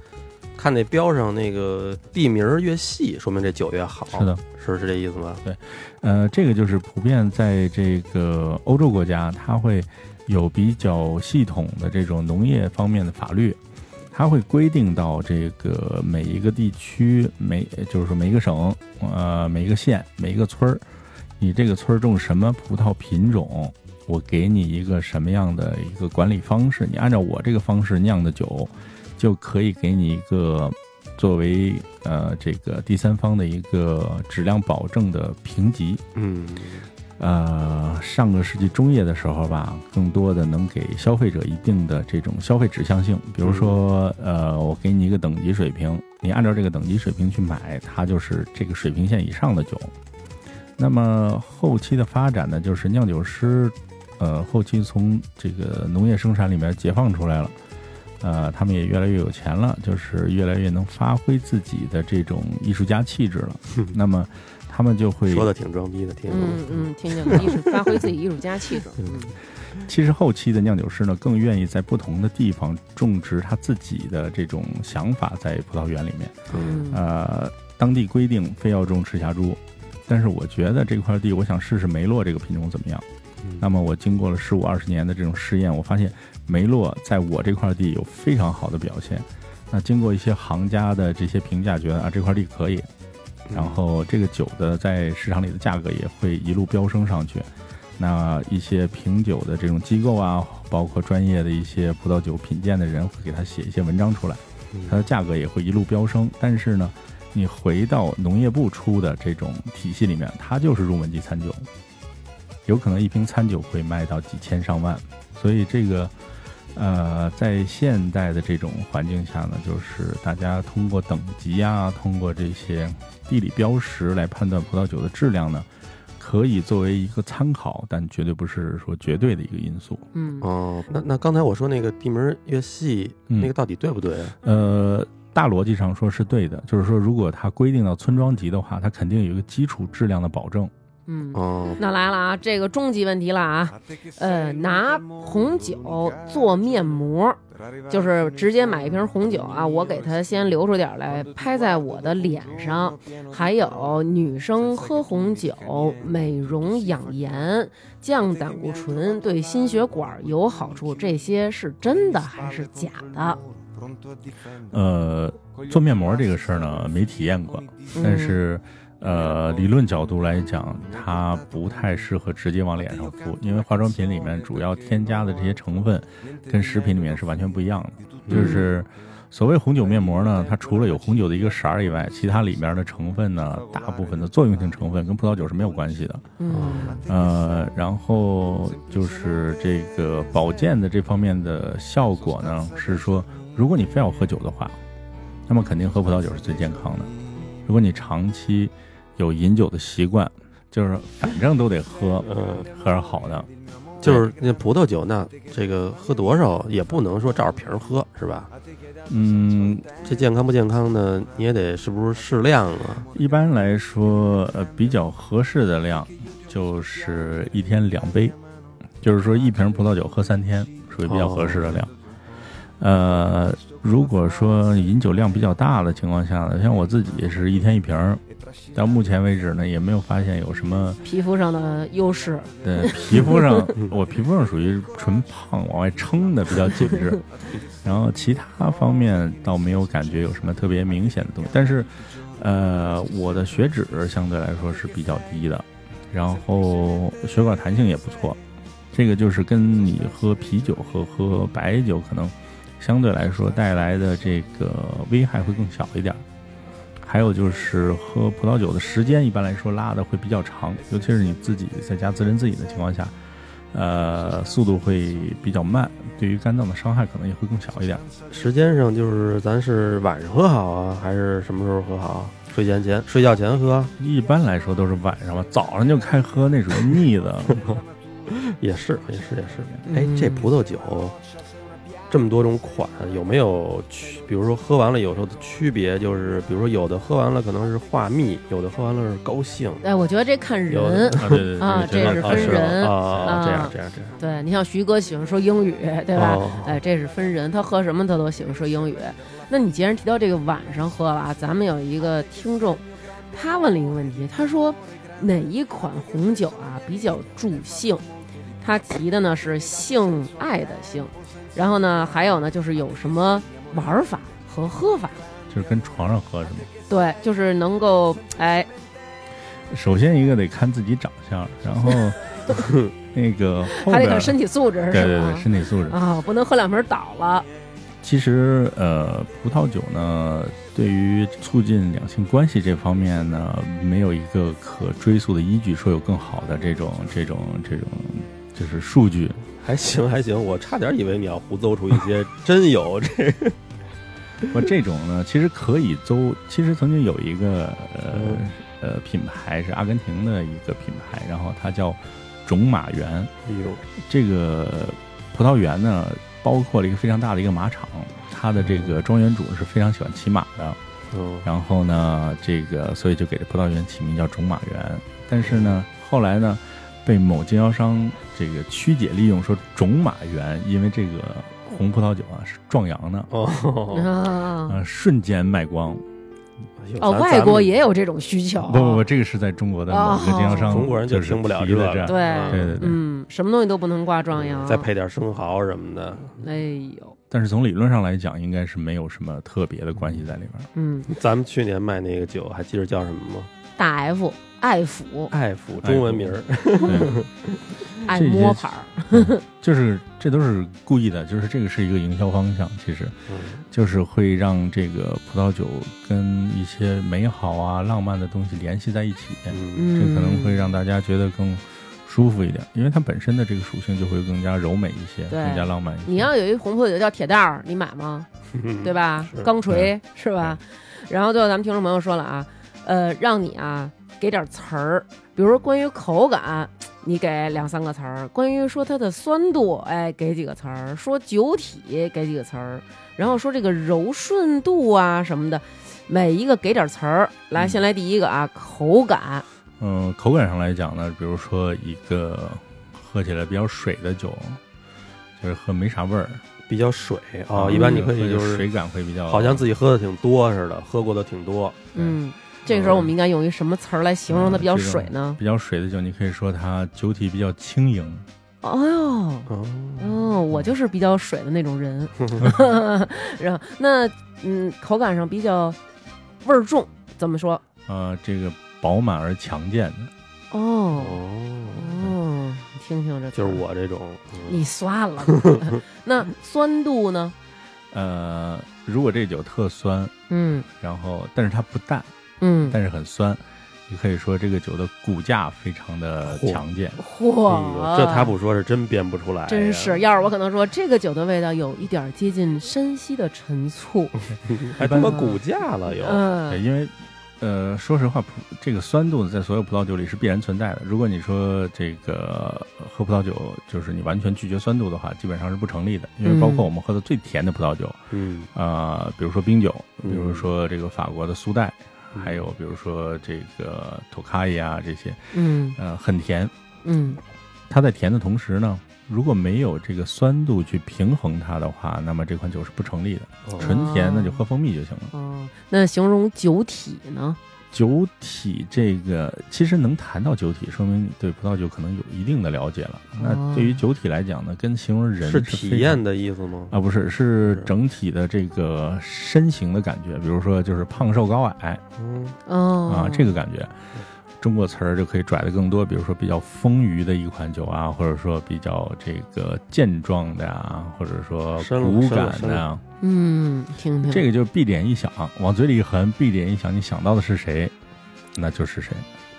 B: 看那标上那个地名儿越细，说明这酒越好，
C: 是的，
B: 是是这意思吗？
C: 呃，这个就是普遍在这个欧洲国家，它会有比较系统的这种农业方面的法律，它会规定到这个每一个地区、每就是说每一个省、呃每一个县、每一个村儿，你这个村儿种什么葡萄品种，我给你一个什么样的一个管理方式，你按照我这个方式酿的酒，就可以给你一个作为呃这个第三方的一个质量保证的评级。
B: 嗯，
C: 呃，上个世纪中叶的时候吧，更多的能给消费者一定的这种消费指向性，比如说，呃，我给你一个等级水平，你按照这个等级水平去买，它就是这个水平线以上的酒。那么后期的发展呢，就是酿酒师，呃，后期从这个农业生产里面解放出来了，呃，他们也越来越有钱了，就是越来越能发挥自己的这种艺术家气质了。那么他们就会
B: 嗯说的挺装逼的，听着
A: 嗯嗯，听见了，艺术发挥自己艺术家气质，嗯
C: 其实后期的酿酒师呢，更愿意在不同的地方种植他自己的这种想法在葡萄园里面。
A: 嗯
C: 呃，当地规定非要种赤霞珠，但是我觉得这块地，我想试试梅洛这个品种怎么样。
B: 嗯
C: 那么我经过了十五二十年的这种试验，我发现梅洛在我这块地有非常好的表现。那经过一些行家的这些评价，觉得啊这块地可以，然后这个酒的在市场里的价格也会一路飙升上去。那一些品酒的这种机构啊，包括专业的一些葡萄酒品鉴的人，会给他写一些文章出来，
A: 嗯
C: 它的价格也会一路飙升。但是呢，你回到农业部出的这种体系里面，它就是入门级餐酒，有可能一瓶餐酒会卖到几千上万。所以这个，呃，在现代的这种环境下呢，就是大家通过等级啊，通过这些地理标识来判断葡萄酒的质量呢，可以作为一个参考，但绝对不是说绝对的一个因素。
A: 嗯
B: 哦，那那刚才我说那个地名儿越细，
C: 嗯
B: 那个到底对不对？
C: 呃，大逻辑上说是对的，就是说如果它规定到村庄级的话，它肯定有一个基础质量的保证。
A: 嗯。
B: 哦，
A: 那来了啊，这个终极问题了啊，呃，拿红酒做面膜，就是直接买一瓶红酒啊，我给它先留出点儿来，拍在我的脸上。还有女生喝红酒，美容养颜、降胆固醇，对心血管有好处，这些是真的还是假的？
C: 呃，做面膜这个事儿呢，没体验过，
A: 嗯
C: 但嗯是。呃，理论角度来讲，它不太适合直接往脸上敷，因为化妆品里面主要添加的这些成分，跟食品里面是完全不一样的。就是所谓红酒面膜呢，它除了有红酒的一个色儿以外，其他里面的成分呢，大部分的作用性成分跟葡萄酒是没有关系的。
A: 嗯
C: 呃，然后就是这个保健的这方面的效果呢，是说，如果你非要喝酒的话，那么肯定喝葡萄酒是最健康的。如果你长期有饮酒的习惯，就是反正都得喝，
B: 嗯
C: 喝点好的，
B: 就是那葡萄酒，那这个喝多少也不能说照着瓶儿喝，是吧？
C: 嗯，
B: 这健康不健康呢？你也得是不是适量啊？
C: 一般来说，呃，比较合适的量就是一天两杯，就是说一瓶葡萄酒喝三天，属于比较合适的量。呃，如果说饮酒量比较大的情况下呢，像我自己是一天一瓶儿，到目前为止呢，也没有发现有什么
A: 皮肤上的优势，
C: 对，皮肤上我皮肤上属于纯胖，往外撑的比较紧致，然后其他方面倒没有感觉有什么特别明显的东西。但是，呃，我的血脂相对来说是比较低的，然后血管弹性也不错。这个就是跟你喝啤酒和喝白酒可能相对来说带来的这个危害会更小一点儿。还有就是喝葡萄酒的时间一般来说拉的会比较长，尤其是你自己在家自斟自饮的情况下，呃，速度会比较慢，对于肝脏的伤害可能也会更小一点。
B: 时间上就是咱是晚上喝好啊，还是什么时候喝好啊？睡前前睡觉前喝啊
C: 一般来说都是晚上吧，早上就开喝那属于腻的。啊
B: 也是也是也是。
A: 嗯
B: 哎，这葡萄酒这么多种款，有没有区？比如说喝完了有时候的区别就是，比如说有的喝完了可能是话密，有的喝完了是高兴。
A: 哎，我觉得这看
B: 有
A: 人
B: 的。
C: 啊，对对
A: 啊
C: 对，
A: 这
C: 个
A: 是
B: 啊
C: 绝对
A: 分
B: 是
A: 人
B: 吗啊，
A: 啊
B: 这样这样这样。
A: 对你像徐哥喜欢说英语，对吧？
B: 哦
A: 哎，这是分人，他喝什么他都喜欢说英语。那你既然提到这个晚上喝了啊，咱们有一个听众，他问了一个问题，他说哪一款红酒啊比较助兴？他提的呢是性爱的性，然后呢还有呢就是有什么玩法和喝法？
C: 就是跟床上喝是吗？
A: 对，就是能够哎
C: 首先一个得看自己长相，然 后那个后
A: 还得
C: 边儿
A: 看身体素质是吧？
C: 对对对身体素质。
A: 啊，不能喝两瓶倒了。
C: 其实，呃，葡萄酒呢，对于促进两性关系这方面呢，没有一个可追溯的依据，说有更好的这种、这种、这种，就是数据。
B: 还行还行，我差点以为你要胡诌出一 些真有这
C: 不，这种呢，其实可以搜。其实曾经有一个呃
B: 嗯
C: 呃品牌是阿根廷的一个品牌，然后它叫种马园。这个葡萄园呢，包括了一个非常大的一个马场，它的这个庄园主是非常喜欢骑马的。
B: 嗯，
C: 然后呢，这个所以就给这葡萄园起名叫种马园。但是呢，后来呢，被某经销商这个曲解利用，说种马园，因为这个红葡萄酒啊是壮阳的，
B: 哦，
A: 啊
C: 呃，瞬间卖光。
B: 哎呦
A: 哦，
B: 咱
A: 外国
B: 咱
A: 也有这种需求。
C: 不不不，这个是在中国的某个经销商，
B: 哦中国人
C: 就
B: 就是听不了
C: 提
B: 这
C: 的
B: 个
C: 这样。
A: 对
B: 啊
C: 对对对。
A: 嗯，什么东西都不能挂壮阳。
B: 再配点生蚝什么的，
A: 哎呦，
C: 但是从理论上来讲，应该是没有什么特别的关系在里边儿。
A: 嗯，
B: 咱们去年卖那个酒，还记得叫什么吗？
A: 大 F 爱抚
B: 爱抚，中文名儿。
C: 哎对，
A: 爱摸牌儿，
C: 就是这都是故意的，就是这个是一个营销方向，其实。
B: 嗯
C: 就是会让这个葡萄酒跟一些美好啊、浪漫的东西联系在一起，
B: 嗯，
C: 这
A: 嗯，
C: 可能会让大家觉得更舒服一点，因为它本身的这个属性就会更加柔美一些，
A: 对
C: 更加浪漫一些。
A: 嗯你要有一红葡萄酒叫铁蛋儿，你买吗？对
B: 吧？
A: 吧
C: 嗯
B: 是？
A: 钢锤是吧？然后最后咱们听众朋友说了啊，呃，让你啊给点词儿，比如说关于口感，你给两三个词儿；关于说它的酸度，哎，给几个词儿；说酒体，给几个词儿；然后说这个柔顺度啊什么的，每一个给点词儿。来，
C: 嗯
A: 先来第一个啊，口感，
C: 嗯，口感上来讲呢，比如说一个喝起来比较水的酒，就是喝没啥味儿
B: 比较水啊，一般你可以就
C: 会哦水哦
B: 是
C: 感会比较，
B: 好像自己喝的挺多似的，喝过的挺多。
A: 嗯，这个时候我们应该用一什么词儿来形容它
C: 嗯
A: 比较
C: 这种
A: 水呢？
C: 比较水的酒，你可以说它酒体比较轻盈，
A: 哦。
B: 哦，
A: 哦，我就是比较水的那种 人， 然后那嗯，口感上比较味儿重，怎么说？
C: 呃，这个饱满而强健的。
A: 哦
B: 哦，
A: 哦，你听听这，
B: 就是，我这种，嗯
A: 你算了。 那酸度呢？
C: 呃，如果这酒特酸，
A: 嗯
C: 然后但是它不淡，
A: 嗯，
B: 哎
C: 但是很酸，你可以说这个酒的骨架非常的强健。
B: 哎
A: 嚯，
B: 呦这他不说是真编不出来呀，
A: 真是，要是我可能说这个酒的味道有一点儿接近山西的陈醋，
B: 哦哎还他妈骨架了又。
A: 嗯
C: 对，因为呃，说实话，葡这个酸度在所有葡萄酒里是必然存在的。如果你说这个呃喝葡萄酒就是你完全拒绝酸度的话，基本上是不成立的，因为包括
A: 嗯
C: 我们喝的最甜的葡萄酒，
B: 嗯
C: 啊，比如说冰酒，比
B: 嗯
C: 如说这个法国的苏代，
B: 嗯
C: 还有比如说这个托卡伊啊这些，
A: 嗯
C: 呃，很甜。
A: 嗯
C: 它在甜的同时呢，如果没有这个酸度去平衡它的话，那么这款酒是不成立的。
B: 哦
C: 纯甜那
A: 哦
C: 就喝蜂蜜就行了。
A: 哦，那形容酒体呢？
C: 酒体这个其实能谈到酒体，说明你对葡萄酒可能有一定的了解了。
A: 哦
C: 那对于酒体来讲呢，跟形容人
B: 是
C: 非常
B: 体验的意思吗？
C: 啊，不是，是整体的这个身形的感觉，比如说就是胖瘦高矮
B: 嗯
A: 哦
C: 啊，这个感觉。中国词儿就可以拽得更多，比如说比较丰腴的一款酒啊，或者说比较这个健壮的啊，或者说
B: 深了
C: 骨
B: 深了
C: 感
B: 深
C: 的
B: 了
C: 啊，
A: 嗯，听听
C: 这个就闭点一想，往嘴里一含，闭点一想，你想到的是谁，那就是谁。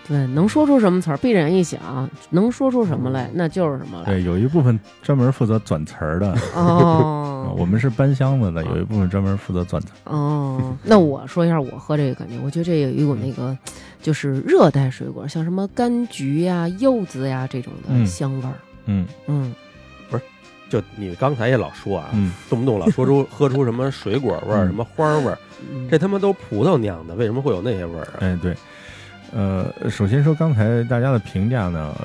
A: 对，能说出什么词儿，必然一想能说出什么来，那就是什
B: 嗯
A: 么来。
C: 嗯对， 有一部分专门负责转词儿的，啊
B: 嗯
A: 哦，
C: 我们是搬箱子的，有一部分专门负责转词儿。
A: 哦，那我说一下我喝这个感觉，我觉得这有一
C: 嗯
A: 股那个就是热带水果，像什么柑橘呀、柚子呀这种的
C: 嗯
A: 香味儿。
C: 嗯
A: 嗯，
B: 就你刚才也老说啊，
C: 嗯，
B: 动不动老说出 喝出什么水果味儿、
C: 嗯
B: 什么花儿味儿，
A: 嗯
B: 这他妈都葡萄酿的，为什么会有那些味儿啊？
C: 哎对，呃，首先说刚才大家的评价呢，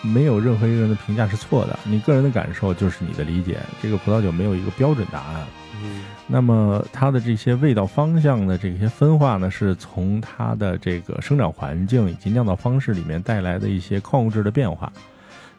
C: 没有任何一个人的评价是错的，你个人的感受就是你的理解。这个葡萄酒没有一个标准答案，
B: 嗯
C: 那么它的这些味道方向的这些分化呢，是从它的这个生长环境以及酿造方式里面带来的一些矿物质的变化。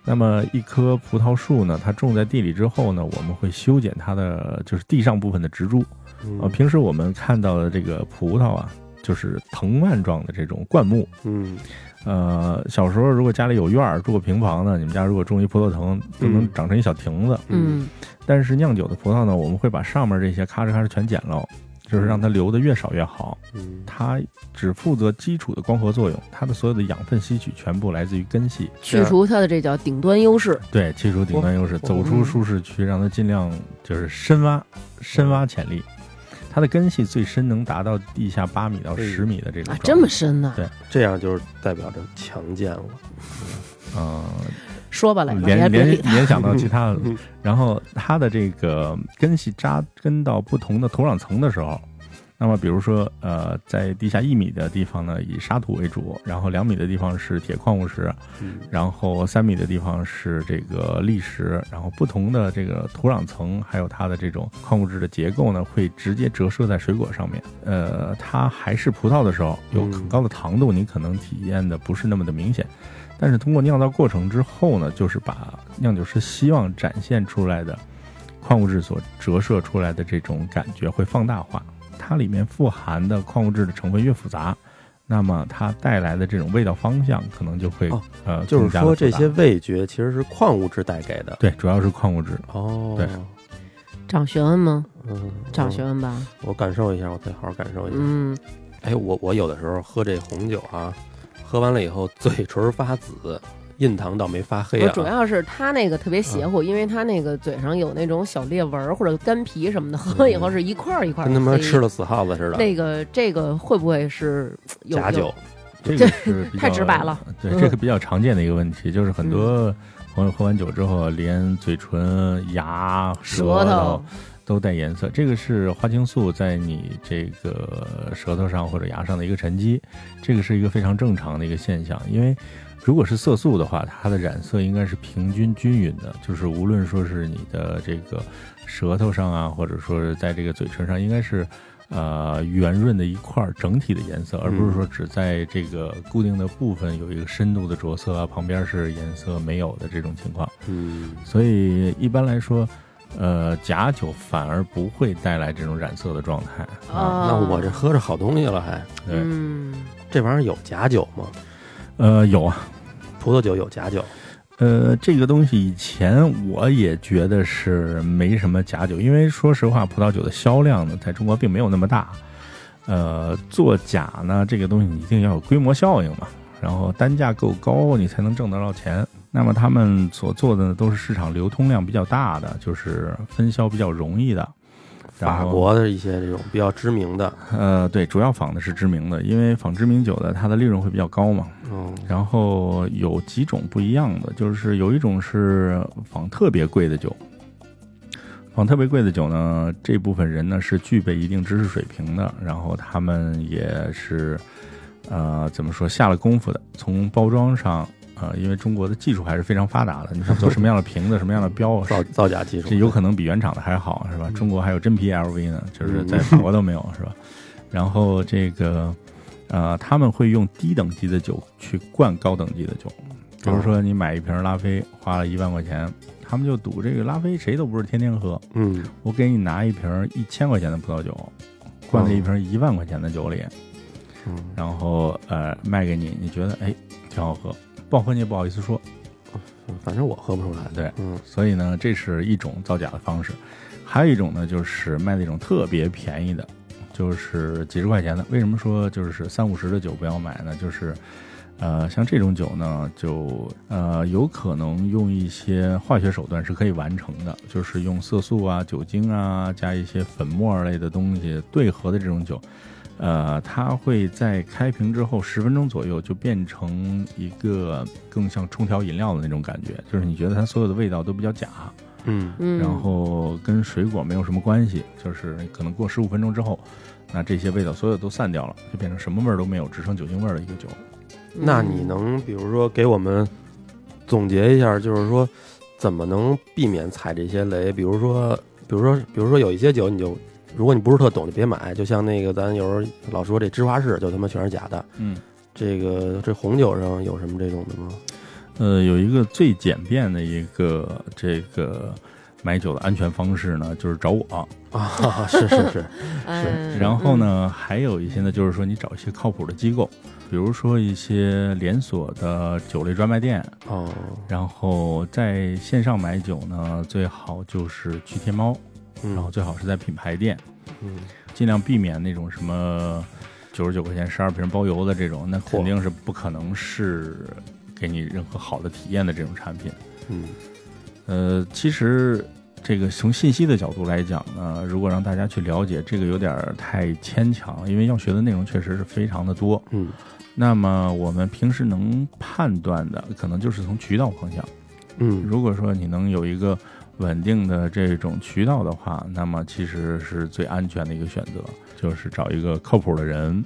C: 那么一棵葡萄树呢，它种在地里之后呢，我们会修剪它的就是地上部分的植株
B: 嗯
C: 啊。平时我们看到的这个葡萄啊，就是藤蔓状的这种灌木。
B: 嗯
C: 呃，小时候如果家里有院儿，住过平房呢，你们家如果种一葡萄藤，就能
B: 嗯
C: 长成一小亭子。
A: 嗯
C: 但是酿酒的葡萄呢，我们会把上面这些咔哧咔哧全剪喽，就是让它留的越少越好。
B: 嗯
C: 它只负责基础的光合作用，它的所有的养分吸取全部来自于根系。
A: 去除它的这叫顶端优势。
C: 对，切除顶端优势，
B: 我
C: 走出舒适区，让它尽量就是深挖，深挖潜力。它的根系最深能达到地下八米到十米的这种
A: 啊
C: 状，态。
A: 这么深呢、
C: 对
B: 这样就是代表着强健了。
C: 嗯、
A: 说吧，来吧，
C: 联
A: 也别
C: 联
A: 理他。
C: 联想到其他的
B: 嗯，
C: 然后它的这个根系扎根到不同的土壤层的时候，那么比如说呃，在地下一米的地方呢，以沙土为主，然后两米的地方是铁矿物石，
B: 嗯
C: 然后三米的地方是这个砾石，然后不同的这个土壤层还有它的这种矿物质的结构呢，会直接折射在水果上面。呃，它还是葡萄的时候，有很高的糖度，你可能体验的不是那么的明显。但是通过酿造过程之后呢，就是把酿酒师希望展现出来的矿物质所折射出来的这种感觉会放大化。它里面富含的矿物质的成分越复杂，那么它带来的这种味道方向可能就会、
B: 哦
C: 呃，
B: 就是
C: 更加地
B: 说
C: 复
B: 这
C: 杂
B: 些味觉其实是矿物质带给的。
C: 对，主要是矿物质。
B: 哦，
C: 对，
A: 长学问吗？
B: 嗯，
A: 长学问吧。
B: 我感受一下，我得好好感受一下。
A: 嗯，
B: 哎，我我有的时候喝这红酒啊，喝完了以后嘴唇发紫，印堂倒没发黑
A: 我
B: 啊。
A: 主要是他那个特别邪
B: 嗯
A: 乎，因为他那个嘴上有那种小裂纹儿或者干皮什么的，喝 以后是一块儿一块儿
B: 嗯跟
A: 的
B: 他妈
A: 黑
B: 吃了死耗子似的。
A: 那个这个会不会是有
B: 假？
A: 有
B: 酒，
C: 这个是比
A: 太
C: 较
A: 直白了。
C: 对，
A: 嗯
C: 这个比较常见的一个问题，就是很多朋友喝完酒之后，连嘴唇、牙、
A: 舌头
C: 头，都带颜色，这个是花青素在你这个舌头上或者牙上的一个沉积，这个是一个非常正常的一个现象，因为。如果是色素的话，它的染色应该是平均均匀的，就是无论说是你的这个舌头上啊，或者说是在这个嘴唇上，应该是呃圆润的一块儿整体的颜色，而不是说只在这个固定的部分有一个深度的着色啊，旁边是颜色没有的这种情况。
B: 嗯，
C: 所以一般来说，呃，假酒反而不会带来这种染色的状态啊。
A: 啊
B: 那我这喝着好东西了还，
C: 对，
A: 嗯，
B: 这玩意儿有假酒吗？
C: 呃，有啊，
B: 葡萄酒有假酒，
C: 呃，这个东西以前我也觉得是没什么假酒，因为说实话，葡萄酒的销量呢，在中国并没有那么大。呃，做假呢，这个东西你一定要有规模效应嘛，然后单价够高，你才能挣得到钱。那么他们所做的呢，都是市场流通量比较大的，就是分销比较容易的。然
B: 法
C: 后
B: 国的一些这种比较知名的，
C: 呃，对，主要仿的是知名的，因为仿知名酒的它的利润会比较高嘛。
B: 嗯
C: 然后有几种不一样的，就是有一种是仿特别贵的酒，仿特别贵的酒呢，这部分人呢是具备一定知识水平的，然后他们也是呃怎么说下了功夫的，从包装上。呃，因为中国的技术还是非常发达的，你想做什么样的瓶子、什么样的标，啊
B: 造造假技术，
C: 这有可能比原厂的还好，是吧？中国还有真皮 LV 呢，就是在
B: 嗯
C: 法国都没有，是吧？然后这个，呃，他们会用低等级的酒去灌高等级的酒，比如说你买一瓶拉菲花了一万块钱，他们就赌这个拉菲谁都不是天天喝，
B: 嗯，
C: 我给你拿一瓶一千块钱的葡萄酒，灌在一瓶一万块钱的酒里，
B: 嗯
C: 然后呃卖给你，你觉得哎挺好喝，不好喝你也不好意思说，
B: 嗯，反正我喝不出来，
C: 对，
B: 嗯
C: 所以呢，这是一种造假的方式。还有一种呢，就是卖那种特别便宜的，就是几十块钱的。为什么说就是三五十的酒不要买呢？就是，呃，像这种酒呢，就呃有可能用一些化学手段是可以完成的，就是用色素啊、酒精啊，加一些粉末类的东西兑合的这种酒。呃，它会在开瓶之后十分钟左右就变成一个更像冲调饮料的那种感觉，就是你觉得它所有的味道都比较假，
B: 嗯
A: 嗯，
C: 然后跟水果没有什么关系，就是可能过十五分钟之后，那这些味道所有都散掉了，就变成什么味儿都没有，只剩酒精味儿的一个酒。
A: 嗯
B: 那你
C: 嗯
B: 能比如说给我们总结一下，就是说怎么能避免踩这些雷？比如说，比如说，比如说有一些酒，你就如果你不是特懂，就别买。就像那个咱有时候老说这芝华士就他妈全是假的，
C: 嗯，
B: 这个这红酒上有什么这种的吗？
C: 呃，有一个最简便的一个这个买酒的安全方式呢，就是找我。
B: 啊，是是是，
A: 嗯，
C: 然后呢，还有一些呢，就是说你找一些靠谱的机构，比如说一些连锁的酒类专卖店，
B: 哦，
C: 然后在线上买酒呢，最好就是去天猫，
B: 嗯
C: 然后最好是在品牌店。
B: 嗯
C: 尽量避免那种什么九十九块钱十二瓶包邮的这种，那肯定是不可能是给你任何好的体验的这种产品。
B: 嗯
C: 呃，其实这个从信息的角度来讲呢，如果让大家去了解，这个有点儿太牵强，因为要学的内容确实是非常的多。
B: 嗯
C: 那么我们平时能判断的，可能就是从渠道方向。
B: 嗯
C: 如果说你能有一个稳定的这种渠道的话，那么其实是最安全的一个选择，就是找一个靠谱的人，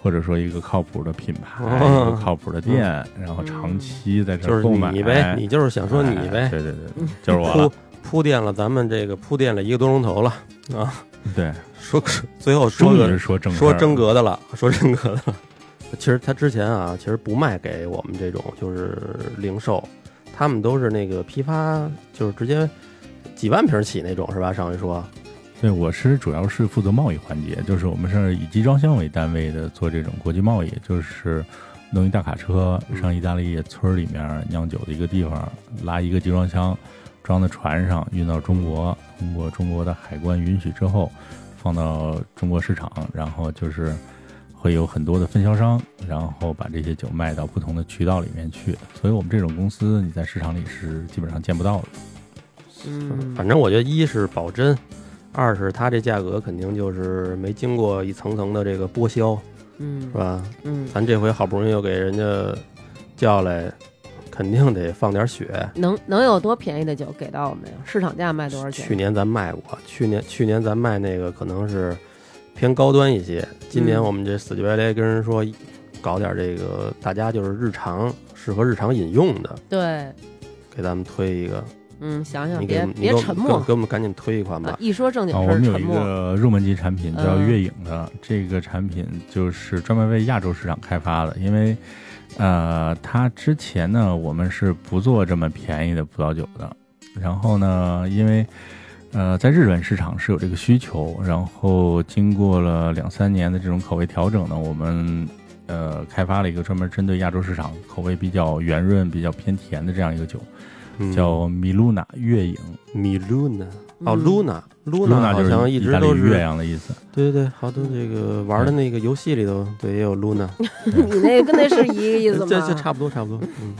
C: 或者说一个靠谱的品牌、
B: 哦嗯
C: 一个靠谱的店，然后长期在这
B: 就
C: 儿
B: 是
C: 购买。
B: 你呗，你就是想说你
C: 哎
B: 呗，
C: 对对对，就是我了
B: 铺。铺垫了，咱们这个铺垫了一个多钟头了啊，
C: 对，
B: 说 最后说
C: 终于
B: 个
C: 是说正
B: 说
C: 真
B: 真格的了，说真格的了。其实他之前啊，其实不卖给我们这种就是零售，他们都是那个批发，就是直接几万瓶起那种是吧？上回说，
C: 对，我是主要是负责贸易环节，就是我们是以集装箱为单位的做这种国际贸易，就是弄一大卡车
B: 嗯
C: 上意大利村儿里面酿酒的一个地方，拉一个集装箱装到船上，运到中国，通过中国的海关允许之后，放到中国市场，然后就是会有很多的分销商，然后把这些酒卖到不同的渠道里面去。所以我们这种公司，你在市场里是基本上见不到的。
A: 嗯，
B: 反正我觉得一是保真，二是它这价格肯定就是没经过一层层的这个剥削，
A: 嗯
B: 是吧？
A: 嗯，
B: 咱这回好不容易又给人家叫来，肯定得放点血。
A: 能能有多便宜的酒给到我们呀？市场价卖多少
B: 去
A: 钱？
B: 年咱卖过，去年去年咱卖那个可能是偏高端一些，今年
A: 嗯
B: 我们这死乞白赖跟人说，搞点这个大家就是日常适合日常饮用的，
A: 对，
B: 给咱们推一个，
A: 嗯，想想
B: 你给
A: 别
B: 我们你
A: 别
B: 给我
A: 沉
B: 们给我
A: 默
B: 们，给我们赶紧推一款
A: 啊
B: 吧，
A: 一说正经
C: 啊，
A: 事
C: 我
A: 儿
C: 们有
A: 沉
C: 一
A: 默。
C: 个入门级产品叫
A: 嗯
C: 月影的，这个产品就是专门为亚洲市场开发的，因为呃，它之前呢我们是不做这么便宜的葡萄酒的，然后呢，因为呃在日本市场是有这个需求，然后经过了两三年的这种口味调整呢，我们。呃，开发了一个专门针对亚洲市场，口味比较圆润、比较偏甜的这样一个酒，
A: 哎
B: 嗯
C: 叫米露娜月影。
B: 米露娜哦
A: 嗯
B: 露娜露娜
C: 就
B: 好像
C: 是
B: 一
C: 意
B: 直
C: 大利
B: 都
C: 月
B: 是
C: 亮的意思。
B: 对对对，好多这个玩的那个游戏里头对也有露娜，
A: 你那跟那是一个意思吗？
B: 这这差不多差不多，嗯，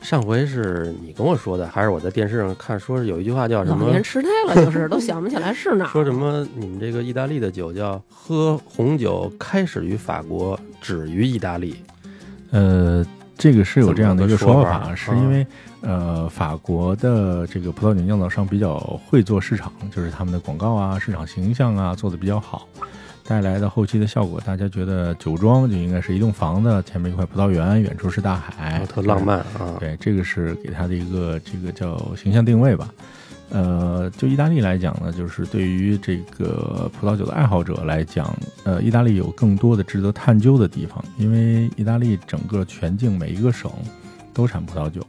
B: 上回是你跟我说的，还是我在电视上看，说是有一句话叫啊什
A: 老
B: 么
A: 年？痴呆了，就是都想不起来是哪儿。
B: 说什么？你们这个意大利的酒叫喝红酒开始于法国，止于意大利。
C: 呃，这个是有这样的一个
B: 怎么
C: 说
B: 个说
C: 法，
B: 法嗯
C: 是因为呃，法国的这个葡萄酒酿造商比较会做市场，就是他们的广告啊、市场形象啊做的比较好，带来的后期的效果，大家觉得酒庄就应该是一栋房子，前面一块葡萄园，远处是大海
B: 然后，特浪漫啊，
C: 哎对，这个是给它的一个这个叫形象定位吧。呃，就意大利来讲呢，就是对于这个葡萄酒的爱好者来讲，呃，意大利有更多的值得探究的地方，因为意大利整个全境每一个省都产葡萄酒，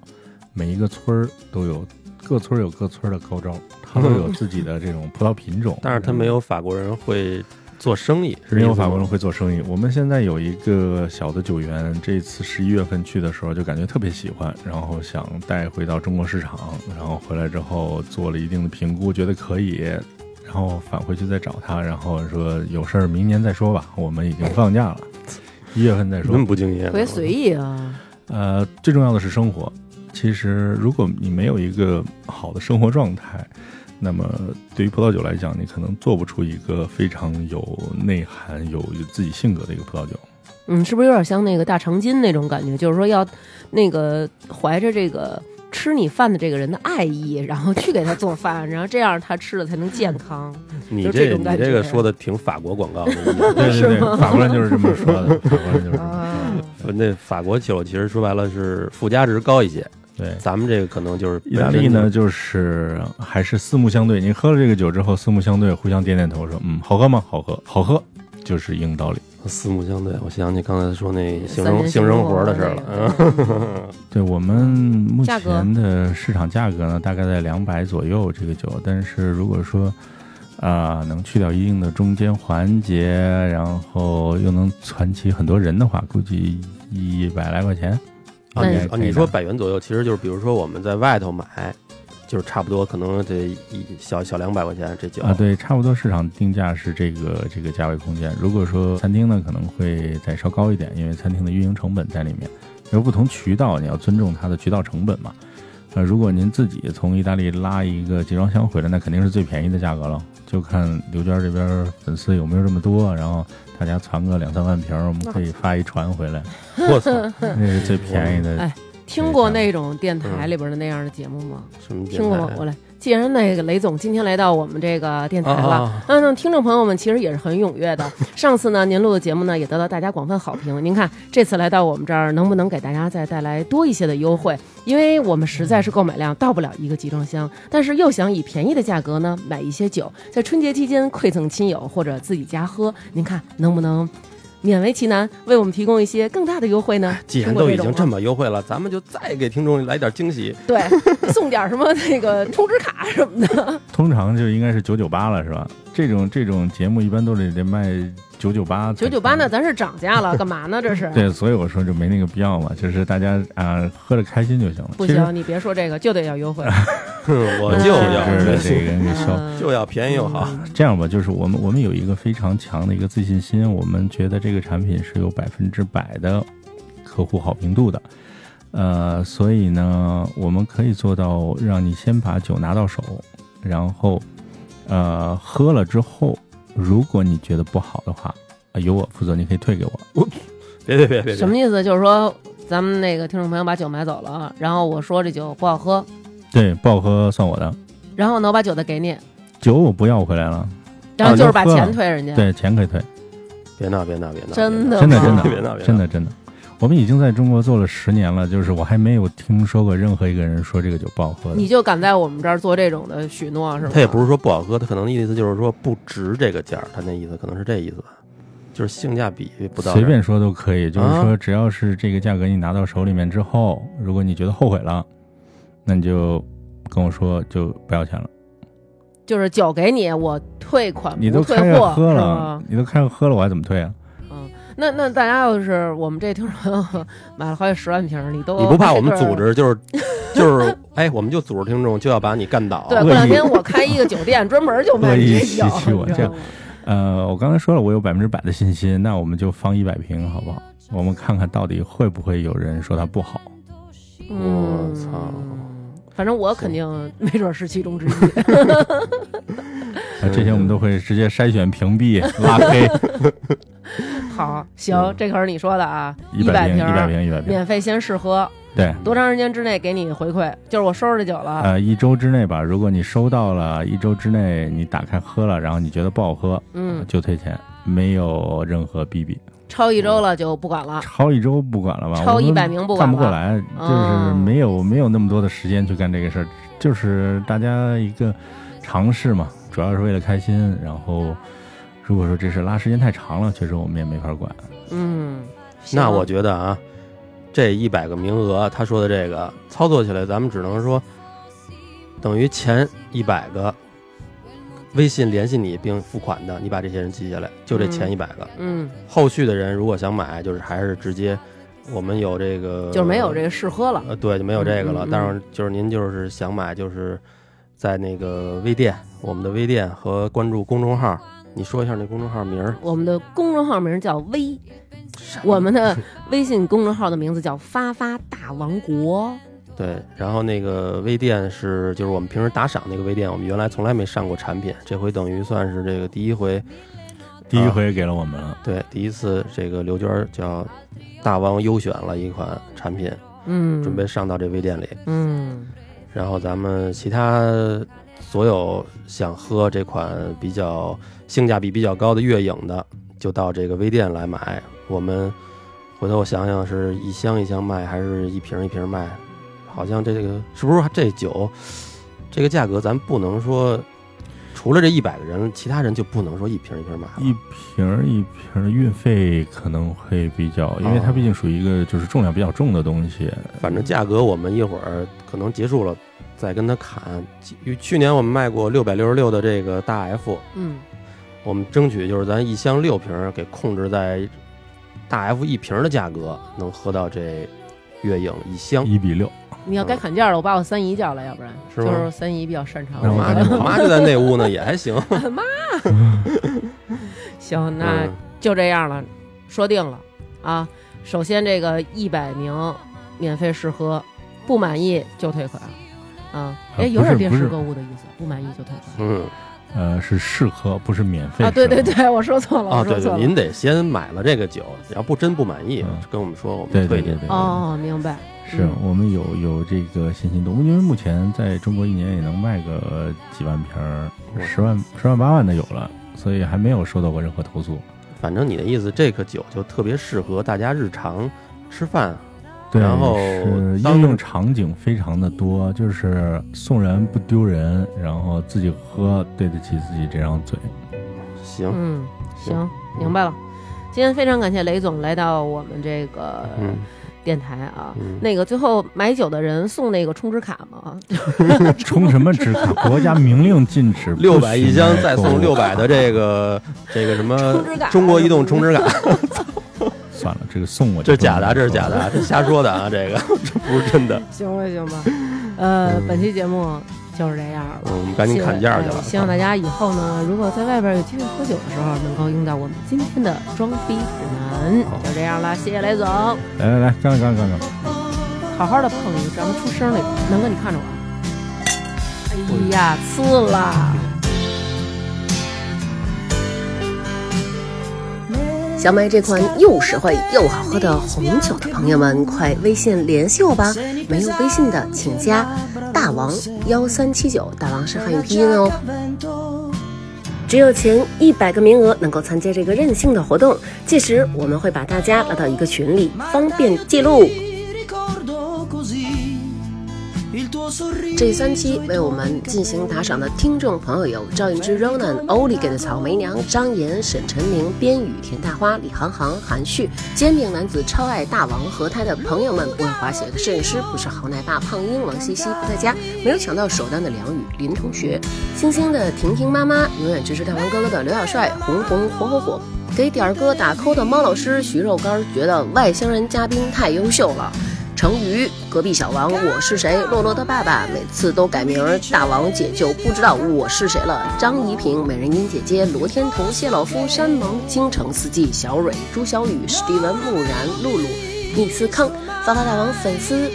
C: 每一个村儿都有，各村儿有各村儿的高招，它都有自己的这种葡萄品种，
B: 嗯但是他没有法国人会做生意，
C: 没有
B: 是
C: 法国
B: 吗
C: 人会做生意。我们现在有一个小的酒园，这次十一月份去的时候就感觉特别喜欢，然后想带回到中国市场，然后回来之后做了一定的评估，觉得可以，然后返回去再找他，然后说有事儿明年再说吧，我们已经放假了，一月份再
B: 那
C: 说
B: 么。不敬业呢，
A: 特别随意啊，
C: 呃，最重要的是生活。其实，如果你没有一个好的生活状态，那么对于葡萄酒来讲，你可能做不出一个非常有内涵、有自己性格的一个葡萄 酒。
A: 嗯，是不是有点像那个大长今那种感觉？就是说要那个怀着这个吃你饭的这个人的爱意，然后去给他做饭，然后这样他吃了才能健 康。
B: 你
A: 就这
B: 这
A: 种
B: 你
A: 感
B: 这个
A: 觉
B: 说的挺法国广告的，
C: 对对
A: 是
C: 对，
A: 吗
C: 法国人就是这么 说的，法国人就是这么
A: 啊，
B: 那法国酒其实说白了是附加值高一些，
C: 对。
B: 咱们这个可能就是
C: 意大利呢，就是还是四目相对。你喝了这个酒之后，四目相对，互相点点头，说：“嗯，好喝吗？好喝，好喝。”就是硬道理。
B: 四目相对。我想起刚才说那性
A: 三
B: 生
A: 人
B: 性
A: 行
B: 生
A: 活
B: 活的
A: 的
B: 事儿了，嗯，
A: 那个。
C: 对我们目
A: 价格
C: 前的市场价格呢，大概在两百左右这个酒，但是如果说啊、能去掉一定的中间环节，然后又能攒起很多人的话，估计一百来块钱。
B: 啊，
A: 嗯
B: 你
C: 应该
B: 啊
C: 可以
B: 你说
C: 的
B: 百元左右，其实就是比如说我们在外头买，就是差不多可能得一小小两百块钱这酒
C: 啊，，对，差不多市场定价是这个这个价位空间。如果说餐厅呢，可能会再稍高一点，因为餐厅的运营成本在里面。有不同渠道，你要尊重它的渠道成本嘛。呃，如果您自己从意大利拉一个集装箱回来，那肯定是最便宜的价格了。就看刘娟这边粉丝有没有这么多，然后大家攒个两三万瓶儿，我们可以发一船回 来，
B: 我操，
C: 那是最便宜的。
A: 哎 听
B: 嗯
A: 过那种电台里边的那样的节目吗？
B: 什么
A: 听过吗？我来，既然那个雷总今天来到我们这个电台了，
B: 啊啊
A: 那那听众朋友们其实也是很踊跃 的。上次呢，您录的节目呢也得到大家广泛好评。您看这次来到我们这儿，能不能给大家再带来多一些的优惠？因为我们实在是购买量到不了一个集装箱，但是又想以便宜的价格呢买一些酒，在春节期间馈赠亲友或者自己家喝。您看能不能 勉为其难，为我们提供一些更大的优惠呢？
B: 既
A: 通
B: 然
A: 过
B: 都已
A: 种
B: 经
A: 啊
B: 这么优惠了，咱们就再给听众来点惊喜。
A: 对，送点儿什么那个充值卡什么的。
C: 通常就应该是九九八了，是吧？这种这种节目一般都得得卖九九八。
A: 九九八 呢，咱是涨价了，干嘛呢？这是。
C: 对，所以我说就没那个必要嘛，就是大家啊、喝着开心就行了。
A: 不
C: 其实哎
A: 行，你别说这个，就得要优惠，
B: 哼，我
A: 嗯
B: 就
C: 就是
B: 要
C: 这个人给消。
A: 嗯
B: 就要便宜又好，
C: 这样吧，就是我们我们有一个非常强的一个自信心，我们觉得这个产品是有百分之百的客户好评度的。呃，所以呢，我们可以做到让你先把酒拿到手，然后呃喝了之后，如果你觉得不好的话，呃由我负责，你可以退给我。
B: 别别别别
A: 什
B: 别，
A: 么意思？就是说，咱们那个听众朋友把酒买走了，啊然后我说这酒不好喝，
C: 对，不好喝算我的，
A: 然后呢，我把酒再给你，
C: 酒我不要回来了，
A: 然后就是把
C: 啊就喝了
A: 钱退人家。
C: 对，钱可以退。
B: 别闹别闹别闹，
A: 真的
C: 真的
A: 吗
C: 真的
B: 别闹别闹
C: 真的真的，我们已经在中国做了十年了，就是我还没有听说过任何一个人说这个酒不好喝的
A: 你。就敢在我们这儿做这种的许诺是吗？
B: 他也不是说不好喝，他可能意思就是说不值这个价儿，他那意思可能是这意思吧，就是性价比不到这儿。
C: 随便说都可以，就是
B: 啊
C: 说只要是这个价格你拿到手里面之后，如果你觉得后悔了，那你就跟我说就不要钱了。
A: 就是酒给你，我退款
C: 你
A: 不
C: 都
A: 退
C: 开始
A: 货，嗯
C: 喝
A: 是
C: 了
A: 吗，？
C: 你都开始喝了，我还怎么退啊？
A: 那那大家要是我们这听众朋友买了好几十万瓶儿，你都
B: 你不怕我们
A: 挨个儿
B: 组织就是就是哎，我们就组织听众就要把你干倒，
A: 对，
C: 恶
A: 过两
C: 意
A: 天我开一个酒店，专门就卖
C: 恶
A: 这
C: 意袭
A: 酒，
C: 击我
A: 你知
C: 这
A: 道吗
C: 呃，我刚才说了，我有百分之百的信心，那我们就放一百瓶好不好？我们看看到底会不会有人说它不好。
A: 嗯
B: 我操！
A: 反正我肯定没准是其中之一。
C: 啊这些我们都会直接筛选、屏蔽、拉 黑，
A: 好，
B: 嗯
A: 行，这可是你说的啊，
C: 一
A: 百
C: 百瓶、一百
A: 儿，嗯
C: 瓶、一百瓶，
A: 免费先试喝，
C: 对。
A: 多长时间之内给你回馈？就是我收拾这酒
B: 啊
A: 了，
C: 呃，一周之内吧，如果你收到了，一周之内你打开喝了，然后你觉得不好喝，
A: 嗯，
C: 就退钱，没有任何逼逼。
A: 超一周了就不管了。
C: 超一周不管了吧，
A: 啊超
C: 我们
A: 100名不管
C: 干不
A: 了
C: 过来，就是
A: 哦
C: 没有没有那么多的时间去干这个事儿，就是大家一个尝试嘛，主要是为了开心。然后如果说这事拉时间太长了，确实我们也没法管。
A: 嗯，行
B: 那我觉得啊，这一百个名额，他说的这个操作起来，咱们只能说等于前一百个微信联系你并付款的，你把这些人记下来，就这前一百个。
A: 嗯，
B: 后续的人如果想买，就是还是直接我们有这个，
A: 就是没有这个试喝了。
B: 呃，对，就没有这个
A: 嗯
B: 了。
A: 嗯嗯
B: 但是就是您就是想买，就是在那个微店，我们的微店和关注公众号，你说一下那公众号名儿。
A: 我们的公众号名叫微，我们 的微信公众号的名字叫发发大王国。
B: 对，然后那个微店是就是我们平时打赏那个微店，我们原来从来没上过产品，这回等于算是这个第一回，
C: 第一
B: 啊
C: 回给了我们了，
B: 对，第一次这个刘娟儿叫大王优选了一款产品，
A: 嗯，
B: 准备上到这微店里。
A: 嗯，
B: 然后咱们其他所有想喝这款比较性价比比较高的月影的，就到这个微店来买。我们回头我想想，是一箱一箱卖，还是一瓶一瓶卖？好像这个是不是这酒这个价格，咱不能说除了这一百个人，其他人就不能说一瓶一瓶买了。
C: 一瓶儿一瓶儿的运费可能会比较，因为它
B: 哦
C: 毕竟属于一个就是重量比较重的东西，
B: 反正价格我们一会儿可能结束了再跟他砍。去去年我们卖过六百六十六的这个大 F，
A: 嗯，
B: 我们争取就是咱一箱六瓶儿给控制在大 F 一瓶儿的价格，能喝到这月影一箱。
A: 嗯
C: 一比六。
A: 你要该砍价了，我把我三姨叫来，要不然
B: 是
A: 就
B: 吗
A: 是三姨比较擅长
B: 我
C: 那。
B: 妈
C: 赶紧
B: 我妈就在那屋呢，也还行。
A: 行，
B: 嗯
A: 那就这样了，说定了啊。首先这个一百名免费试喝，不满意就退款啊。
C: 啊
A: 哎，有点
C: 不是
A: 电
C: 不是
A: 视购物的意思，不满意就退款。
B: 嗯
C: 呃，是试喝，不是免费
A: 啊，对
C: 试
A: 对
C: 喝
A: 对，我说错了，
B: 啊，
A: 我
B: 对
A: 说错
B: 对，
A: 了。
B: 您得先买了这个酒，要不真不满意
C: 嗯，
B: 跟我们说，我们
C: 对
B: 退
C: 对对
B: 您。
C: 对。
A: 哦，明白。
C: 是
A: 嗯
C: 我们有有这个信心度，因为目前在中国一年也能卖个几万瓶儿，
B: 嗯
C: 十万十万八万的有了，所以还没有收到过任何投诉。
B: 反正你的意思，这个酒就特别适合大家日常吃饭。
C: 对，
B: 然后
C: 是
B: 当
C: 应用场景非常的多，就是送人不丢人，然后自己喝对得起自己这张 嘴。
B: 行，
A: 嗯，行
B: 行，
A: 明白了。今天非常感谢雷总来到我们这个
B: 嗯
A: 电台啊。
B: 嗯，
A: 那个最后买酒的人送那个充值卡吗？
C: 充什么值卡？国家明令禁 止，
B: 六百一箱，再送六
C: 百。
B: 百的这个 这个什么
A: 充值卡
B: 中国移动充 值卡。
C: 算了，这个送我
B: 这
C: 就是
B: 假的，啊这
C: 不能
B: 是假的，这瞎说的啊，这个 这不是真的。
A: 行吧，行吧。呃，本期节目就是这样了。呃
B: 嗯，赶紧砍价去了。
A: 希望大家以后呢，如果在外边有机会喝酒的时候，能够用到我们今天的装逼指南。就这样了，谢谢雷总，好
C: 来来来，干干干干！
A: 好的碰一个，咱们出声里。南哥，你看着我。哎呀，刺啦！
E: 想买这款又实惠又好喝的红酒的朋友们，快微信联系我吧！没有微信的请加大王幺三七九，大王是汉语拼音哦。只有前一百个名额能够参加这个任性的活动，届时我们会把大家拉到一个群里，方便记录。这三期为我们进行打赏的听众朋友有赵云之、Ronan、欧里给的草莓娘、张岩、沈晨明、边宇、田大花、李航航、韩旭、煎饼男子、超爱大王和他的朋友们、不会滑雪的摄影师、不是好奶爸、胖英、王西西不在家、没有抢到首单的梁宇、林同学、星星的婷婷妈妈、永远支持大王哥哥的刘小帅、红红火火火、给点儿哥打 call 的猫老师、徐肉干儿觉得外星人嘉宾太优秀了。成鱼、隔壁小王、我是谁、洛洛的爸爸，每次都改名儿，大王姐就不知道我是谁了。张怡萍、美人音姐姐、罗天童、谢老夫、山盟、京城四季、小蕊、朱小雨、史蒂文、木然、露露、密斯康、发发大王粉丝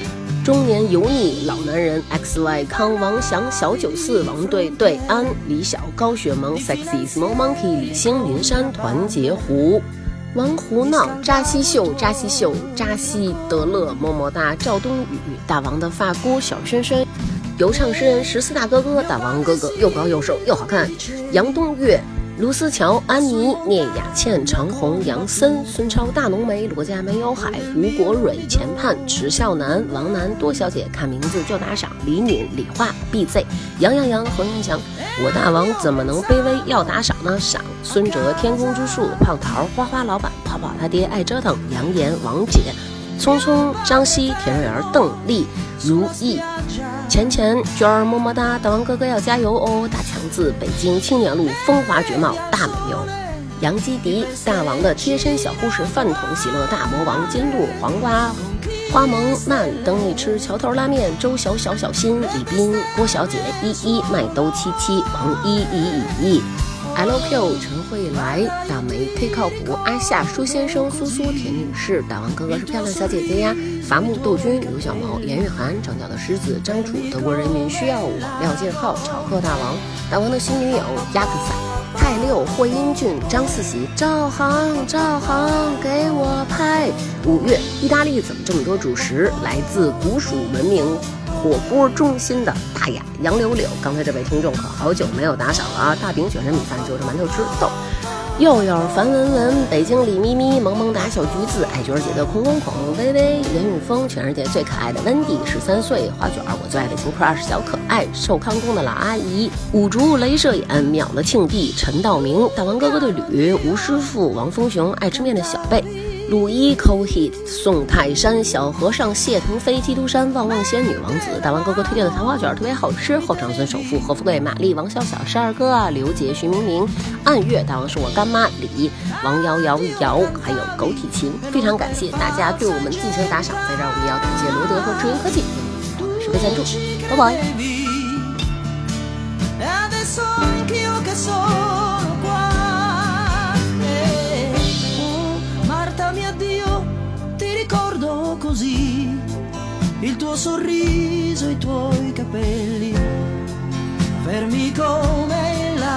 E: 中年油腻老男人 X Y 康王翔小九四王队队安李晓高雪萌 Sexy Small Monkey 李星云山团结胡。王胡闹，扎西秀，扎西秀，扎西德勒，么么哒，赵冬雨，大王的发箍，小轩轩，游唱诗人十四大哥哥，大王哥哥又高又瘦又好看，杨东岳，卢思乔，安妮，聂雅倩，长虹，杨森，孙超，大浓眉，罗家没有海，吴国蕊，钱盼，迟笑楠，王楠，多小姐，看名字就打赏，李敏，李化，BZ，杨洋洋，何云翔，我大王怎么能卑微？要打赏呢？赏孙哲、天空之树、胖桃、花花老板、泡泡他爹爱折腾、杨言、王姐、聪聪、张希、田瑞儿、邓丽、如意、钱钱、娟儿、么么哒、大王哥哥要加油哦！大强子、北京青年路风华绝貌大美妞。杨基迪、大王的贴身小护士、饭桶喜乐大魔王、金鹿、黄瓜、花萌、慢灯一吃、桥头拉面、周小小小新、李斌、郭小姐、依依、麦兜七七、王一一一一。LQ 陈慧来、大梅 K 靠谱、阿夏、舒先生、苏苏、田女士、大王哥哥是漂亮小姐姐呀、伐木斗君、刘小毛、严雨涵、长角的狮子、张楚、德国人民需要我、廖建浩、炒客大王、大王的新女友、亚克萨、泰六、霍英俊、张四喜、赵航、赵航给我拍。五月，意大利怎么这么多主食？来自古蜀文明火锅中心的大雅杨柳柳。刚才这位听众可好久没有打赏了啊！大饼卷着米饭就着馒头吃，逗。又有樊文文、北京李咪咪、萌萌哒、小橘子、爱娟儿姐的孔孔孔、微微、任永峰，全世界最可爱的温迪，十三岁花卷儿，我最爱的情 crush 小可爱，寿康宫的老阿姨，五竹镭射眼秒了庆帝，陈道明，大王哥哥的吕，吴师傅，王峰雄，爱吃面的小贝。鲁伊 Co Hit、宋泰山、小和尚、谢腾飞、基督山、旺旺仙女、王子、大王哥哥推荐的糖花卷儿特别好吃。后场村首富何富贵、玛丽、王小小、十二哥啊、刘杰、徐明明、暗月、大王是我干妈李、王瑶瑶、瑶，还有狗体琴。非常感谢大家对我们进行打赏，在这儿我们也要感谢罗德和智云科技对我们的设备赞助。拜
D: 嗯
E: 拜。
D: E adesso anch'io che sono qua. Eh, oh, Marta mia Dio, ti ricordo così. Il tuo sorriso, i tuoi capelli, fermi come la